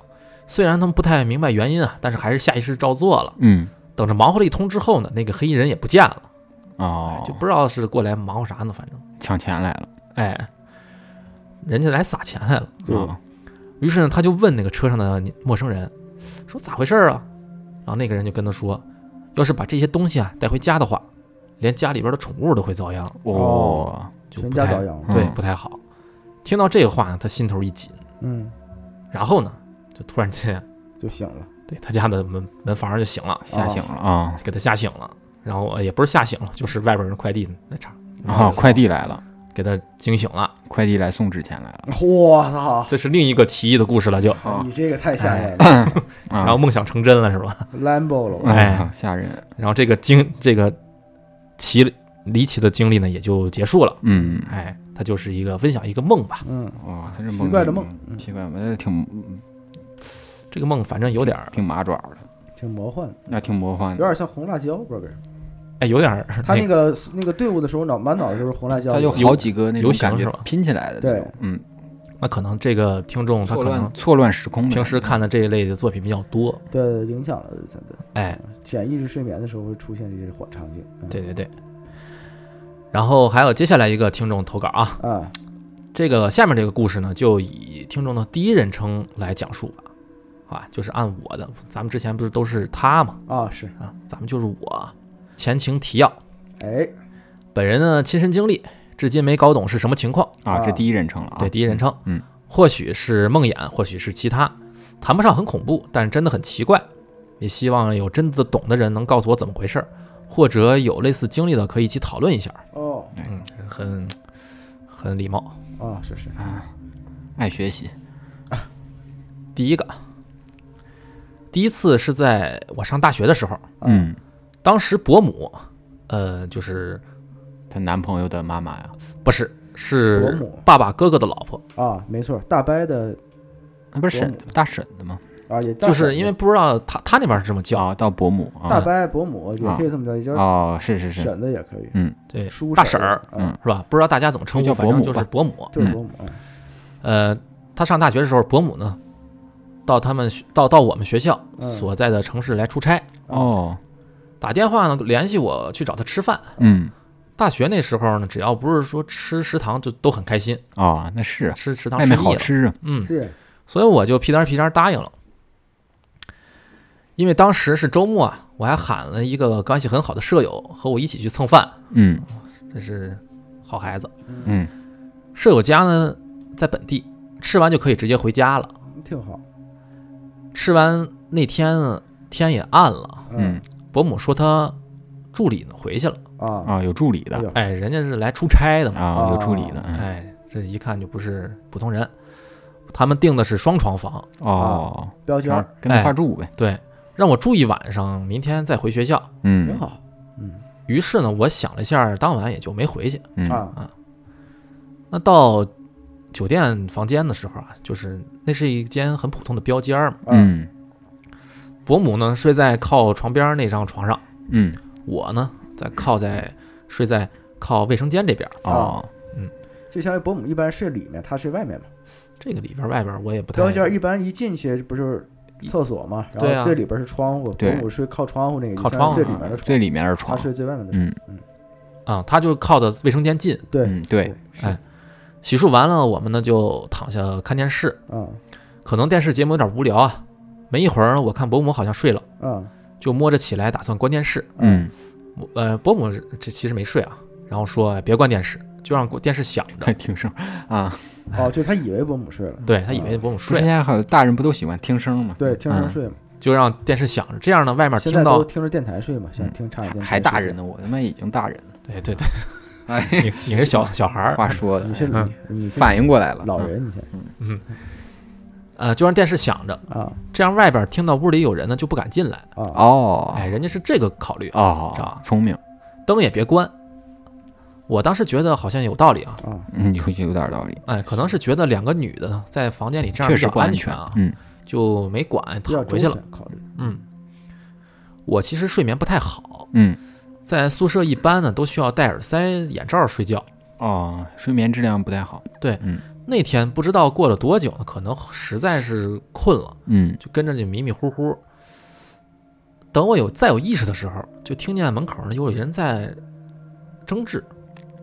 Speaker 1: 虽然他们不太明白原因啊，但是还是下意识照做了。
Speaker 2: 嗯，
Speaker 1: 等着忙活了一通之后呢，那个黑衣人也不见了，
Speaker 2: 哦，
Speaker 1: 就不知道是过来忙活啥呢，反正
Speaker 2: 抢钱来了，
Speaker 1: 哎，人家来撒钱来了。
Speaker 3: 对，
Speaker 2: 啊，
Speaker 1: 于是呢，他就问那个车上的陌生人，说咋回事儿啊？然后那个人就跟他说，要是把这些东西啊带回家的话，连家里边的宠物都会遭殃，
Speaker 2: 哦，
Speaker 1: 就
Speaker 3: 全
Speaker 1: 不
Speaker 3: 家
Speaker 1: 太
Speaker 3: 遭殃了，
Speaker 1: 对
Speaker 2: 嗯
Speaker 1: 不太好。听到这个话呢，他心头一紧，
Speaker 3: 嗯，
Speaker 1: 然后呢，就突然间
Speaker 3: 就醒了，
Speaker 1: 对他家的门门房就醒了，
Speaker 2: 吓醒了啊，
Speaker 1: 给他吓醒了。然后呃也不是吓醒了，就是外边人快递那茬
Speaker 2: 啊，快递来了，
Speaker 1: 给他惊醒了。
Speaker 2: 快递来送纸钱来了，
Speaker 3: 我操，
Speaker 1: 这是另一个奇异的故事了，就
Speaker 2: 啊
Speaker 3: 你这个太吓人了
Speaker 1: 然后
Speaker 2: 啊，
Speaker 1: 梦想成真了是吧？
Speaker 3: ，Lambo 了，
Speaker 2: 哎呀，吓人，
Speaker 1: 然后这个经这个奇离奇的经历呢，也就结束了。
Speaker 2: 嗯，
Speaker 1: 哎，它就是一个分享一个梦吧。
Speaker 3: 嗯，
Speaker 2: 哇，他这
Speaker 3: 奇怪的梦，嗯
Speaker 2: 奇怪，我这挺
Speaker 1: 这个梦反正有点儿，
Speaker 2: 挺麻爪的，
Speaker 3: 挺魔幻的，
Speaker 2: 那挺魔幻
Speaker 3: 有
Speaker 2: 的，
Speaker 3: 点像红辣椒，不是？
Speaker 1: 哎，有点儿
Speaker 3: 他那个那个队伍的时候，脑满脑子都是红辣椒，
Speaker 2: 它有好几个那种感觉
Speaker 1: 有
Speaker 2: 拼起来的，
Speaker 3: 对，
Speaker 2: 嗯，
Speaker 1: 那可能这个听众哦他
Speaker 2: 错
Speaker 1: 可能
Speaker 2: 乱错乱时空的，嗯
Speaker 1: 平时看的这一类的作品比较多。
Speaker 3: 对影响了他的
Speaker 1: 哎，
Speaker 3: 潜意识睡眠的时候会出现这些环场景。嗯
Speaker 1: 对对对。然后还有接下来一个听众投稿啊，
Speaker 3: 啊，
Speaker 1: 这个下面这个故事呢，就以听众的第一人称来讲述吧，啊，就是按我的，咱们之前不是都是他嘛，
Speaker 3: 啊是，
Speaker 1: 啊，咱们就是我。前情提要，
Speaker 3: 哎，
Speaker 1: 本人呢亲身经历，至今没搞懂是什么情况。
Speaker 2: 啊，
Speaker 3: 啊
Speaker 2: 这第一人称了啊，
Speaker 1: 对，第一人称，
Speaker 2: 嗯，
Speaker 1: 或许是梦魇，或许是其他，谈不上很恐怖，但是真的很奇怪。也希望有真的懂的人能告诉我怎么回事儿，或者有类似经历的可以一起讨论一下。
Speaker 3: 哦
Speaker 1: 嗯，很很礼貌。
Speaker 3: 哦，是是，
Speaker 2: 啊，爱学习，
Speaker 1: 第一个，第一次是在我上大学的时候，
Speaker 2: 嗯，
Speaker 1: 当时伯母，呃，就是
Speaker 2: 她男朋友的妈妈呀，
Speaker 1: 不是
Speaker 3: 伯
Speaker 1: 是
Speaker 3: 母
Speaker 1: 爸爸哥哥的老婆，
Speaker 3: 啊，没错，大伯的
Speaker 2: 那啊不是婶子大婶子吗？
Speaker 3: 啊，也大
Speaker 1: 就是
Speaker 3: 婶
Speaker 1: 因
Speaker 3: 子
Speaker 1: 为不知道他他那边是这么叫，
Speaker 2: 哦，到伯母
Speaker 3: 大
Speaker 2: 啊，
Speaker 3: 伯伯母也可以这么叫，也叫
Speaker 2: 哦，是是是，
Speaker 3: 婶子也可以，
Speaker 1: 对，
Speaker 3: 叔
Speaker 1: 大婶儿
Speaker 3: 嗯，
Speaker 1: 是吧？不知道大家怎么称
Speaker 2: 就
Speaker 1: 呼，
Speaker 2: 叫
Speaker 1: 反
Speaker 2: 伯
Speaker 1: 正
Speaker 2: 母
Speaker 1: 就是
Speaker 2: 吧
Speaker 1: 伯母。
Speaker 3: 就是伯母，嗯
Speaker 1: 呃，他上大学的时候，伯母呢，到他们学到到我们学校
Speaker 3: 嗯
Speaker 1: 所在的城市来出差，
Speaker 2: 哦，
Speaker 1: 打电话呢联系我去找他吃饭。
Speaker 2: 嗯，
Speaker 1: 大学那时候呢，只要不是说吃食堂，就都很开心，
Speaker 2: 哦，那是
Speaker 1: 吃食堂
Speaker 2: 外
Speaker 1: 吃腻
Speaker 2: 面好
Speaker 1: 了，
Speaker 2: 吃啊，
Speaker 1: 嗯，
Speaker 3: 是
Speaker 1: 所以我就屁颠儿屁颠儿答应了。因为当时是周末啊，我还喊了一个关系很好的舍友和我一起去蹭饭，
Speaker 2: 嗯
Speaker 1: 真是好孩子。
Speaker 2: 嗯，
Speaker 1: 舍友家呢在本地，吃完就可以直接回家了。
Speaker 3: 嗯挺好，
Speaker 1: 吃完那天天也暗了，
Speaker 2: 嗯
Speaker 1: 伯母说她助理呢回去了，
Speaker 3: 啊，
Speaker 2: 啊，有助理
Speaker 3: 哎
Speaker 2: 的
Speaker 3: 呦
Speaker 1: 哎，人家是来出差的嘛，
Speaker 2: 啊，有助理的，嗯
Speaker 1: 哎，这一看就不是普通人。他们订的是双床房，
Speaker 2: 哦，
Speaker 3: 标签
Speaker 2: 然
Speaker 3: 儿
Speaker 2: 后跟他一块儿住呗，
Speaker 1: 对，让我住一晚上，明天再回学校。
Speaker 3: 挺
Speaker 2: 嗯
Speaker 3: 好，嗯
Speaker 1: 于是呢，我想了一下，当晚也就没回去。
Speaker 2: 嗯，
Speaker 3: 啊，
Speaker 1: 那到酒店房间的时候啊，就是那是一间很普通的标间儿嘛。
Speaker 2: 嗯
Speaker 1: 伯母呢睡在靠床边儿那张床上，
Speaker 2: 嗯，
Speaker 1: 我呢在靠在睡在靠卫生间这边儿。
Speaker 3: 啊
Speaker 2: 哦，
Speaker 3: 就相当于伯母一般睡里面，他睡外面嘛，
Speaker 1: 这个里边儿外边儿我也不太
Speaker 3: 标签儿一般一进去不就是厕所嘛，
Speaker 1: 对
Speaker 3: 然
Speaker 1: 啊
Speaker 3: 后最里边是窗户，伯
Speaker 2: 对啊
Speaker 3: 母睡靠窗户那个，
Speaker 1: 靠
Speaker 3: 相当于
Speaker 1: 窗户
Speaker 3: 最里面的
Speaker 2: 最
Speaker 3: 窗，
Speaker 2: 里面是
Speaker 3: 他
Speaker 2: 床，
Speaker 3: 睡最外面的
Speaker 2: 嗯
Speaker 1: 啊、他就靠着卫生间近。
Speaker 3: 对，
Speaker 2: 嗯，对，
Speaker 3: 是
Speaker 1: 哎洗漱完了，我们呢就躺下看电视。
Speaker 3: 嗯
Speaker 1: 可能电视节目有点无聊啊，没一会儿呢，我看伯母好像睡了，
Speaker 3: 嗯
Speaker 1: 就摸着起来打算关电视。
Speaker 2: 嗯，
Speaker 1: 我呃，伯母这其实没睡啊，然后说哎别关电视，就让电视响着
Speaker 2: 还。
Speaker 3: 嗯
Speaker 2: 听声啊，
Speaker 3: 哦，就他以为伯母睡了，
Speaker 1: 对他以为伯母
Speaker 2: 不是
Speaker 1: 睡
Speaker 2: 现，在好像大人不都喜欢听声吗？
Speaker 3: 对，听声
Speaker 2: 嗯
Speaker 3: 睡嘛，
Speaker 1: 就让电视响着。这样呢，外面
Speaker 3: 现
Speaker 1: 听
Speaker 3: 在都
Speaker 1: 到，
Speaker 3: 听着电台睡嘛，想听差点电台
Speaker 2: 还大
Speaker 3: 睡
Speaker 2: 人呢，我他妈已经大人了，
Speaker 1: 对对对，
Speaker 2: 哎，
Speaker 1: 你你是 小小孩儿，
Speaker 2: 话说
Speaker 3: 啊你
Speaker 2: 的，
Speaker 3: 是
Speaker 1: 嗯
Speaker 3: 你你是
Speaker 2: 反应过来了，
Speaker 3: 老人，你先
Speaker 1: 呃，就让电视响着，
Speaker 3: 啊
Speaker 1: 这样外边听到屋里有人呢就不敢进来。
Speaker 3: 啊
Speaker 2: 哦，
Speaker 1: 哎，人家是这个考虑，知道
Speaker 2: 哦
Speaker 1: 吧，
Speaker 2: 聪明，
Speaker 1: 灯也别关。我当时觉得好像有道理啊，
Speaker 3: 啊
Speaker 2: 嗯，你回去有点道理，
Speaker 1: 哎，可能是觉得两个女的在房间里这样
Speaker 2: 确
Speaker 1: 比
Speaker 2: 实
Speaker 1: 较
Speaker 2: 不
Speaker 1: 安
Speaker 2: 安全
Speaker 1: 全啊，
Speaker 2: 嗯
Speaker 1: 就没管，
Speaker 3: 比较
Speaker 1: 躺回去
Speaker 3: 周
Speaker 1: 了。
Speaker 3: 全考虑，
Speaker 1: 嗯，我其实睡眠不太好，
Speaker 2: 嗯，
Speaker 1: 在宿舍一般呢都需要戴耳塞、眼罩睡觉。
Speaker 2: 哦，睡眠质量不太好，
Speaker 1: 那天不知道过了多久呢，可能实在是困了，
Speaker 2: 嗯，
Speaker 1: 就跟着就迷迷糊糊。等我有再有意识的时候，就听见门口呢有人在争执，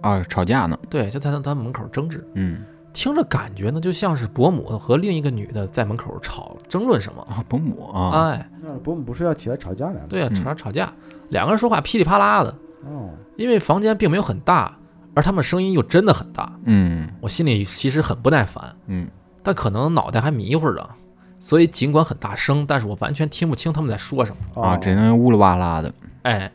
Speaker 2: 啊，吵架呢，
Speaker 1: 对，就在他他门口争执。
Speaker 2: 嗯，
Speaker 1: 听着感觉呢，就像是伯母和另一个女的在门口吵争论什么。
Speaker 2: 啊，伯母啊，
Speaker 1: 哎，
Speaker 3: 那伯母不是要起来吵架来吗？
Speaker 1: 对啊，
Speaker 2: 嗯
Speaker 1: 吵吵架，两个人说话噼里啪啦的，
Speaker 3: 哦，
Speaker 1: 因为房间并没有很大，而他们声音又真的很大，
Speaker 2: 嗯
Speaker 1: 我心里其实很不耐烦，
Speaker 2: 嗯，
Speaker 1: 但可能脑袋还迷糊着，所以尽管很大声，但是我完全听不清他们在说什么。
Speaker 2: 啊，
Speaker 3: 哦
Speaker 2: 只能呜噜哇啦的，
Speaker 1: 哎，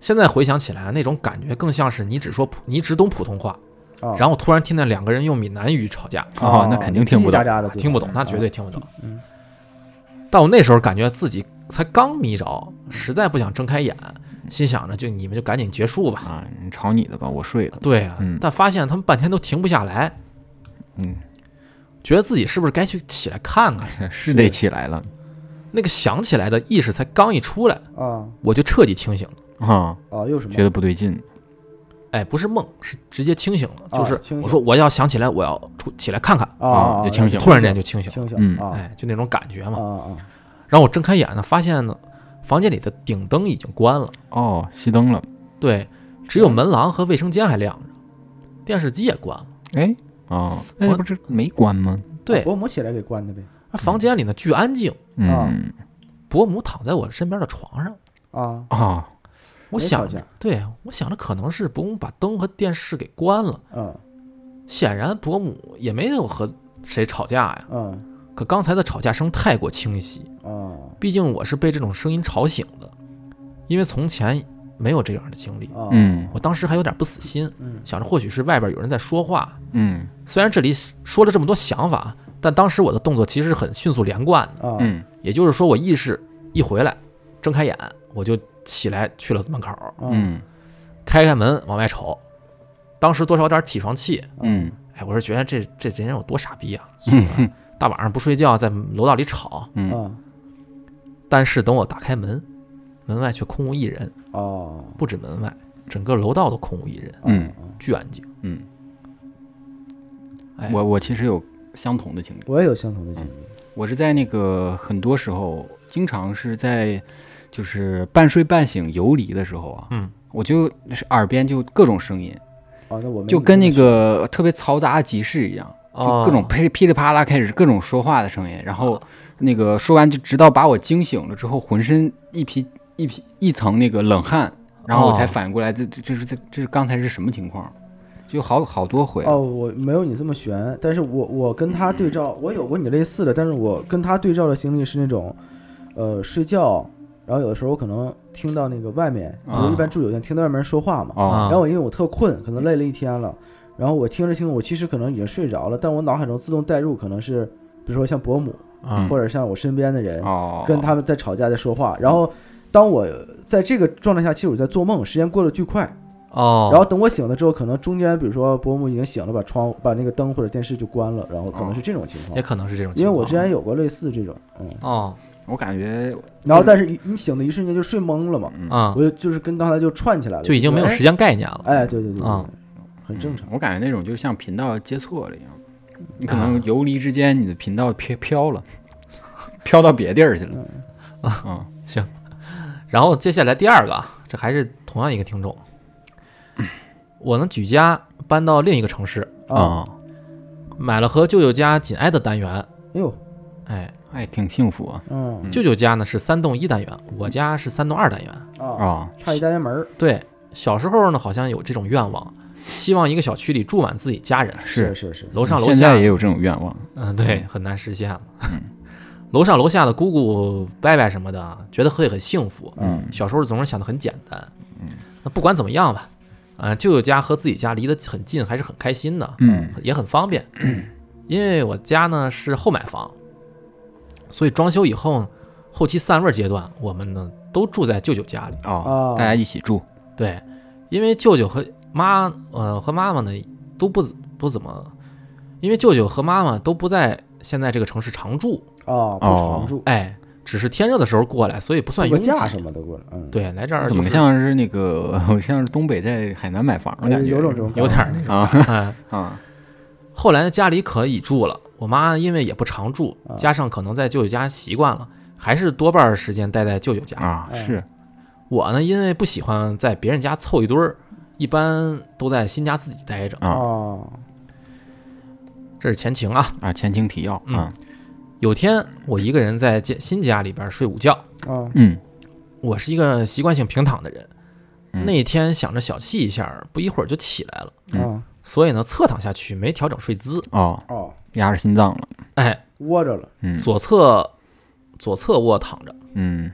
Speaker 1: 现在回想起来，那种感觉更像是你只说普，你只懂普通话，
Speaker 3: 哦
Speaker 1: 然后突然听见两个人用闽南语吵架，
Speaker 2: 哦，那肯定听不
Speaker 3: 叽叽
Speaker 2: 懂
Speaker 3: 喳，喳的
Speaker 1: 啊听不懂，那
Speaker 3: 他
Speaker 1: 绝对听不懂。
Speaker 3: 嗯
Speaker 1: 但我那时候感觉自己才刚迷着，实在不想睁开眼，心想着就你们就赶紧结束吧。
Speaker 2: 啊，你吵你的吧，我睡了，
Speaker 1: 对啊，
Speaker 2: 嗯
Speaker 1: 但发现他们半天都停不下来，
Speaker 2: 嗯，
Speaker 1: 觉得自己是不是该去起来看看？
Speaker 2: 是得起来了
Speaker 1: 那个想起来的意识才刚一出来，
Speaker 3: 啊
Speaker 1: 我就彻底清醒了。
Speaker 2: 啊，
Speaker 3: 啊，又什么
Speaker 2: 觉得不对劲，
Speaker 1: 哎，不是梦，是直接清醒了。
Speaker 3: 啊
Speaker 1: 就是
Speaker 3: 清醒
Speaker 1: 我说我要想起来，我要出起来看看，
Speaker 2: 啊
Speaker 3: 啊
Speaker 2: 就清醒了
Speaker 1: 突然间就清醒了。
Speaker 3: 清醒
Speaker 2: 嗯
Speaker 3: 啊
Speaker 1: 哎，就那种感觉
Speaker 3: 啊
Speaker 1: 嘛。
Speaker 3: 啊
Speaker 1: 然后我睁开眼呢，发现呢，房间里的顶灯已经关了，
Speaker 2: 哦，熄灯了，
Speaker 1: 对，只有门廊和卫生间还亮着，电视机也关了。
Speaker 2: 哎，哦，那
Speaker 1: 我
Speaker 2: 不是没关吗？
Speaker 1: 对，
Speaker 3: 伯母起来给关的呗
Speaker 1: 房间里呢巨安静。啊
Speaker 2: 嗯，
Speaker 1: 伯母躺在我身边的床上，
Speaker 3: 啊，
Speaker 2: 哦，
Speaker 1: 我
Speaker 3: 没
Speaker 1: 想
Speaker 3: 吵架，
Speaker 1: 对我想着可能是伯母把灯和电视给关了。
Speaker 3: 嗯
Speaker 1: 显然伯母也没有和谁吵架呀，
Speaker 3: 嗯
Speaker 1: 可刚才的吵架声太过清晰，
Speaker 3: 啊
Speaker 1: 毕竟我是被这种声音吵醒的，因为从前没有这样的经历。
Speaker 3: 啊，
Speaker 2: 嗯
Speaker 1: 我当时还有点不死心，
Speaker 3: 嗯
Speaker 1: 想着或许是外边有人在说话。
Speaker 2: 嗯
Speaker 1: 虽然这里说了这么多想法，但当时我的动作其实很迅速连贯的，
Speaker 3: 啊，
Speaker 2: 嗯
Speaker 1: 也就是说，我意识一回来，睁开眼我就起来去了门口，
Speaker 3: 嗯
Speaker 2: 嗯
Speaker 1: 开开门往外瞅，当时多少有点起床气，
Speaker 2: 嗯
Speaker 1: 哎，我是觉得这这这人有多傻逼啊！
Speaker 2: 嗯
Speaker 1: 吧大晚上不睡觉，在楼道里吵。
Speaker 2: 嗯
Speaker 3: 啊，
Speaker 1: 但是等我打开门，门外却空无一人，
Speaker 3: 哦，
Speaker 1: 不止门外，整个楼道都空无一人，
Speaker 2: 嗯
Speaker 3: 哦，
Speaker 1: 巨安静。
Speaker 2: 嗯
Speaker 1: 哎，
Speaker 2: 我我其实有相同的经历，
Speaker 3: 我也有相同的经历，
Speaker 2: 我是在那个很多时候，经常是在就是半睡半醒游离的时候啊，
Speaker 1: 嗯，
Speaker 2: 我就是耳边就各种声音，
Speaker 3: 哦，那我没
Speaker 2: 就跟那个特别嘈杂的集市一样。就
Speaker 1: 哦
Speaker 2: 各种噼里噼里啪啦开始各种说话的声音，然后那个说完就直到把我惊醒了之后，浑身一皮一皮一层那个冷汗，然后我才
Speaker 1: 哦
Speaker 2: 反应过来，这这这是这这是刚才是什么情况？就好好多回了，啊
Speaker 3: 哦，我没有你这么悬，但是我我跟他对照，我有过你类似的，但是我跟他对照的经历是那种，呃，睡觉，然后有的时候我可能听到那个外面，比
Speaker 2: 啊
Speaker 3: 如一般住酒店听到外面人说话嘛，
Speaker 1: 啊
Speaker 2: 哦
Speaker 3: 然后我因为我特困，可能累了一天了，然后我听着听着，我其实可能已经睡着了，但我脑海中自动带入可能是，比如说像伯母
Speaker 1: 嗯
Speaker 3: 或者像我身边的人，
Speaker 2: 哦，
Speaker 3: 跟他们在吵架在说话，然后。当我在这个状态下，其实我在做梦，时间过得巨快，
Speaker 1: 哦，
Speaker 3: 然后等我醒了之后，可能中间比如说伯母已经醒了，把窗把那个灯或者电视就关了，然后可能是这种情况。
Speaker 1: 哦也可能是这种情
Speaker 3: 因为
Speaker 1: 况，
Speaker 3: 我之前有过类似这种，嗯，
Speaker 1: 哦，
Speaker 2: 我感觉
Speaker 3: 然后但是你你醒的一瞬间就睡懵了嘛，
Speaker 1: 嗯，
Speaker 3: 我就就是跟刚才就串起来了，
Speaker 1: 就已经没有
Speaker 3: 觉得
Speaker 1: 时间概念了。
Speaker 3: 哎，哎对对对对
Speaker 1: 啊
Speaker 3: 很正常。
Speaker 2: 我感觉那种就像频道接错了一样，你
Speaker 3: 啊
Speaker 2: 可能游离之间你的频道飘飘了，飘到别地儿去了，嗯
Speaker 1: 然后接下来第二个，啊，这还是同样一个听众，我呢举家搬到另一个城市，
Speaker 3: 啊，
Speaker 2: 啊，
Speaker 1: 买了和舅舅家紧挨的单元。
Speaker 3: 哎呦，
Speaker 1: 哎，
Speaker 2: 哎，挺幸福啊，
Speaker 3: 嗯
Speaker 1: 舅舅家呢是三栋一单元，我家是三栋二单元。
Speaker 3: 啊，
Speaker 2: 啊，
Speaker 3: 差一单元门儿
Speaker 1: 对，小时候呢好像有这种愿望，希望一个小区里住满自己家人，
Speaker 2: 是
Speaker 3: 是是，
Speaker 1: 楼上楼
Speaker 2: 现
Speaker 1: 下
Speaker 2: 在也有嗯这种愿望，
Speaker 1: 嗯，对，很难实现了。 楼上楼下的姑姑、伯伯什么的，觉得会很幸福。
Speaker 2: 嗯
Speaker 1: 小时候总是想的很简单。那不管怎么样吧，啊，舅舅家和自己家离得很近，还是很开心的，
Speaker 2: 嗯
Speaker 1: 也很方 便。因为我家呢是后买房，所以装修以后，后期散味儿阶段，我们呢都住在舅舅家里。
Speaker 2: 哦
Speaker 3: 啊，
Speaker 2: 大家一起住，
Speaker 1: 对，因为舅舅和妈，呃，和妈妈呢都不不怎么，因为舅舅和妈妈都不在现在这个城市常住，
Speaker 3: 啊，不
Speaker 2: 哦
Speaker 3: 常住，
Speaker 1: 哎，只是天热的时候过来，所以不算
Speaker 3: 度个
Speaker 1: 拥挤。
Speaker 3: 假什么的过来，嗯，
Speaker 1: 对，来这儿
Speaker 2: 怎么
Speaker 1: 就是
Speaker 2: 像是那个像是东北在海南买房的
Speaker 3: 哎，
Speaker 2: 感觉？
Speaker 3: 有种这种
Speaker 1: 有点儿那
Speaker 3: 那
Speaker 1: 种
Speaker 2: 啊
Speaker 1: 哎。
Speaker 2: 啊，
Speaker 1: 后来呢家里可以住了，我妈因为也不常住，
Speaker 3: 啊
Speaker 1: 加上可能在舅舅家习惯了，还是多半儿时间待在舅舅家。
Speaker 2: 啊，
Speaker 3: 哎
Speaker 2: 是，
Speaker 1: 我呢，因为不喜欢在别人家凑一堆儿，一般都在新家自己待着。
Speaker 2: 啊
Speaker 3: 啊，
Speaker 1: 这是前情啊。
Speaker 2: 啊，前情提要
Speaker 1: 嗯
Speaker 2: 啊，
Speaker 1: 有天我一个人在家新家里边睡午觉，
Speaker 3: 啊，
Speaker 2: 嗯
Speaker 1: 我是一个习惯性平躺的人。
Speaker 2: 嗯
Speaker 1: 那天想着小憩一下，不一会儿就起来了，
Speaker 2: 嗯
Speaker 3: 啊，
Speaker 1: 所以呢侧躺下去没调整睡姿，
Speaker 2: 哦，
Speaker 3: 哦，
Speaker 2: 压着心脏了，
Speaker 1: 哎，
Speaker 3: 窝着了，
Speaker 2: 嗯
Speaker 1: 左侧左侧卧躺着。
Speaker 2: 嗯，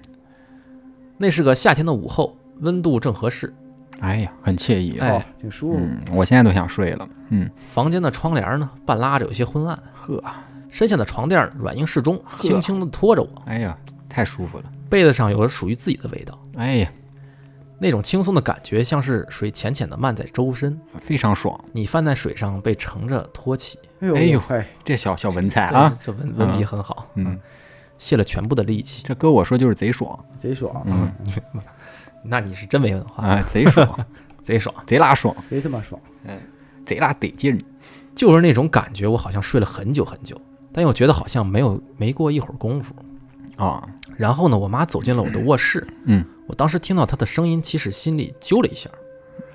Speaker 1: 那是个夏天的午后，温度正合适，
Speaker 2: 哎呀，很惬意啊，
Speaker 1: 哎
Speaker 3: 哦，挺舒服，
Speaker 2: 嗯，我现在都想睡了，嗯，
Speaker 1: 房间的窗帘呢半拉着，有些昏暗。
Speaker 2: 呵，
Speaker 1: 身下的床垫呢软硬适中，轻轻地托着我，
Speaker 2: 哎呀，太舒服了，
Speaker 1: 被子上有了属于自己的味道，
Speaker 2: 哎呀，
Speaker 1: 那种轻松的感觉像是水浅浅的漫在周身，
Speaker 2: 非常爽，
Speaker 1: 你翻在水上被乘着托起。
Speaker 3: 哎呦
Speaker 2: 哎呦
Speaker 3: 嗨，
Speaker 2: 这小小文
Speaker 1: 哎
Speaker 2: 采啊，
Speaker 1: 这文文笔很好，
Speaker 2: 嗯，
Speaker 1: 泄了全部的力气。
Speaker 2: 这搁我说就是贼爽，
Speaker 3: 贼爽，啊
Speaker 2: 嗯
Speaker 1: 那你是真没文化，
Speaker 2: 啊，贼爽，
Speaker 1: 贼爽，
Speaker 2: 贼拉爽，
Speaker 3: 贼他妈爽，
Speaker 2: 贼拉得劲儿，
Speaker 1: 就是那种感觉。我好像睡了很久很久，但又觉得好像没有没过一会儿功夫。
Speaker 2: 啊，
Speaker 1: 然后呢，我妈走进了我的卧室，
Speaker 2: 嗯，
Speaker 1: 我当时听到她的声音，其实心里揪了一下，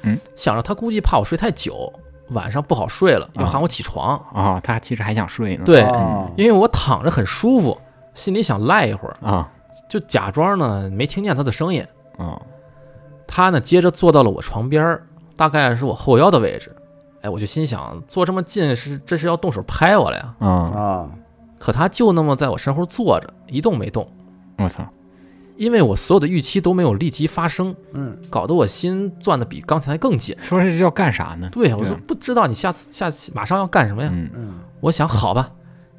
Speaker 2: 嗯，
Speaker 1: 想着她估计怕我睡太久，晚上不好睡了，要喊我起床。
Speaker 2: 啊，他其实还想睡呢，
Speaker 1: 对，
Speaker 3: 啊
Speaker 1: 因为我躺着很舒服，心里想赖一会儿，
Speaker 2: 啊，
Speaker 1: 就假装呢没听见她的声音。
Speaker 2: 啊，
Speaker 1: 他呢接着坐到了我床边儿，大概是我后腰的位置。哎，我就心想，坐这么近是这是要动手拍我了呀？
Speaker 2: 啊，
Speaker 3: 啊，
Speaker 1: 可他就那么在我身后坐着，一动没动。
Speaker 2: 嗯我操，
Speaker 1: 因为我所有的预期都没有立即发生，
Speaker 3: 嗯，
Speaker 1: 搞得我心攥得比刚才更紧。
Speaker 2: 说是要干啥呢？
Speaker 1: 对呀，我
Speaker 2: 对
Speaker 1: 就不知道你下次下次马上要干什么呀？
Speaker 2: 嗯
Speaker 3: 嗯
Speaker 1: 我想好吧，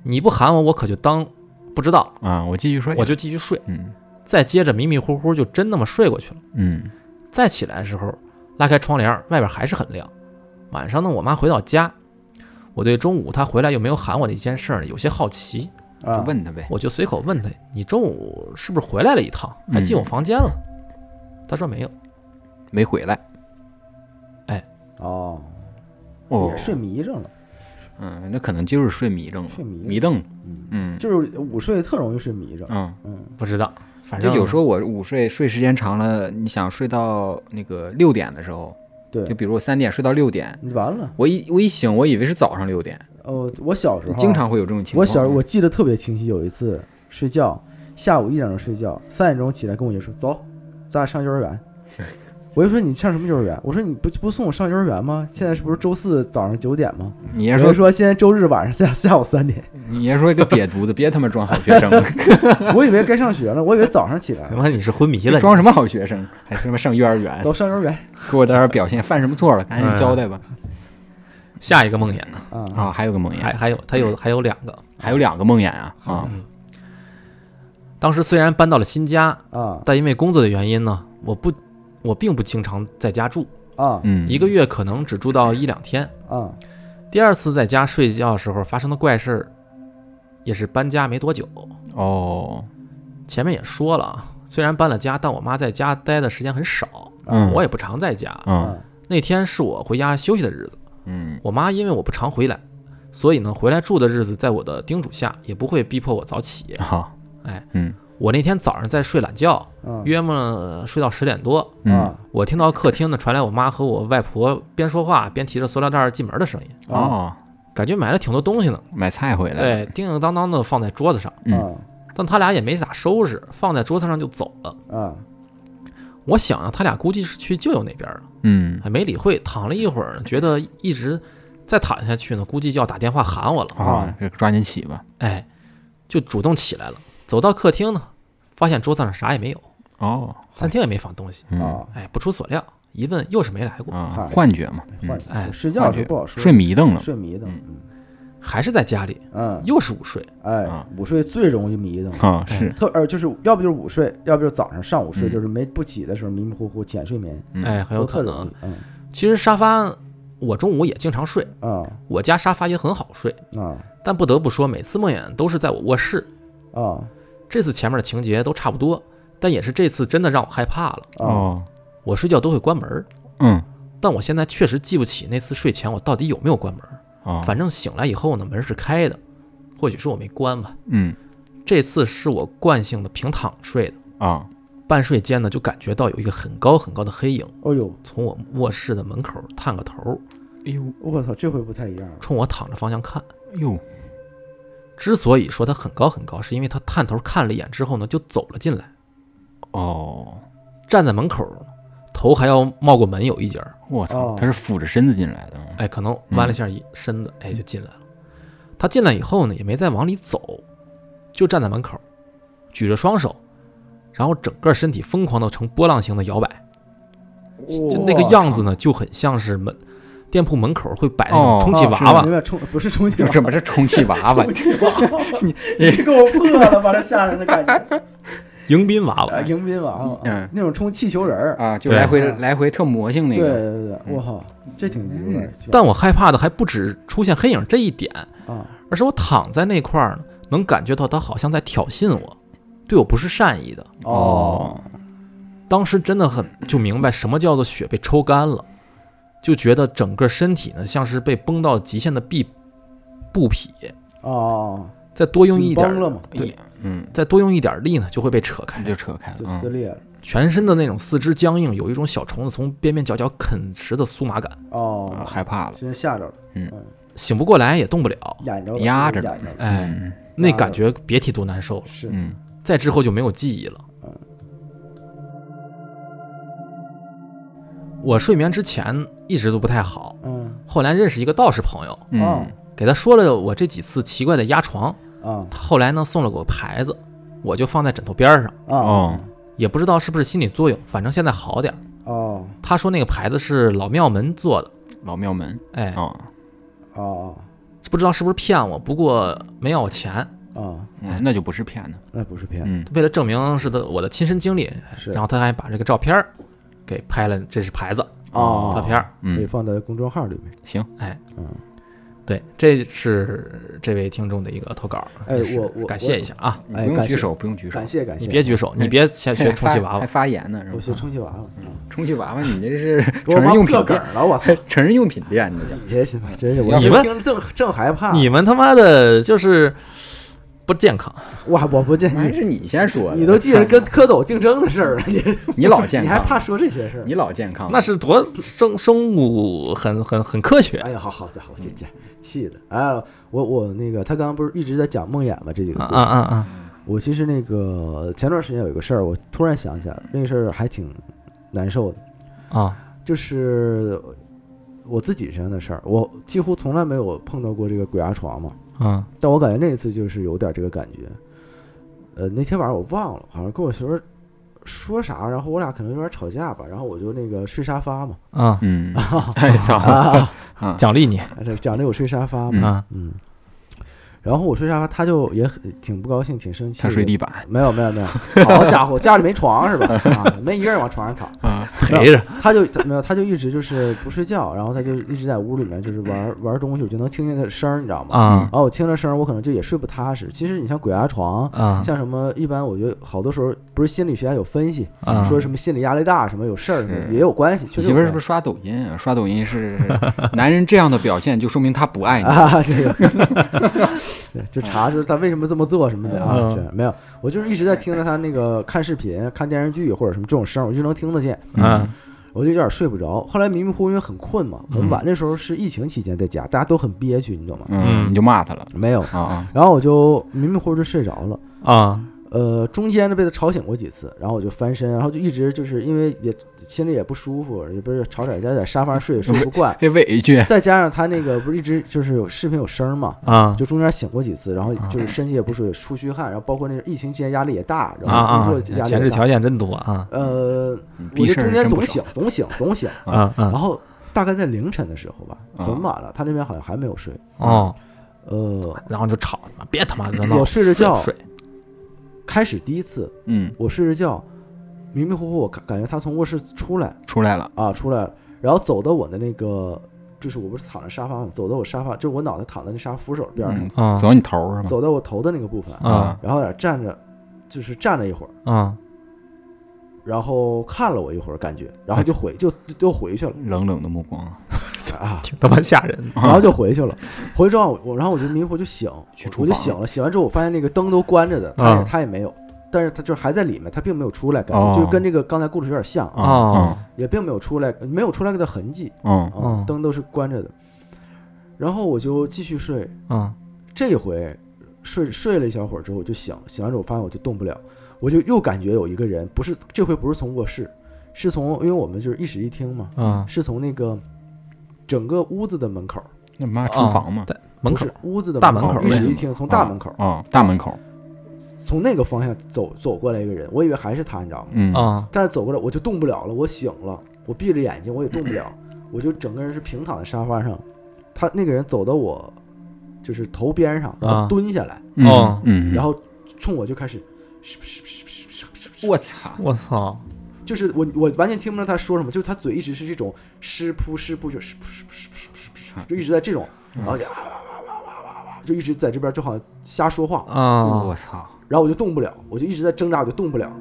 Speaker 1: 你不喊我，我可就当不知道，
Speaker 2: 啊，我继续说，
Speaker 1: 我就继续睡。
Speaker 2: 嗯
Speaker 1: 再接着迷迷糊糊就真那么睡过去了。
Speaker 2: 嗯
Speaker 1: 再起来的时候，拉开窗帘，外边还是很亮。晚上呢，我妈回到家，我对中午她回来又没有喊我的一件事儿呢有些好奇，
Speaker 3: 啊，
Speaker 2: 嗯问他呗，
Speaker 1: 我就随口问她：“你中午是不是回来了一趟，还进我房间了？”她说没有。
Speaker 2: 没回来。
Speaker 3: 哦，
Speaker 2: 哦
Speaker 3: 也，睡迷怔了，
Speaker 2: 嗯，那可能就是睡迷怔了，
Speaker 3: 睡迷怔
Speaker 2: 迷瞪了。
Speaker 3: 嗯，
Speaker 2: 嗯
Speaker 3: 就是午睡特容易睡迷怔，
Speaker 2: 嗯，
Speaker 3: 嗯，
Speaker 1: 不知道，反
Speaker 2: 就
Speaker 1: 正
Speaker 2: 有时候我午睡睡时间长了，你想睡到那个六点的时候，
Speaker 3: 对
Speaker 2: 就，比如我三点睡到六点，
Speaker 3: 你完了，
Speaker 2: 我一我一醒，我以为是早上六点，
Speaker 3: 哦，我小时候啊
Speaker 2: 经常会有这种情况。
Speaker 3: 我小时候我记得特别清晰，有一次睡觉，下午一点钟睡觉，三点钟起来跟我爷说：“走，咱俩上幼儿园。” 我就说：“你上什么幼儿园？”我说：“你不不送我上幼儿园吗？现在是不是周四早上九点吗
Speaker 2: 你？”
Speaker 3: 我
Speaker 2: 爷
Speaker 3: 爷
Speaker 2: 说
Speaker 3: 说：“现在周日晚上下下午三点。
Speaker 2: 你爷说一个瘪犊子，别他妈装好学 生了，”
Speaker 3: 我以为该上学了，我以为早上起来
Speaker 1: 他
Speaker 3: 了，
Speaker 1: 妈你是昏迷
Speaker 2: 你
Speaker 1: 了，
Speaker 2: 装什么好学生， 还他妈上幼儿园，
Speaker 3: 走上幼儿园
Speaker 2: 给我在这儿表现犯什么错了，赶
Speaker 1: 嗯
Speaker 2: 紧交代吧。
Speaker 1: 你下一个梦魇呢？
Speaker 3: 啊！
Speaker 2: 啊，还有个梦
Speaker 1: 嗯还
Speaker 2: 魇，
Speaker 1: 还有，他
Speaker 2: 嗯
Speaker 1: 有还有两个。
Speaker 2: 还有两个梦魇啊啊，
Speaker 1: 嗯当时虽然搬到了新家，
Speaker 3: 啊
Speaker 1: 但因为工作的原因呢，我不我并不经常在家住，
Speaker 3: 啊
Speaker 2: 嗯，
Speaker 1: 一个月可能只住到一两天。
Speaker 3: 啊！
Speaker 1: 第二次在家睡觉的时候发生的怪事儿，也是搬家没多久。
Speaker 2: 哦，
Speaker 1: 前面也说了啊，虽然搬了家，但我妈在家待的时间很少，
Speaker 3: 啊
Speaker 2: 嗯，
Speaker 1: 我也不常在家。
Speaker 2: 嗯
Speaker 1: 那天是我回家休息的日子，
Speaker 2: 嗯
Speaker 1: 我妈因为我不常回来，所以呢，回来住的日子在我的叮嘱下，也不会逼迫我早起。
Speaker 2: 好，
Speaker 1: 哎，
Speaker 2: 嗯
Speaker 1: 我那天早上在睡懒觉，
Speaker 3: 啊
Speaker 1: 约么睡到十点多，
Speaker 2: 嗯
Speaker 3: 啊
Speaker 1: 我听到客厅呢传来我妈和我外婆边说话边提着塑料袋进门的声音，
Speaker 3: 啊
Speaker 2: 哦，
Speaker 1: 感觉买了挺多东西呢。
Speaker 2: 买菜回来，
Speaker 1: 对，叮叮当当的放在桌子上，
Speaker 2: 嗯
Speaker 1: 但他俩也没咋收拾，放在桌子上就走了。
Speaker 3: 啊
Speaker 1: 我想啊，他俩估计是去舅舅那边了，
Speaker 2: 嗯，
Speaker 1: 还没理会。躺了一会儿呢，觉得一直再躺下去呢，估计就要打电话喊我了。
Speaker 2: 啊，这抓紧起吧，
Speaker 1: 哎，就主动起来了，走到客厅呢，发现桌子上啥也没有，
Speaker 2: 哦，
Speaker 1: 餐厅也没放东西。
Speaker 2: 嗯
Speaker 3: 啊！
Speaker 1: 哎，不出所料，一问又是没来过，
Speaker 2: 啊，
Speaker 3: 嗨
Speaker 2: 幻觉嘛，嗯
Speaker 3: 换
Speaker 1: 哎
Speaker 3: 睡觉是不好
Speaker 2: 睡
Speaker 3: 睡，
Speaker 2: 迷瞪了，嗯
Speaker 3: 睡迷的，
Speaker 1: 还是在家里，
Speaker 3: 嗯，
Speaker 1: 又是午睡。
Speaker 3: 哎
Speaker 2: 啊，
Speaker 3: 午睡最容易迷的。
Speaker 2: 啊，是，
Speaker 3: 特呃，就是要不就是午睡，要不就是早上上午睡，
Speaker 2: 嗯
Speaker 3: 就是没不起的时候迷迷糊糊浅睡眠，
Speaker 2: 嗯
Speaker 1: 哎，很有
Speaker 3: 都特
Speaker 1: 可
Speaker 3: 容
Speaker 1: 能
Speaker 3: 易。。嗯
Speaker 1: 其实沙发我中午也经常睡，
Speaker 3: 啊
Speaker 1: 我家沙发也很好睡，
Speaker 3: 啊
Speaker 1: 但不得不说，每次梦魇都是在我卧室。
Speaker 3: 啊
Speaker 1: 这次前面的情节都差不多，但也是这次真的让我害怕了。
Speaker 3: 啊！
Speaker 2: 哦，
Speaker 1: 我睡觉都会关门儿，
Speaker 2: 嗯，
Speaker 1: 但我现在确实记不起那次睡前我到底有没有关门儿。
Speaker 2: 哦，
Speaker 1: 反正醒来以后呢，门是开的，或许是我没关吧。
Speaker 2: 嗯，
Speaker 1: 这次是我惯性的平躺睡的，
Speaker 2: 啊，
Speaker 1: 半睡间呢就感觉到有一个很高很高的黑影
Speaker 3: 哦呦，
Speaker 1: 从我卧室的门口探个头，
Speaker 2: 哎呦，
Speaker 3: 我操，这回不太一样了。
Speaker 1: 冲我躺着方向看。
Speaker 2: 哎呦，
Speaker 1: 之所以说它很高很高，是因为它探头看了一眼之后呢，就走了进来，
Speaker 2: 哦，
Speaker 1: 站在门口，头还要冒过门有一截儿，
Speaker 2: 我操，
Speaker 3: 哦
Speaker 2: 他是俯着身子进来的，
Speaker 1: 哎，可能弯了一下一身子，哎，就进来了。他进来以后呢，也没再往里走，就站在门口，举着双手，然后整个身体疯狂的呈波浪形的摇摆，就那个样
Speaker 3: 啊
Speaker 1: 子呢，就很像是门店铺门口会摆那
Speaker 2: 哦
Speaker 1: 种充气
Speaker 2: 哦
Speaker 1: 娃娃
Speaker 3: 明。白充不是充气
Speaker 2: 就
Speaker 3: 娃
Speaker 2: 什么是充气娃
Speaker 3: 娃，
Speaker 2: 娃
Speaker 3: 充，气娃娃， 你这给我破了，把这吓人的感觉。
Speaker 1: 迎宾娃
Speaker 3: 啊
Speaker 1: 娃，
Speaker 3: 迎宾娃娃，
Speaker 2: 嗯
Speaker 3: 啊那种充气球人儿，
Speaker 2: 啊，就
Speaker 1: 对嗯
Speaker 2: 来回来回特魔性那
Speaker 3: 对
Speaker 2: 个，嗯
Speaker 3: 对对对，我靠，这挺有点儿
Speaker 1: 但我害怕的还不止出现黑影这一点，
Speaker 3: 啊
Speaker 1: 而是我躺在那块儿呢，能感觉到他好像在挑衅我，对我不是善意的。
Speaker 3: 哦
Speaker 1: 当时真的很就明白什么叫做血被抽干了，就觉得整个身体呢像是被绷到极限的壁布匹，
Speaker 3: 哦，
Speaker 1: 再多用一点
Speaker 3: 紧绷
Speaker 1: 儿，
Speaker 3: 了嘛，
Speaker 1: 对，
Speaker 2: 嗯，
Speaker 1: 再多用一点儿力呢就会被扯开
Speaker 2: 你，就扯开了
Speaker 3: 就，撕
Speaker 2: 嗯
Speaker 3: 裂了
Speaker 1: 全身的那种四肢僵硬，有一种小虫子从边边角角啃食的酥麻感，
Speaker 2: 啊，
Speaker 1: 嗯
Speaker 3: 哦，
Speaker 2: 害怕了，
Speaker 3: 真吓着了，
Speaker 1: 醒不过来也动不了，
Speaker 3: 压着了，
Speaker 2: 压着
Speaker 3: 压
Speaker 2: 呢
Speaker 3: 着了，
Speaker 1: 哎，
Speaker 2: 嗯
Speaker 1: 那感觉别提多难受了。
Speaker 3: 是
Speaker 2: 嗯。
Speaker 1: 再之后就没有记忆了
Speaker 3: 嗯。
Speaker 1: 我睡眠之前一直都不太好，
Speaker 3: 嗯
Speaker 1: 后来认识一个道士朋友，
Speaker 3: 哦
Speaker 2: 嗯
Speaker 1: 给他说了我这几次奇怪的压床，
Speaker 3: 啊
Speaker 1: 他后来呢送了我个牌子，我就放在枕头边儿上，
Speaker 3: 啊
Speaker 2: 哦，
Speaker 1: 也不知道是不是心理作用，反正现在好点儿。
Speaker 3: 哦
Speaker 1: 他说那个牌子是老庙门做的，
Speaker 2: 老庙门
Speaker 1: 哎，
Speaker 2: 哦，
Speaker 3: 哦
Speaker 1: 不知道是不是骗我，不过没要我钱，
Speaker 3: 哦，
Speaker 2: 嗯那就不是骗的，
Speaker 3: 那不是骗，
Speaker 2: 嗯
Speaker 1: 为了证明是的我的亲身经历，
Speaker 3: 是
Speaker 1: 然后他还把这个照片儿给拍了，这是牌子
Speaker 3: 哦
Speaker 1: 照片儿。
Speaker 3: 可以
Speaker 2: 嗯，
Speaker 3: 放在公众号里面。
Speaker 2: 行，
Speaker 1: 哎，
Speaker 3: 嗯，
Speaker 1: 对，这是这位听众的一个投稿，
Speaker 3: 哎
Speaker 1: 也是
Speaker 3: 我我
Speaker 1: 感谢一下啊，
Speaker 2: 你
Speaker 3: 哎
Speaker 2: 嗯不用
Speaker 3: 感
Speaker 2: 举
Speaker 3: 谢
Speaker 2: 手，不用举手
Speaker 3: 感，谢感谢，啊哎
Speaker 1: 你别举手，你别先学充气娃
Speaker 2: 还发还
Speaker 1: 娃，
Speaker 2: 发言呢，
Speaker 3: 我
Speaker 2: 是
Speaker 3: 学
Speaker 2: 吧？
Speaker 3: 充气娃娃，
Speaker 2: 充气娃娃，你这 是
Speaker 3: 给我
Speaker 2: 成人
Speaker 3: 妈
Speaker 2: 嗯用
Speaker 3: 破
Speaker 2: 品
Speaker 3: 梗
Speaker 2: 店，
Speaker 3: 儿了，我操！
Speaker 2: 成人用品店，你这
Speaker 3: 你这心吧，真是我
Speaker 1: 你们
Speaker 3: 听着正正害怕，
Speaker 1: 你们他妈的就是不健康，
Speaker 3: 哇，我不见
Speaker 2: 还
Speaker 3: 你，
Speaker 2: 是你先说的，
Speaker 3: 你都记着跟蝌蚪竞争的事儿了，你
Speaker 2: 你老健
Speaker 3: 你
Speaker 2: 康，
Speaker 3: 还怕说这些事儿？
Speaker 2: 你老健康，
Speaker 1: 那是多生生物很很很科学
Speaker 3: 哎呀，好好家伙，这这气的！哎，我我那个，他刚刚不是一直在讲梦魇吗？这几个
Speaker 1: 啊
Speaker 3: 故事
Speaker 1: 啊啊啊！
Speaker 3: 我其实那个前段时间有一个事儿，我突然想起来了，那个事儿还挺难受的，
Speaker 1: 啊，
Speaker 3: 就是我自己身上的事儿。我几乎从来没有碰到过这个鬼压床嘛，
Speaker 1: 嗯
Speaker 3: 但我感觉那一次就是有点这个感觉。呃，那天晚上我忘了，好像跟我媳妇儿说啥，然后我俩可能有点吵架吧，然后我就那个睡沙发嘛，
Speaker 1: 嗯，
Speaker 2: 嗯，太操，
Speaker 3: 啊，
Speaker 2: 啊
Speaker 1: 奖励你
Speaker 3: 哎讲这我睡沙发嘛，
Speaker 1: 啊，
Speaker 3: 嗯，然后我睡沙发，他就也很挺不高兴，挺生气的。
Speaker 2: 他睡地板，
Speaker 3: 没有没有没有， 好家伙，家里没床是吧？啊，没一个人往床上躺，
Speaker 1: 陪着
Speaker 3: 他就没有，他就一直就是不睡觉，然后他就一直在屋里面就是玩
Speaker 2: 嗯
Speaker 3: 玩东西，我就能听见他声儿，你知道吗？哦
Speaker 1: 啊
Speaker 3: 然后我听着声儿，我可能就也睡不踏实。其实你像鬼压床，
Speaker 1: 啊
Speaker 3: 嗯像什么一般，我觉得好多时候不是心理学家有分析，
Speaker 1: 啊！
Speaker 3: 说什么心理压力大，什么有事儿什么
Speaker 2: 是
Speaker 3: 也有关系。确实
Speaker 2: 你媳
Speaker 3: 有
Speaker 2: 妇
Speaker 3: 关
Speaker 2: 儿是
Speaker 3: 系
Speaker 2: 不是刷抖音啊？刷抖音是 男人这样的表现，就说明他不 爱你。
Speaker 3: 啊，这个，对， 就查就是他为什么这么做什么的啊，
Speaker 1: 嗯
Speaker 3: 这没有，我就是一直在听着他那个看视频、看电视剧或者什么这种声儿，我就能听得见，
Speaker 1: 嗯
Speaker 3: 我就有点睡不着。后来迷迷糊糊因为很困嘛，很晚，
Speaker 1: 嗯
Speaker 3: 那时候是疫情期间在家，大家都很憋屈，你懂吗？
Speaker 2: 嗯，
Speaker 1: 嗯
Speaker 2: 你就骂他了
Speaker 3: 没有，
Speaker 2: 啊啊！，
Speaker 3: 然后我就迷迷糊糊就睡着了。
Speaker 1: 啊
Speaker 3: 呃，中间呢被他吵醒过几次，然后我就翻身，然后就一直就是因为也心里也不舒服，也不是吵吵架在沙发上睡也睡不惯
Speaker 2: 嘿，委屈，
Speaker 3: 再加上他那个不是一直就是有视频有声儿嘛，
Speaker 1: 啊
Speaker 3: 就中间醒过几次，然后
Speaker 1: 啊
Speaker 3: 就是身体也不舒服，出虚汗，然后包括那个疫情期间压力也大，
Speaker 1: 啊
Speaker 3: 然
Speaker 1: 啊
Speaker 3: 后工！作压力
Speaker 1: 前
Speaker 3: 也
Speaker 1: 置
Speaker 3: 大。
Speaker 1: 条件真多啊
Speaker 3: 呃，
Speaker 2: 你
Speaker 3: 我
Speaker 2: 逼
Speaker 3: 就
Speaker 2: 事儿
Speaker 3: 中
Speaker 2: 真
Speaker 3: 间
Speaker 2: 不
Speaker 3: 总
Speaker 2: 少
Speaker 3: 醒，总醒，总醒，
Speaker 1: 啊
Speaker 3: 然
Speaker 1: 啊
Speaker 3: 后大概在凌晨的时候吧，
Speaker 2: 啊
Speaker 3: 很晚了，他那边好像还没有睡。
Speaker 1: 哦，
Speaker 3: 呃，
Speaker 1: 然后就吵，别他妈的闹
Speaker 3: 我，睡着觉，
Speaker 1: 睡
Speaker 3: 开始第一次
Speaker 2: 嗯，
Speaker 3: 我睡着觉，迷迷糊糊，我感感觉他从卧室出来
Speaker 2: 出来了，
Speaker 3: 啊，出来了，然后走到我的那个，就是我不是躺在沙发上，走到我沙发，就是我脑袋躺在那沙发扶手边上，
Speaker 2: 嗯，
Speaker 1: 啊
Speaker 2: 走到你头儿是吧？
Speaker 3: 走到我头的那个部分，
Speaker 1: 啊
Speaker 3: 然后在那站着，就是站了一会儿。
Speaker 1: 啊
Speaker 3: 然后看了我一会儿，感觉，然后就回就就就回去了
Speaker 2: 冷冷的目光，
Speaker 3: 啊，
Speaker 1: 挺他妈吓人的
Speaker 3: 然后就回去了。回去之后，我然后我就迷糊就醒，
Speaker 2: 去厨
Speaker 3: 我就
Speaker 2: 房啊
Speaker 3: 醒了，醒完之后我发现那个灯都关着的，他也
Speaker 1: 嗯
Speaker 3: 他也没有，但是他就是还在里面，他并没有出来，感
Speaker 2: 哦
Speaker 3: 觉就是跟这个刚才故事有点像啊，
Speaker 1: 哦
Speaker 2: 啊，
Speaker 3: 也并没有出来，没有出来的痕迹
Speaker 2: 嗯
Speaker 3: 啊
Speaker 1: 哦，
Speaker 3: 灯都是关着的。然后我就继续睡，
Speaker 2: 嗯
Speaker 1: 啊
Speaker 3: 这一回睡睡了一小会儿之后我就醒了，醒完之后我发现我就动不了，我就又感觉有一个人，不是这回不是从卧室，是从因为我们就是一室一厅嘛，
Speaker 1: 啊！
Speaker 3: 是从那个整个屋子的门口，
Speaker 2: 那妈厨房嘛，
Speaker 1: 在门口
Speaker 3: 不是屋子的
Speaker 1: 大
Speaker 3: 门
Speaker 1: 门口
Speaker 3: 一
Speaker 1: 为
Speaker 3: 室
Speaker 1: 什
Speaker 3: 一
Speaker 2: 么
Speaker 3: 厅，从
Speaker 2: 啊
Speaker 3: 大门口、
Speaker 2: 啊，大门口，
Speaker 3: 从那个方向走走过来一个人，我以为还是他，你知道吗？
Speaker 2: 嗯
Speaker 1: 啊
Speaker 3: 但是走过来我就动不了了，我醒了，我闭着眼睛我也动不了，我就整个人是平躺在沙发上，他那个人走到我就是头边上，然后
Speaker 1: 啊
Speaker 3: 蹲下来，
Speaker 2: 嗯
Speaker 1: 哦
Speaker 2: 嗯，
Speaker 3: 然
Speaker 2: 后
Speaker 3: 后冲我就开始，
Speaker 2: 我操，
Speaker 1: 我操！
Speaker 3: 就是我我完全听不到他说什么，就是他嘴一直是这种湿扑湿扑就湿扑湿扑湿扑湿扑湿扑，就一直在这种，
Speaker 1: 嗯
Speaker 3: 然后就啊哇哇哇哇哇就一直在这边就好像瞎说话，
Speaker 1: 啊
Speaker 2: 我操，
Speaker 3: 然后我就动不了，我就一直在挣扎，我就动不了。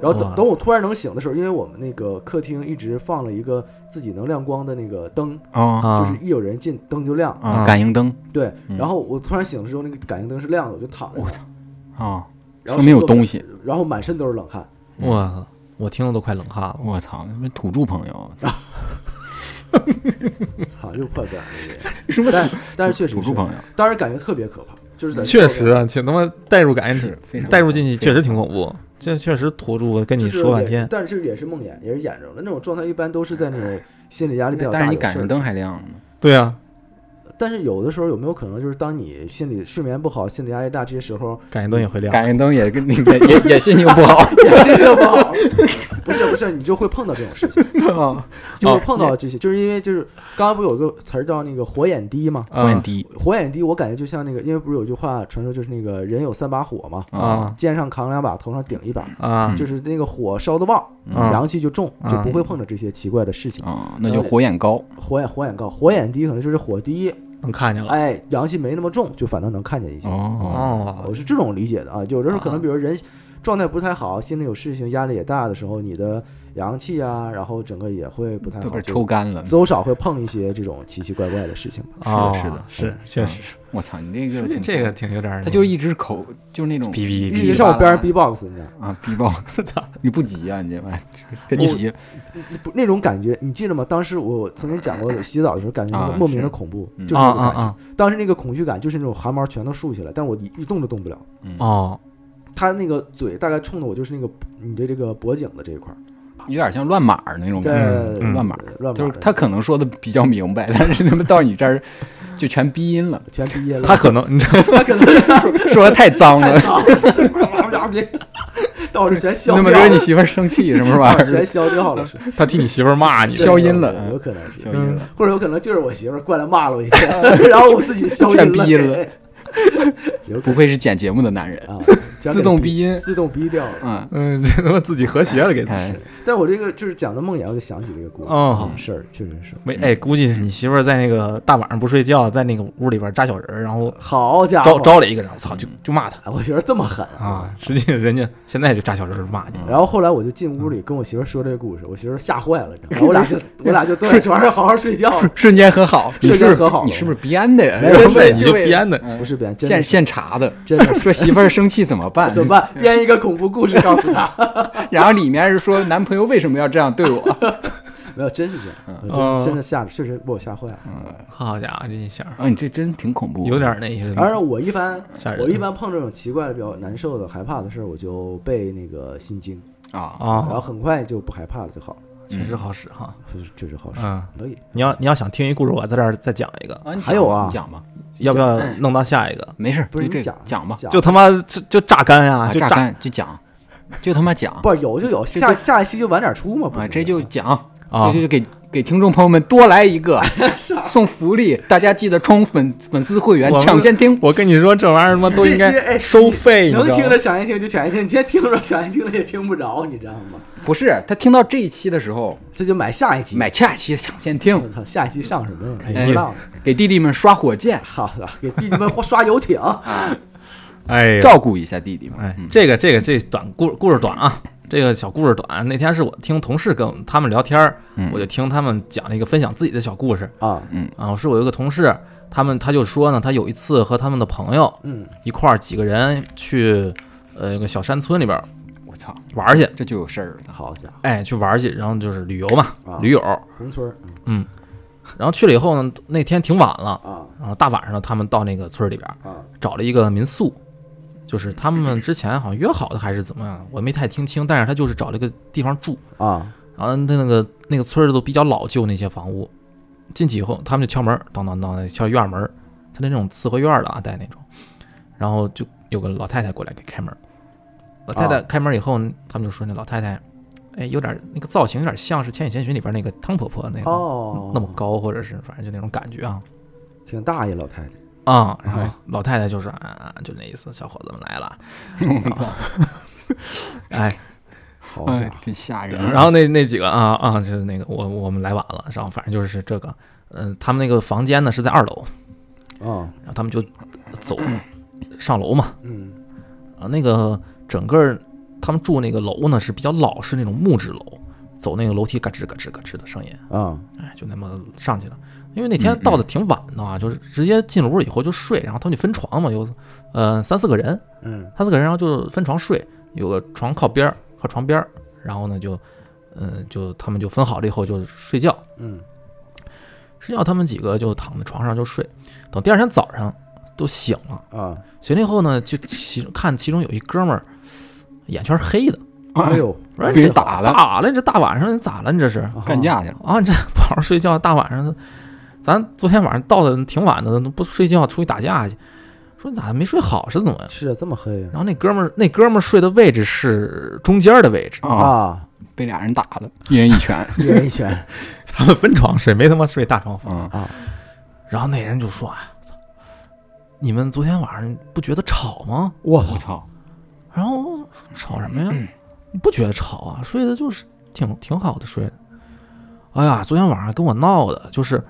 Speaker 3: 然后
Speaker 1: 哇
Speaker 3: 等等我突然能醒的时候，因为我们那个客厅一直放了一个自己能亮光的那个灯，
Speaker 2: 哦
Speaker 3: 就
Speaker 1: 啊
Speaker 3: 是一有人进灯就亮。
Speaker 2: 啊，
Speaker 1: 啊
Speaker 2: 感应灯
Speaker 3: 对，
Speaker 2: 嗯
Speaker 3: 然后我突然醒的时候，那个感应灯是亮的，我就躺在那
Speaker 2: 我
Speaker 3: 儿，
Speaker 2: 操啊，
Speaker 3: 然
Speaker 2: 说
Speaker 3: 后
Speaker 2: 明有
Speaker 3: 什么都没
Speaker 2: 东西，
Speaker 3: 然后满身都是冷汗。
Speaker 2: 嗯
Speaker 1: 我我听了都快冷汗了。
Speaker 2: 我操，那土著朋友，
Speaker 3: 操，又破梗了这个人。
Speaker 2: 什么
Speaker 3: 但 但是确实
Speaker 2: 土著
Speaker 3: 是，
Speaker 2: 朋友
Speaker 3: 当时感觉特别可怕，就是在
Speaker 1: 确实，啊，挺他妈代入感
Speaker 2: 是非常
Speaker 1: 代入进去，确实挺恐怖。这确实土著跟你
Speaker 3: 就是
Speaker 1: 说半
Speaker 3: 也
Speaker 1: 天，
Speaker 3: 但是也是梦魇，也是演着的那种状态，一般都是在那种心理压力比较
Speaker 2: 那
Speaker 3: 大的
Speaker 2: 但
Speaker 3: 事儿。
Speaker 2: 是你感应灯还亮着呢，
Speaker 1: 对啊，
Speaker 3: 但是有的时候有没有可能就是当你心里睡眠不好、心理压力大这些时 候，
Speaker 1: 感应灯也会亮。
Speaker 2: 感应灯也跟你也也也心情不好
Speaker 3: 心情不好，不是不是，你就会碰到这种事情，
Speaker 2: 啊，
Speaker 3: 就会碰到这些，就是因为就是刚刚不有个词儿叫那个火眼低吗？
Speaker 1: 啊
Speaker 2: 我很低
Speaker 3: 火眼低，我感觉就像那个，因为不是有句话传说就是那个人有三把火嘛，
Speaker 1: 啊
Speaker 3: 肩上扛两把，头上顶一把，
Speaker 1: 啊
Speaker 2: 嗯
Speaker 3: 就是那个火烧的旺，
Speaker 1: 啊
Speaker 3: 阳气就重，就
Speaker 1: 啊
Speaker 3: 不会碰到这些奇怪的事情。
Speaker 2: 啊，那就火眼高
Speaker 3: 火眼火眼高，火眼低可能就是火低，
Speaker 1: 能看见了。
Speaker 3: 哎，阳气没那么重，就反倒能看见一些。
Speaker 2: 嗯哦，
Speaker 1: 哦
Speaker 3: 我是这种理解的啊。有的时候可能，
Speaker 1: 啊
Speaker 3: 比如人状态不太好，心里有事情，压力也大的时候，你的阳气啊，然后整个也会不太
Speaker 2: 都
Speaker 3: 好，
Speaker 2: 被抽干了
Speaker 3: 就。多少会碰一些这种奇奇怪怪的事情吧。
Speaker 1: 哦
Speaker 2: 是的
Speaker 1: 是的，是确实，
Speaker 2: 我操，你这
Speaker 1: 这
Speaker 2: 个
Speaker 1: 个
Speaker 2: 挺
Speaker 1: 这个，挺有点儿那
Speaker 2: 他
Speaker 1: 个，
Speaker 2: 就一直口就是那种
Speaker 1: 哔哔
Speaker 3: 一
Speaker 1: 哔
Speaker 3: 直上我边上 B-box，你知道吗
Speaker 2: 啊逼爆，
Speaker 1: 哔，操，
Speaker 2: 你不急啊，你这玩意儿别急，
Speaker 3: 不那种感觉，你记得吗？当时我曾经讲过，洗澡的时候感觉那
Speaker 2: 啊
Speaker 3: 个莫名的
Speaker 2: 是
Speaker 3: 恐怖，
Speaker 2: 嗯
Speaker 3: 就是
Speaker 1: 啊
Speaker 3: 那个
Speaker 1: 啊
Speaker 3: 感觉。
Speaker 1: 啊，
Speaker 3: 当时那个恐惧感就是那种汗毛全都竖起来，但我一一动都动不了。
Speaker 1: 哦，
Speaker 3: 他那个嘴大概冲的我就是那个你的这个脖颈的这一块儿，
Speaker 2: 有点像乱码儿那种感觉。
Speaker 3: 在
Speaker 1: 嗯
Speaker 2: 乱码儿
Speaker 3: 乱码儿
Speaker 2: 就是他可能说的比较明白，但是他们到你这儿就全逼音了，
Speaker 3: 全毕业了，
Speaker 1: 他可能你知道
Speaker 3: 他可能
Speaker 2: 说的太脏了
Speaker 3: 太。长了，到我这全消掉
Speaker 2: 那么
Speaker 3: 了，
Speaker 2: 惹你媳妇儿生气什么玩意
Speaker 3: 全
Speaker 2: 儿？
Speaker 3: 消掉了，是
Speaker 1: 他替你媳妇儿骂你，
Speaker 2: 消音了
Speaker 3: 对有可能是
Speaker 2: 消，音了，
Speaker 3: 或者有可能就是我媳妇儿过来骂了我一 下，然后我自己消音
Speaker 2: 全逼了，
Speaker 3: 有可
Speaker 2: 不
Speaker 3: 能
Speaker 2: 愧是剪节目的男 人。
Speaker 3: 啊，全给
Speaker 2: 自动
Speaker 3: 逼
Speaker 2: 逼音
Speaker 3: 自动逼掉了。
Speaker 2: 嗯，
Speaker 1: 嗯，这他妈自己和谐了给自
Speaker 2: 哎
Speaker 1: 己。，
Speaker 3: 但我这个就是讲的梦魇，我就想起这个
Speaker 2: 嗯
Speaker 3: 故事，嗯
Speaker 1: 哦
Speaker 3: 事儿确实是。
Speaker 1: 没哎，估计是你媳妇儿在那个大晚上不睡觉，在那个屋里边扎小人儿，然后
Speaker 3: 好家伙
Speaker 1: 招，招了一个人，我操，就就骂他
Speaker 3: 哎我觉得这么狠
Speaker 1: 啊！ 实际人家现在就扎小人儿骂
Speaker 2: 嗯
Speaker 1: 你，
Speaker 3: 然后后来我就进屋里跟我媳妇儿说这个故事，我媳妇儿吓坏了， 然后我俩就我俩就都在床上好好睡觉，
Speaker 2: 瞬瞬间和好，哦你
Speaker 3: 瞬
Speaker 2: 是
Speaker 3: 间
Speaker 2: 不是
Speaker 3: 和好了
Speaker 2: 你是不是编的呀？
Speaker 3: 没有
Speaker 2: 是
Speaker 1: 对
Speaker 2: 吧
Speaker 3: 真是
Speaker 1: 你就编的，
Speaker 2: 嗯
Speaker 3: 不是编，真
Speaker 2: 现
Speaker 3: 的是
Speaker 2: 现查的，
Speaker 3: 真的是
Speaker 2: 说媳妇儿生气 怎么办？
Speaker 3: 怎么办？编一个恐怖故事告诉她，
Speaker 2: 然后里面是说男朋友为什么要这样对我？
Speaker 3: 没有，真是这样，
Speaker 1: 嗯
Speaker 3: 真真的吓着，确实把我吓坏了。
Speaker 2: 嗯
Speaker 1: 好家伙，这一下儿
Speaker 2: 啊，你这真挺恐怖，
Speaker 1: 有点儿那个
Speaker 3: 而我一般
Speaker 1: 吓人
Speaker 3: 我一般碰这种奇怪的、比较难受的、害怕的事儿，我就背那个心经，
Speaker 2: 啊，
Speaker 3: 然
Speaker 1: 啊，
Speaker 3: 后很快就不害怕了就好了，
Speaker 1: 确实好使哈。
Speaker 3: 确实确实好使。
Speaker 1: 嗯，
Speaker 3: 可以，
Speaker 1: 你要你要想听一故事，我在这儿再讲一个，
Speaker 2: 啊，你讲吧
Speaker 3: 还有啊
Speaker 2: 你讲吧，
Speaker 1: 要不要弄到下一
Speaker 3: 嗯
Speaker 1: 个？
Speaker 2: 没事，
Speaker 3: 不是
Speaker 2: 就这
Speaker 3: 你
Speaker 2: 个
Speaker 3: 讲
Speaker 2: 讲吧，
Speaker 3: 讲
Speaker 1: 就他妈就就榨干呀，
Speaker 2: 啊，
Speaker 1: 就
Speaker 2: 榨
Speaker 1: 榨
Speaker 2: 干就讲，就他妈讲
Speaker 3: 不是有就有，
Speaker 2: 这
Speaker 3: 下
Speaker 2: 都
Speaker 3: 下一期就晚点出嘛，不
Speaker 2: 啊，
Speaker 3: 是
Speaker 2: 这就讲，
Speaker 1: 啊
Speaker 2: 这就给给听众朋友们多来一 个送福利，大家记得充粉粉丝会员
Speaker 1: 我们
Speaker 2: 抢先听。
Speaker 1: 我跟你说，这玩意儿他妈都应
Speaker 3: 这些
Speaker 1: 该
Speaker 3: 哎
Speaker 1: 收费，
Speaker 3: 能
Speaker 1: 你知
Speaker 3: 听
Speaker 1: 道
Speaker 3: 着
Speaker 1: 吗？
Speaker 3: 想一听就想一听，你先听着想一听了也听不着，你知道吗？
Speaker 2: 不是他听到这一期的时候，
Speaker 3: 这就买下一期，
Speaker 2: 买下一期抢先
Speaker 3: 我
Speaker 2: 听，
Speaker 3: 操，下一期上什么呀？
Speaker 1: 哎
Speaker 3: 不知道呢。
Speaker 2: 给弟弟们刷火箭，
Speaker 3: 好的，给弟弟们刷游艇。
Speaker 1: 哎呀，
Speaker 2: 照顾一下弟弟们。
Speaker 1: 哎，
Speaker 3: 嗯
Speaker 1: 这个这个这短故故事短啊，这个小故事短。那天是我听同事跟我们他们聊天儿，
Speaker 2: 嗯
Speaker 1: 我就听他们讲了一个分享自己的小故事
Speaker 3: 啊，
Speaker 1: 啊。是我有一个同事，他们他就说呢，他有一次和他们的朋友
Speaker 3: 嗯，
Speaker 1: 一块儿几个人去呃一个小山村里边儿
Speaker 2: 我操，
Speaker 1: 玩儿去，
Speaker 2: 这就有事儿了。
Speaker 3: 好家伙，
Speaker 1: 哎，去玩儿去，然后就是旅游嘛
Speaker 3: 啊，
Speaker 1: 驴友。
Speaker 3: 红村儿
Speaker 1: 然后去了以后呢，那天挺晚了，
Speaker 3: 啊
Speaker 1: 然后大晚上呢，他们到那个村儿里边儿
Speaker 3: 啊
Speaker 1: 找了一个民宿，就是他们之前好像约好的还是怎么样，我没太听清，但是他就是找了一个地方住。
Speaker 3: 啊
Speaker 1: 然后他那个那个村儿都比较老旧，那些房屋进去以后，他们就敲门儿，当当当敲院门儿，他那种四合院儿的啊，带那种，然后就有个老太太过来给开门儿，老太太
Speaker 3: 啊
Speaker 1: 开门儿以后，他们就说那老太太，哎，有点儿那个造型有点像是《千与千寻》里边那个汤婆婆那个、
Speaker 3: 哦，
Speaker 1: 哎那么高，或者是反正就那种感觉啊
Speaker 3: 挺大一老太太，
Speaker 1: 啊、然后老太太就是啊，就那意思，小伙子们来 了，哎，
Speaker 3: 好
Speaker 2: 哎
Speaker 3: 家伙，
Speaker 2: 真吓人。
Speaker 1: 然后那那几个啊啊，就是那个我我们来晚了，然后反正就是这个，嗯、他们那个房间呢是在二楼，
Speaker 3: 啊
Speaker 1: 然后他们就走上楼嘛，
Speaker 3: 嗯
Speaker 1: 啊，那个整个他们住那个楼呢是比较老式那种木质楼，走那个楼梯嘎吱嘎吱嘎吱的声音，
Speaker 3: 啊
Speaker 1: 哎，就那么上去了。因为那天到的挺晚的啊，就是直接进了屋以后就睡，然后他们就分床嘛，有呃三四个人，
Speaker 3: 嗯
Speaker 1: 他四个人，然后就分床睡，有个床靠边儿，靠床边儿，然后呢就，嗯、就他们就分好了以后就睡觉，
Speaker 3: 嗯
Speaker 1: 睡觉他们几个就躺在床上就睡，等第二天早上都醒了，
Speaker 3: 啊，
Speaker 1: 醒了以后呢，就其看其中有一哥们儿眼圈黑 的，
Speaker 3: 哎呦，
Speaker 1: 我说
Speaker 2: 被人
Speaker 1: 这
Speaker 2: 打了，
Speaker 1: 打了，你这大晚上你咋了？你这是
Speaker 3: 啊
Speaker 2: 干架去了。
Speaker 1: 啊？你这不好好睡觉，大晚上的咱昨天晚上到的挺晚的，不睡觉出去打架去。说你咋没睡好是怎么呀？
Speaker 3: 是啊，这么黑
Speaker 1: 然后那哥们儿那哥们儿睡的位置是中间的位置，
Speaker 2: 啊，
Speaker 3: 啊，
Speaker 2: 被俩人打了，一人一 拳。
Speaker 3: 一人一拳
Speaker 1: 他们分床睡，没他妈睡大床房。
Speaker 2: 嗯
Speaker 1: 然后那人就说：“啊，操你们昨天晚上不觉得吵吗？”
Speaker 3: 哇
Speaker 2: 我操，
Speaker 1: 然后我说吵什么呀？你不觉得吵啊？睡的就是挺挺好的睡的。哎呀，昨天晚上跟我闹的，就是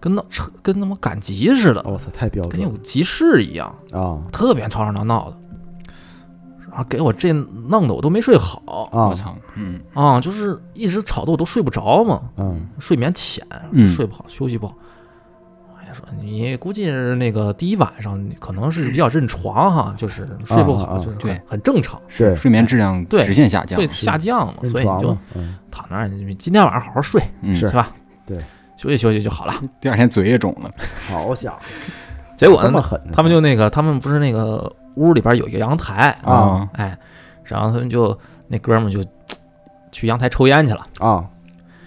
Speaker 1: 跟闹扯跟他妈赶集似的，
Speaker 3: 我操，太标
Speaker 1: 跟
Speaker 3: 准
Speaker 1: 有集市一样，
Speaker 3: 啊
Speaker 1: 特别吵吵闹闹的。然后给我这弄得我都没睡好
Speaker 2: 我
Speaker 3: 啊
Speaker 2: 操，嗯
Speaker 1: 啊、就是一直吵得我都睡不着嘛，
Speaker 3: 嗯
Speaker 1: 睡眠浅，
Speaker 2: 嗯
Speaker 1: 睡不好，休息不好。哎呀，说你估计是那个第一晚上可能是比较认床哈，就是睡不
Speaker 3: 啊啊
Speaker 1: 好，
Speaker 3: 啊
Speaker 1: 就是很
Speaker 2: 对
Speaker 1: 很正常，
Speaker 3: 是
Speaker 2: 睡眠质量
Speaker 1: 对
Speaker 2: 直线下降
Speaker 1: 会。下降嘛，
Speaker 3: 认
Speaker 1: 所以你
Speaker 3: 床
Speaker 1: 就
Speaker 3: 嘛，嗯
Speaker 1: 躺那儿，你今天晚上好好睡，
Speaker 2: 嗯，
Speaker 3: 是
Speaker 1: 是吧？
Speaker 3: 对，
Speaker 1: 休息休息就好了。
Speaker 3: 嗯
Speaker 2: 第二天嘴也肿了。
Speaker 3: 好家伙，
Speaker 1: 结果
Speaker 3: 这么
Speaker 1: 呢，
Speaker 3: 狠呢，
Speaker 1: 他们就那个，他们不是那个屋里边有一个阳台，
Speaker 3: 啊
Speaker 1: 哎，然后他们就那哥们儿就去阳台抽烟去了，
Speaker 3: 啊，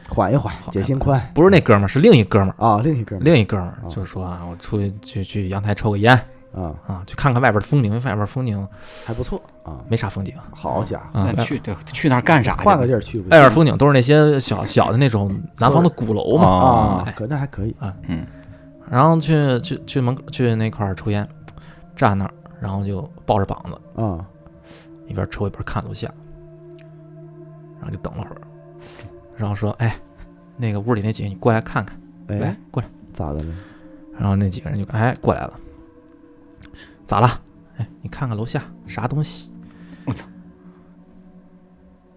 Speaker 3: 缓一缓，
Speaker 1: 缓
Speaker 3: 解心宽
Speaker 1: 不是那哥们儿，是另一哥们儿，
Speaker 3: 啊，另一个
Speaker 1: 另一哥们儿
Speaker 3: 啊
Speaker 1: 就说啊，我出去去去阳台抽个烟
Speaker 3: 啊，
Speaker 1: 啊，去看看外边的风景，外边风景
Speaker 3: 还不错啊，
Speaker 1: 没啥风景
Speaker 3: 好家伙，
Speaker 1: 啊
Speaker 2: 那。去这去那儿干啥去？
Speaker 3: 换个地儿去不
Speaker 1: 外
Speaker 3: 行
Speaker 1: 边风景都是那些小小的那种南方的鼓楼嘛，
Speaker 2: 啊，
Speaker 3: 啊，可那还可以
Speaker 2: 嗯
Speaker 1: 然后去去去门口去那块儿抽烟，站那儿，然后就抱着膀子
Speaker 3: 啊
Speaker 1: 一边抽一边看楼下，然后就等了会儿，然后说：“哎，那个屋里那几个你过来看看，来
Speaker 3: 哎，
Speaker 1: 过来。
Speaker 3: 咋的了？”
Speaker 1: 然后那几个人就哎过来了，咋了？哎，你看看楼下啥东西？
Speaker 2: 我操！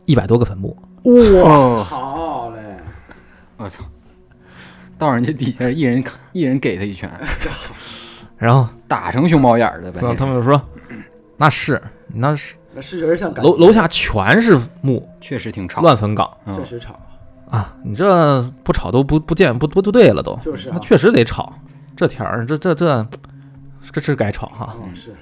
Speaker 1: 一百多个坟墓，
Speaker 2: 哇，
Speaker 3: 好嘞，
Speaker 2: 哦我操！到人家底下，一人一人给他一拳，
Speaker 1: 然后
Speaker 2: 打成熊猫眼儿的呗。
Speaker 1: 然后他们就说：“那是那是
Speaker 3: 那是人像
Speaker 1: 楼楼下全是墓，
Speaker 2: 确实挺吵。
Speaker 1: 乱坟岗
Speaker 2: 嗯
Speaker 3: 确实吵，
Speaker 1: 啊！你这不吵都不不见不不不对了都。”
Speaker 3: 就是
Speaker 1: 那
Speaker 3: 啊，
Speaker 1: 确实得吵，这天儿这这这这是该吵哈。
Speaker 3: 嗯是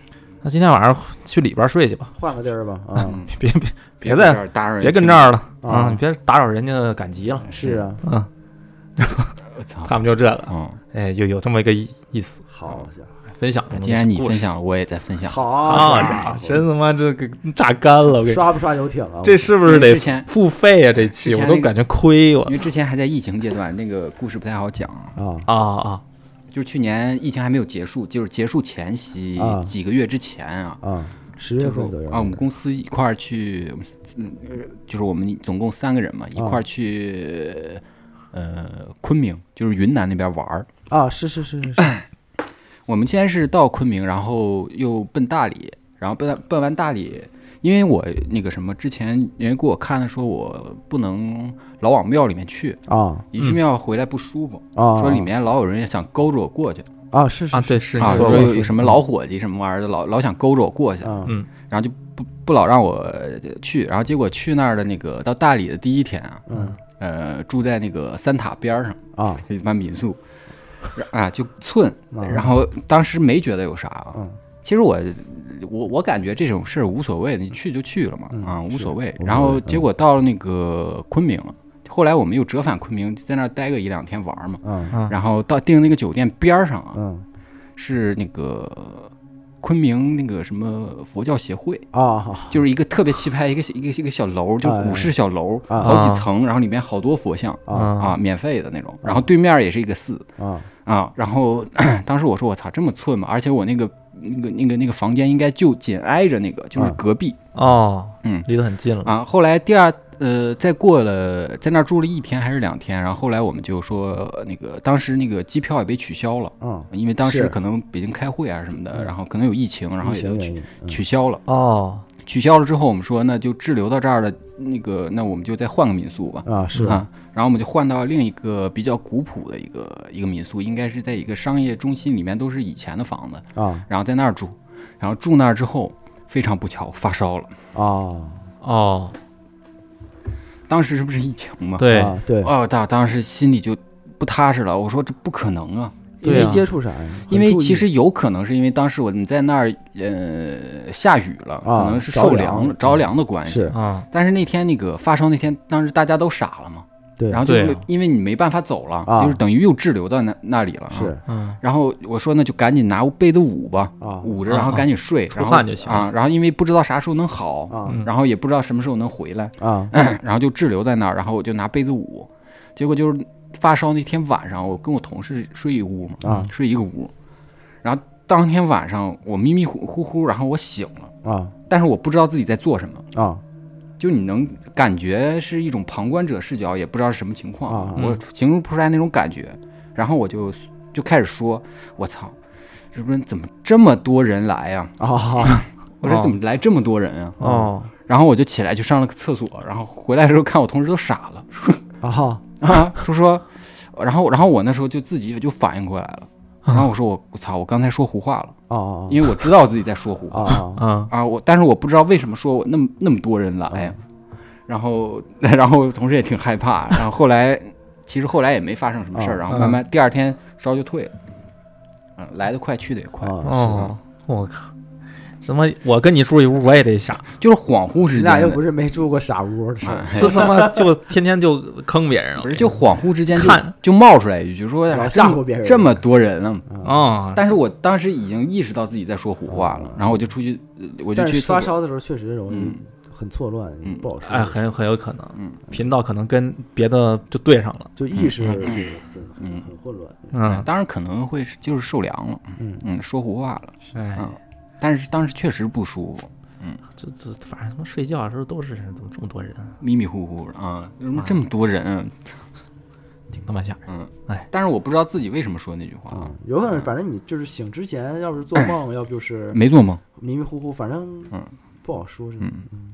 Speaker 1: 那今天晚上去里边睡去吧，
Speaker 3: 换个地儿吧啊，
Speaker 2: 嗯，
Speaker 1: 别别别
Speaker 2: 在
Speaker 1: 在
Speaker 2: 这儿打扰人
Speaker 1: 别跟
Speaker 2: 清
Speaker 1: 这儿了
Speaker 3: 啊
Speaker 1: 啊，你别打扰人家赶集了。
Speaker 3: 是，啊，
Speaker 1: 嗯，
Speaker 2: 我操！
Speaker 1: 他们就这个，
Speaker 2: 嗯，
Speaker 1: 哎，就有这么一个意意思，
Speaker 3: 好家伙，
Speaker 1: 分享这么一个
Speaker 2: 既然你
Speaker 1: 故
Speaker 2: 分
Speaker 1: 事，
Speaker 2: 享了，我也在分享。
Speaker 3: 啊好
Speaker 1: 啊好
Speaker 3: 家
Speaker 1: 家
Speaker 3: 伙
Speaker 1: 伙，真他妈这给榨干了，我给
Speaker 3: 刷不刷游艇啊？
Speaker 1: 这是不是
Speaker 2: 因为
Speaker 1: 得
Speaker 2: 之前
Speaker 1: 付费啊？这期
Speaker 2: 之前
Speaker 1: 我
Speaker 2: 那个嗯
Speaker 1: 都感觉亏我
Speaker 2: 因为之前还在疫情阶段，那个故事不太好讲。
Speaker 3: 啊
Speaker 1: 啊啊！
Speaker 2: 就是去年疫情还没有结束，就是结束前夕
Speaker 3: 啊
Speaker 2: 几个月之前啊，
Speaker 3: 啊，十
Speaker 2: 就
Speaker 3: 月
Speaker 2: 是
Speaker 3: 份左右
Speaker 2: 啊，我们公司一块儿去，我们嗯，呃就是我们总共三个人嘛，一块
Speaker 3: 啊
Speaker 2: 儿去呃昆明，就是云南那边玩儿。
Speaker 3: 啊，是是是是是，
Speaker 2: 我们先是到昆明，然后又奔大理，然后奔大奔完大理，因为我那个什么之前人家给我看了说我不能老往庙里面去，
Speaker 3: 啊
Speaker 2: 一去
Speaker 1: 嗯
Speaker 2: 庙回来不舒服，
Speaker 3: 啊，
Speaker 2: 说里面老有人想勾着我过去。
Speaker 3: 啊是是嗯
Speaker 1: 啊，对，是
Speaker 2: 啊，
Speaker 1: 你
Speaker 2: 说
Speaker 1: 说
Speaker 2: 有
Speaker 1: 过
Speaker 2: 有什么老伙计什么玩意儿的，老老想勾着我过去，
Speaker 3: 啊
Speaker 2: 然后就不不老让我呃去，然后结果去那儿的那个到大理的第一天啊，
Speaker 3: 嗯
Speaker 2: 呃，住在那个三塔边儿上
Speaker 3: 啊
Speaker 2: 一般民宿，啊就寸，
Speaker 3: 啊
Speaker 2: 然后当时没觉得有啥啊，
Speaker 3: 嗯
Speaker 2: 其实我我我感觉这种事儿无所谓，你去就去了嘛，
Speaker 3: 嗯
Speaker 2: 啊无
Speaker 3: 是
Speaker 2: 所谓
Speaker 3: 无。所
Speaker 2: 然后
Speaker 3: 谓嗯
Speaker 2: 结果到了那个昆明，后来我们又折返昆明，在那儿待个一两天玩儿嘛，
Speaker 3: 嗯
Speaker 1: 啊
Speaker 2: 然后到订那个酒店边儿上啊，
Speaker 3: 嗯
Speaker 2: 是那个昆明那个什么佛教协会，
Speaker 3: 啊
Speaker 2: 就是一个特别气派一个一个一个小楼，就是古式小楼，
Speaker 3: 哎哎
Speaker 2: 好几层，然后里面好多佛像
Speaker 1: 嗯
Speaker 3: 啊
Speaker 2: 啊，免费的那种。然后对面也是一个寺
Speaker 3: 啊
Speaker 2: 啊，然后 当时我说我操这么寸吗？而且我那个那个那个那个房间应该就紧挨着那个，就是
Speaker 3: 嗯
Speaker 2: 隔壁
Speaker 1: 哦，
Speaker 2: 嗯
Speaker 1: 离得很近了
Speaker 2: 啊。后来第二。呃，再过了，在那儿住了一天还是两天，然后后来我们就说，呃那个当时那个机票也被取消了，
Speaker 3: 嗯，
Speaker 2: 因为当时
Speaker 3: 是
Speaker 2: 可能北京开会啊什么的，
Speaker 3: 嗯
Speaker 2: 然后可能有疫情，然后
Speaker 3: 疫
Speaker 2: 也
Speaker 3: 情
Speaker 2: 就取
Speaker 3: 原因嗯
Speaker 2: 取消了。
Speaker 1: 哦，
Speaker 2: 取消了之后，我们说那就滞留到这儿了，那个那我们就再换个民宿吧。
Speaker 3: 啊是
Speaker 2: 啊，然后我们就换到另一个比较古朴的一个一个民宿，应该是在一个商业中心里面，都是以前的房子，
Speaker 3: 啊
Speaker 2: 然后在那儿住，然后住那儿之后，非常不巧发烧了，
Speaker 3: 啊
Speaker 1: 哦，
Speaker 2: 当时是不是疫情嘛？，
Speaker 1: 对，
Speaker 3: 啊对，
Speaker 2: 哦，当当时心里就不踏实了，我说这不可能啊，
Speaker 3: 因
Speaker 1: 对
Speaker 3: 为
Speaker 1: 啊
Speaker 3: 接触啥呀？
Speaker 2: 因
Speaker 3: 很
Speaker 2: 为
Speaker 3: 注
Speaker 2: 其
Speaker 3: 意
Speaker 2: 实有可能是因为当时我们在那儿，呃，下雨了，
Speaker 3: 啊
Speaker 2: 可能是
Speaker 3: 着
Speaker 2: 受
Speaker 3: 凉
Speaker 2: 凉
Speaker 3: 了
Speaker 2: 了着凉的关系。
Speaker 3: 是
Speaker 1: 啊
Speaker 2: 但是那天那个发烧那天，当时大家都傻了嘛，
Speaker 3: 对，
Speaker 2: 嗯然后就
Speaker 1: 对啊
Speaker 2: 是因为你没办法走了，
Speaker 3: 啊
Speaker 2: 就是等于又滞留到那那里了、啊。
Speaker 3: 是
Speaker 1: 嗯，
Speaker 2: 然后我说那就赶紧拿被子捂吧，
Speaker 3: 啊
Speaker 2: 捂着，
Speaker 1: 啊
Speaker 2: 然后赶紧睡，
Speaker 1: 出
Speaker 2: 然后
Speaker 1: 汗就行
Speaker 2: 啊。然后因为不知道啥时候能好，
Speaker 3: 啊
Speaker 1: 嗯
Speaker 2: 然后也不知道什么时候能回来，
Speaker 3: 啊
Speaker 2: 然后就滞留在那儿。然后我就拿被子捂，结果就是发烧那天晚上，我跟我同事睡一屋嘛，
Speaker 3: 啊
Speaker 2: 睡一个屋。然后当天晚上我迷迷糊糊糊，然后我醒了，
Speaker 3: 啊
Speaker 2: 但是我不知道自己在做什么。
Speaker 3: 啊
Speaker 2: 就你能感觉是一种旁观者视角，也不知道是什么情况，
Speaker 3: 啊
Speaker 2: 我形容不出来那种感觉。然后我就就开始说：“我操，日本怎么这么多人来呀、
Speaker 3: 啊！
Speaker 2: 我说怎么来这么多人啊？
Speaker 1: 哦，
Speaker 2: 然后我就起来去上了个厕所，然后回来的时候看我同事都傻了
Speaker 3: 啊
Speaker 2: 啊，就说，然后然后我那时候就自己就反应过来了，然后我说我我操，我刚才说胡话了，
Speaker 3: 啊啊
Speaker 2: 因为我知道我自己在说胡话，
Speaker 3: 啊
Speaker 1: 嗯，
Speaker 2: 啊，我但是我不知道为什么说我那么那么多人来
Speaker 3: 哦
Speaker 2: 呀， 然后然后同事也挺害怕，然后后来其实后来也没发生什么事儿，
Speaker 3: 啊
Speaker 2: 然后慢慢第二天烧就退了，嗯，来得快去得也 快，
Speaker 3: 啊！
Speaker 1: 哦，我靠，什么？我跟你住一屋，我也得傻，
Speaker 2: 就是恍惚之
Speaker 3: 你
Speaker 2: 间
Speaker 3: 俩又
Speaker 2: 的，
Speaker 3: 不是没住过傻屋，是
Speaker 2: 哎
Speaker 1: 这他妈就天天就坑别人了，
Speaker 2: 不是就恍惚之间就
Speaker 1: 看
Speaker 2: 就冒出来一句说
Speaker 3: 老
Speaker 2: 哎
Speaker 3: 吓
Speaker 2: 这
Speaker 3: 唬
Speaker 2: 么
Speaker 3: 别人嗯
Speaker 2: 这么多人呢，
Speaker 1: 啊，
Speaker 2: 但是我当时已经意识到自己在说胡话了，然后我就出去，呃我就
Speaker 3: 但是
Speaker 2: 去厕
Speaker 3: 发
Speaker 2: 所，
Speaker 3: 烧的时候确实容易
Speaker 2: 嗯
Speaker 3: 很错乱，
Speaker 2: 嗯
Speaker 3: 不好说。
Speaker 1: 哎，很有很有可能，
Speaker 2: 嗯
Speaker 1: 频道可能跟别的就对上了，
Speaker 3: 就意识
Speaker 1: 嗯
Speaker 3: 就是
Speaker 2: 嗯
Speaker 3: 很很
Speaker 2: 嗯
Speaker 3: 很混乱。
Speaker 1: 嗯，
Speaker 2: 当然可能会是就是受凉了，
Speaker 3: 嗯
Speaker 2: 嗯，说胡话了，
Speaker 1: 哎，
Speaker 2: 嗯，但是当时确实不舒服。
Speaker 1: 这这反正他妈睡觉的时候都是人，怎么这么多人啊，
Speaker 2: 迷迷糊糊的啊，怎么这么多人？啊
Speaker 1: 挺他妈吓人。
Speaker 2: 嗯，
Speaker 1: 哎，
Speaker 2: 但是我不知道自己为什么说那句话啊，
Speaker 3: 嗯，有可能，反正你就是醒之前，要是做梦，要不就是
Speaker 2: 没做梦，
Speaker 3: 迷迷糊糊，反正
Speaker 2: 嗯
Speaker 3: 不好说，是
Speaker 2: 嗯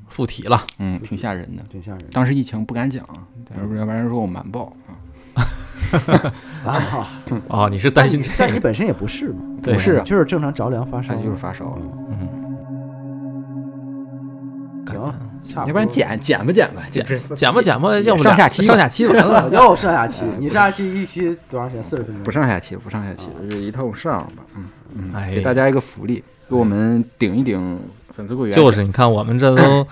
Speaker 1: 附体了，
Speaker 2: 嗯，挺吓人的。
Speaker 3: 挺吓人的
Speaker 2: 当时疫情不敢讲，但是要不然说我瞒报啊，
Speaker 3: 啊。
Speaker 1: 哦，你是担
Speaker 3: 但
Speaker 1: 心
Speaker 3: 你
Speaker 1: 这
Speaker 3: 但你
Speaker 1: 个？
Speaker 3: 本身也不是嘛，
Speaker 1: 对
Speaker 2: 嗯不是啊
Speaker 3: 就是正常着凉发烧
Speaker 2: 他，就是发烧了，
Speaker 3: 嗯
Speaker 1: 嗯，
Speaker 3: 行，差
Speaker 2: 要不然
Speaker 3: 多
Speaker 2: 剪剪吧剪吧，
Speaker 1: 剪
Speaker 2: 就是
Speaker 1: 剪嗯吧剪吧，要不
Speaker 2: 上
Speaker 1: 俩
Speaker 2: 下期吧
Speaker 1: 上下期完了，
Speaker 3: 了 又上下期，你上下期一期多长时间？四十分钟？
Speaker 2: 不上下期，不上下期，就是一通上吧，嗯嗯，
Speaker 1: 哎
Speaker 2: 给大家一个福利，给我们顶一顶粉丝会员，
Speaker 1: 就是你看我们这都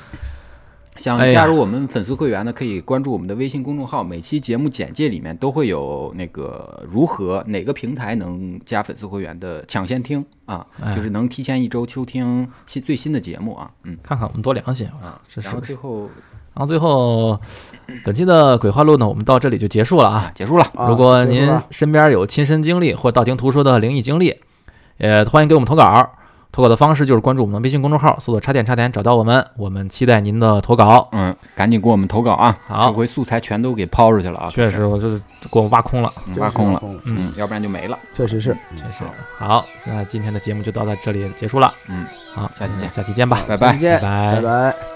Speaker 2: 想
Speaker 1: 哎呀
Speaker 2: 加入我们粉丝会员的，可以关注我们的微信公众号，每期节目简介里面都会有那个如何哪个平台能加粉丝会员的抢先听啊
Speaker 1: 哎，
Speaker 2: 就是能提前一周收听新最新的节目啊，嗯
Speaker 1: 看看我们多良心啊
Speaker 2: 啊，，
Speaker 1: 这是
Speaker 2: 然后
Speaker 1: 不是？
Speaker 2: 最后
Speaker 1: 然后最后，本期的鬼话录呢，我们到这里就结束了啊。
Speaker 2: 啊结束了，
Speaker 3: 啊
Speaker 1: 如果
Speaker 3: 结束
Speaker 1: 您
Speaker 3: 了
Speaker 1: 身边有亲身经历或道听途说的灵异经历，也欢迎给我们投稿。投稿的方式就是关注我们的微信公众号，搜索“插点插点”，找到我们。我们期待您的投稿。
Speaker 2: 嗯，赶紧给我们投稿啊，
Speaker 1: 好
Speaker 2: 这回素材全都给抛出去了啊，
Speaker 1: 确实，我就是给我挖空了，
Speaker 2: 嗯挖空了，，
Speaker 1: 嗯
Speaker 2: 嗯，要不然就没了，
Speaker 3: 确实是，
Speaker 1: 真是。好，那今天的节目就到在这里结束了。
Speaker 2: 嗯，
Speaker 1: 好，
Speaker 2: 下期见
Speaker 1: 下期见吧，
Speaker 2: 拜拜。
Speaker 3: 再见，
Speaker 1: 拜
Speaker 3: 拜拜。